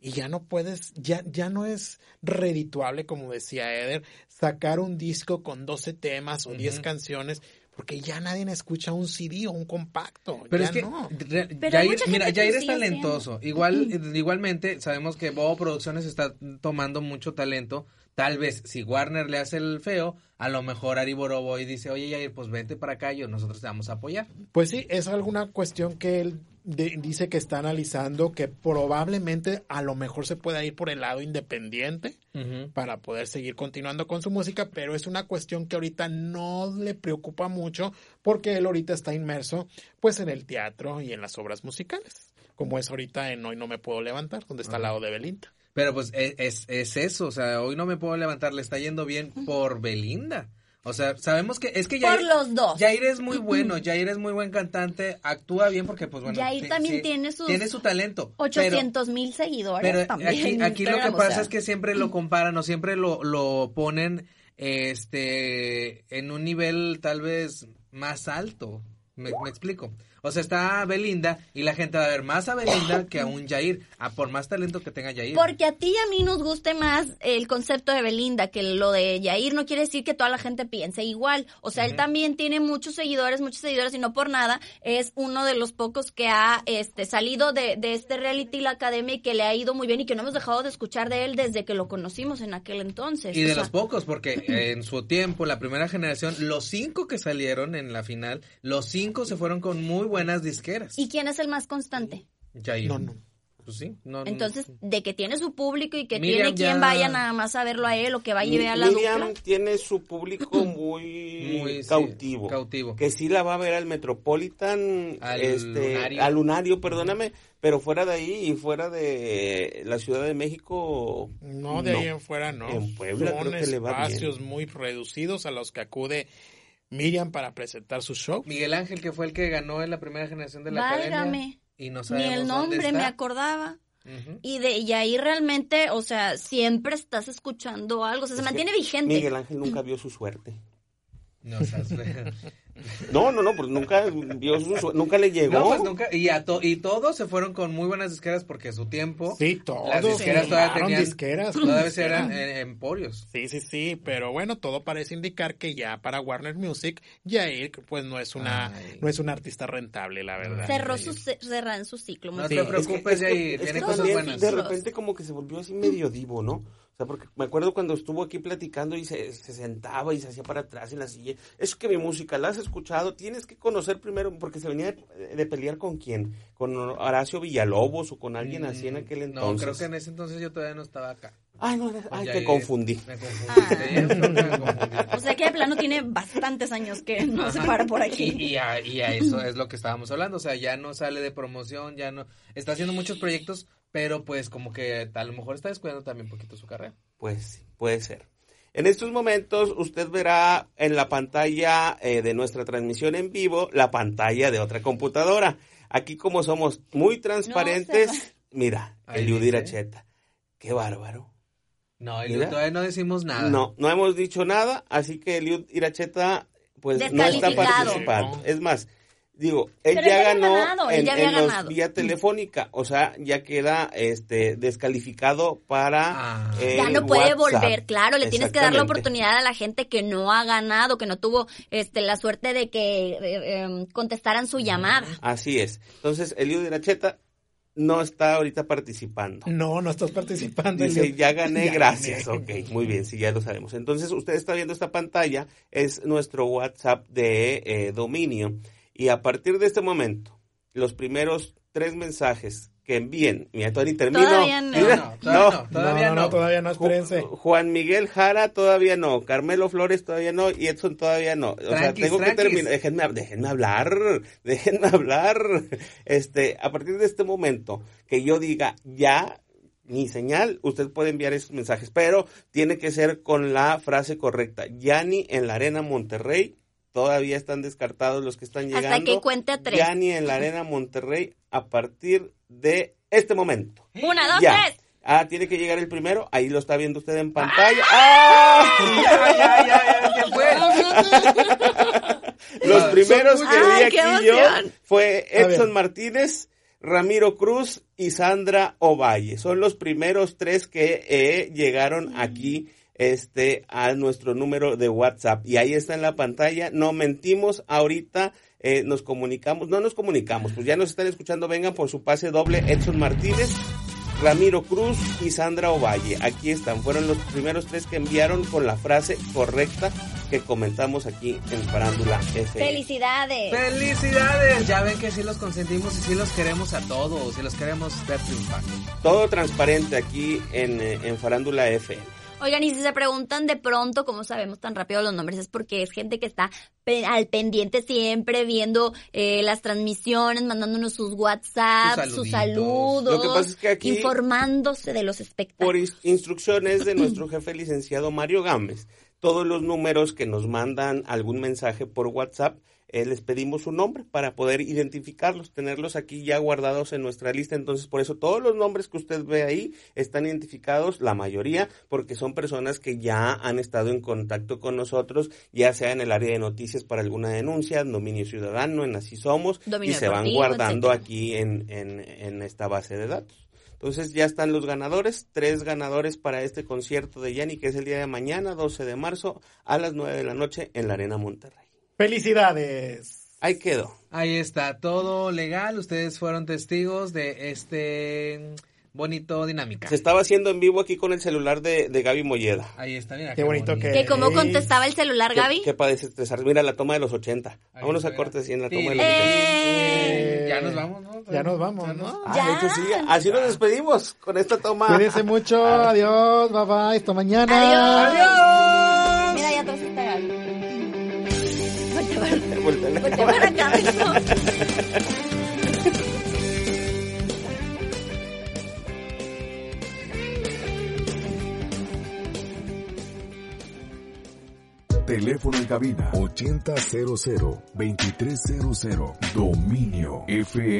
S16: y ya no puedes, ya, ya no es redituable, como decía Eder, sacar un disco con 12 temas o 10 canciones, Porque ya nadie escucha un CD o un compacto.
S14: Pero
S16: ya
S14: es que
S16: no.
S14: re- Jair, mira, Jair es talentoso. Igual, eh, igualmente, sabemos que Bobo Producciones está tomando mucho talento. Tal vez, si Warner le hace el feo, a lo mejor Ari Boroboy dice, oye Jair, pues vente para acá, yo nosotros te vamos a apoyar.
S16: Pues sí, es alguna cuestión que él de- dice que está analizando que probablemente a lo mejor se pueda ir por el lado independiente para poder seguir continuando con su música, pero es una cuestión que ahorita no le preocupa mucho porque él ahorita está inmerso pues en el teatro y en las obras musicales, como es ahorita en Hoy no me puedo levantar, donde está
S12: Ah.
S16: al lado de Belinda.
S14: Pero pues e- es, es eso, o sea, hoy no me puedo levantar, le está yendo bien por Belinda. O sea, sabemos que es que
S22: Por
S14: Jair,
S22: los dos.
S14: Jair es muy bueno, Jair es muy buen cantante, actúa bien porque pues bueno,
S22: Jair
S14: ti-
S22: también
S14: sí,
S22: tiene sus
S14: tiene su talento, pero-
S22: 800 mil seguidores
S14: pero
S22: también. en
S14: aquí, aquí lo que
S22: Instagram, o
S14: pasa
S22: sea.
S14: es que siempre lo comparan o siempre lo, lo ponen este en un nivel tal vez más alto. Me, me explico. O sea, está Belinda y la gente va a ver más a Belinda que a un Jair, a por más talento que tenga Jair.
S22: Porque a ti y a mí nos guste más el concepto de Belinda que lo de Yair. No quiere decir que toda la gente piense igual. O sea, él
S35: Ujú.
S22: también tiene muchos seguidores, muchos seguidores y no por nada es uno de los pocos que ha este, salido de, de este reality la academia y que le ha ido muy bien y que no hemos dejado de escuchar de él desde que lo conocimos en aquel entonces.
S14: Y
S22: O
S14: de
S22: sea,
S14: los pocos, porque eh, en su tiempo, la primera generación, los cinco que salieron en la final, los cinco se fueron con muy buenas disqueras.
S22: ¿Y quién es el más constante?
S14: Jair. No, no. Pues sí, no, no.
S22: Entonces, de que tiene su público y que
S14: Miriam
S22: tiene quien
S14: ya-
S22: vaya nada más a verlo a él o que vaya y vea la
S12: Miriam
S22: dupla.
S12: tiene su público muy,
S14: Muy, sí,
S12: cautivo, Que sí la va a ver al Metropolitan,
S14: Al
S12: este,
S14: Lunario.
S12: al Lunario, perdóname, pero fuera de ahí y fuera de la Ciudad de México.
S16: No, de ahí en fuera no.
S12: En Puebla
S16: Son
S12: creo que le va bien.
S16: espacios muy reducidos a los que acude Miriam para presentar su show.
S14: Miguel Ángel, que fue el que ganó en la primera generación de la academia.
S22: Válgame.
S14: Y no
S22: Ni
S14: sabemos
S22: el
S14: dónde
S22: nombre
S14: está.
S22: me acordaba.
S14: Ujú.
S22: Y de y ahí realmente, o sea, siempre estás escuchando algo, o sea, Pues, se
S12: Es que
S22: mantiene vigente.
S12: Miguel Ángel nunca vio su suerte.
S14: No, seas-
S12: No, no, no, pues nunca vio su suerte, nunca le llegó.
S14: No, pues nunca. Y, a to- y todos se fueron con muy buenas disqueras porque su tiempo.
S16: Sí, todos.
S14: Las disqueras
S16: Sí,
S14: todavía
S16: llegaron
S14: tenían.
S16: disqueras,
S14: todavía
S16: disqueras.
S14: eran eh, emporios.
S16: Sí, sí, sí, pero bueno, todo parece indicar que ya para Warner Music, Jair pues no es una no es un artista rentable, la verdad.
S22: Cerró su, ce- cerran su ciclo. muy bien.
S14: preocupes, Jair, viene cosas
S12: también
S14: buenas.
S12: De repente como que se volvió así medio divo, ¿no? O sea, porque me acuerdo cuando estuvo aquí platicando y se, se sentaba y se hacía para atrás en la silla. Es que mi música la has escuchado, tienes que conocer primero, porque se venía de, de pelear con quién, con Horacio Villalobos o con alguien así en aquel
S14: Mm, No,
S12: entonces.
S14: creo que en ese entonces yo todavía no estaba acá.
S12: Ay, no, ay,
S14: Con
S12: te
S14: Jair.
S12: confundí.
S14: Me confundí. Yo creo que me confundí.
S22: O sea, que de plano tiene bastantes años que no se
S14: Ajá.
S22: para por aquí.
S14: Y, y a, y a eso es lo que estábamos hablando. O sea, ya no sale de promoción, ya no. Está haciendo muchos proyectos, pero pues como que a lo mejor está descuidando también un poquito su carrera.
S12: Pues sí, puede ser. En estos momentos usted verá en la pantalla eh, de nuestra transmisión en vivo la pantalla de otra computadora. Aquí como somos muy transparentes, mira,
S14: Ahí
S12: el Yudir
S14: dice.
S12: Acheta. Qué bárbaro.
S14: No, y
S12: Mira.
S14: todavía no decimos nada.
S12: No, no hemos dicho nada, así que Eliud Iracheta pues no está
S14: Descalificado.
S12: participando. Es más, digo, él
S22: Pero él
S12: ya
S22: ya había
S12: ganó
S22: ganado, él
S12: en,
S22: ya había
S12: en los
S22: ganado.
S12: vía telefónica, o sea, ya queda este descalificado para
S14: Ah.
S22: ya
S12: el
S22: no puede
S12: WhatsApp.
S22: volver, claro, le tienes que dar la
S12: Exactamente.
S22: oportunidad a la gente que no ha ganado, que no tuvo este la suerte de que eh, eh, contestaran su llamada.
S12: Así es. Entonces, Eliud Iracheta no está ahorita participando.
S16: No, no estás participando.
S12: Dice,
S16: Eliud.
S12: ya gané,
S16: Ya
S12: gracias.
S16: gané.
S12: Ok, muy bien, sí, ya lo sabemos. Entonces, usted está viendo esta pantalla, es nuestro WhatsApp de eh, dominio. Y a partir de este momento, los primeros tres mensajes que envíen, mira, todavía ni termino.
S16: Todavía no.
S12: Mira,
S16: No, todavía no, todavía no.
S12: todavía
S16: no, espérense.
S12: Ju- Juan Miguel Jara todavía no, Carmelo Flores todavía no y Edson todavía no. O sea,
S14: Tranquis,
S12: tengo que
S14: tranquis.
S12: terminar, déjenme, hab- déjenme hablar, déjenme hablar. Este, a partir de este momento que yo diga ya mi señal, usted puede enviar esos mensajes, pero tiene que ser con la frase correcta. Yani en la Arena Monterrey, todavía están descartados los que están llegando.
S22: Hasta que cuente a tres.
S12: Yani en la Arena Monterrey a partir de este momento.
S22: Una, dos,
S12: Ya.
S22: tres.
S12: Ah, tiene que llegar el primero. Ahí lo está viendo usted en pantalla. ¡Ah! Los primeros que vi
S22: Ay, qué
S12: aquí yo
S22: emoción.
S12: fue
S22: A ver.
S12: Edson Martínez, Ramiro Cruz y Sandra Ovalle. Son los primeros tres que eh, llegaron aquí este, a nuestro número de WhatsApp. Y ahí está en la pantalla. No mentimos, ahorita eh, nos comunicamos, no nos comunicamos, pues ya nos están escuchando. Vengan por su pase doble Edson Martínez. Ramiro Cruz y Sandra Ovalle. Aquí están, fueron los primeros tres que enviaron con la frase correcta que comentamos aquí en Parándula FM.
S22: ¡Felicidades!
S20: ¡Felicidades! Ya ven que sí los consentimos y sí los queremos a todos y los queremos ver triunfar.
S12: Todo transparente aquí en, eh, en Farándula FM.
S22: Oigan, y si se preguntan de pronto cómo sabemos tan rápido los nombres, es porque es gente que está pe- al pendiente siempre, viendo eh, las transmisiones, mandándonos sus WhatsApp, sus, sus saludos,
S12: Lo que pasa es que aquí-
S22: informándose de los espectáculos.
S12: Por ins- instrucciones de nuestro jefe licenciado Mario Gámez, todos los números que nos mandan algún mensaje por WhatsApp, eh, les pedimos su nombre para poder identificarlos, tenerlos aquí ya guardados en nuestra lista. Entonces, por eso todos los nombres que usted ve ahí están identificados, la mayoría, porque son personas que ya han estado en contacto con nosotros, ya sea en el área de noticias para alguna denuncia, en Dominio Ciudadano, en Así Somos,
S22: Dominio
S12: y se van
S22: Deportivo,
S12: guardando
S22: etcétera.
S12: aquí en, en, en esta base de datos. Entonces ya están los ganadores, tres ganadores para este concierto de Yanni, que es el día de mañana, 12 de marzo, a las 9 de la noche en la Arena Monterrey.
S16: Felicidades.
S12: Ahí quedó.
S20: Ahí está, todo legal. Ustedes fueron testigos de este bonito dinámica.
S12: Se estaba haciendo en vivo aquí con el celular de, de Gaby Molleda.
S20: Ahí está, mira.
S16: Qué bonito que...
S22: Que como contestaba el celular, Gaby.
S12: Que para desestresar. Mira la toma de los 80. Vámonos a cortes y en la toma de los 80.
S22: ¡Eh!
S20: Ya nos vamos, ¿no? Ah.
S16: Ya nos vamos, ¿no?
S12: Ah, de hecho, sí, así nos despedimos con esta toma.
S16: Cuídense mucho, adiós, bye bye, hasta mañana.
S22: Mira, ya todo se está grabando. Vuelta para-
S12: Vuelta
S22: vuelta para acá.
S9: Teléfono en cabina 8000 2300 Dominio FM.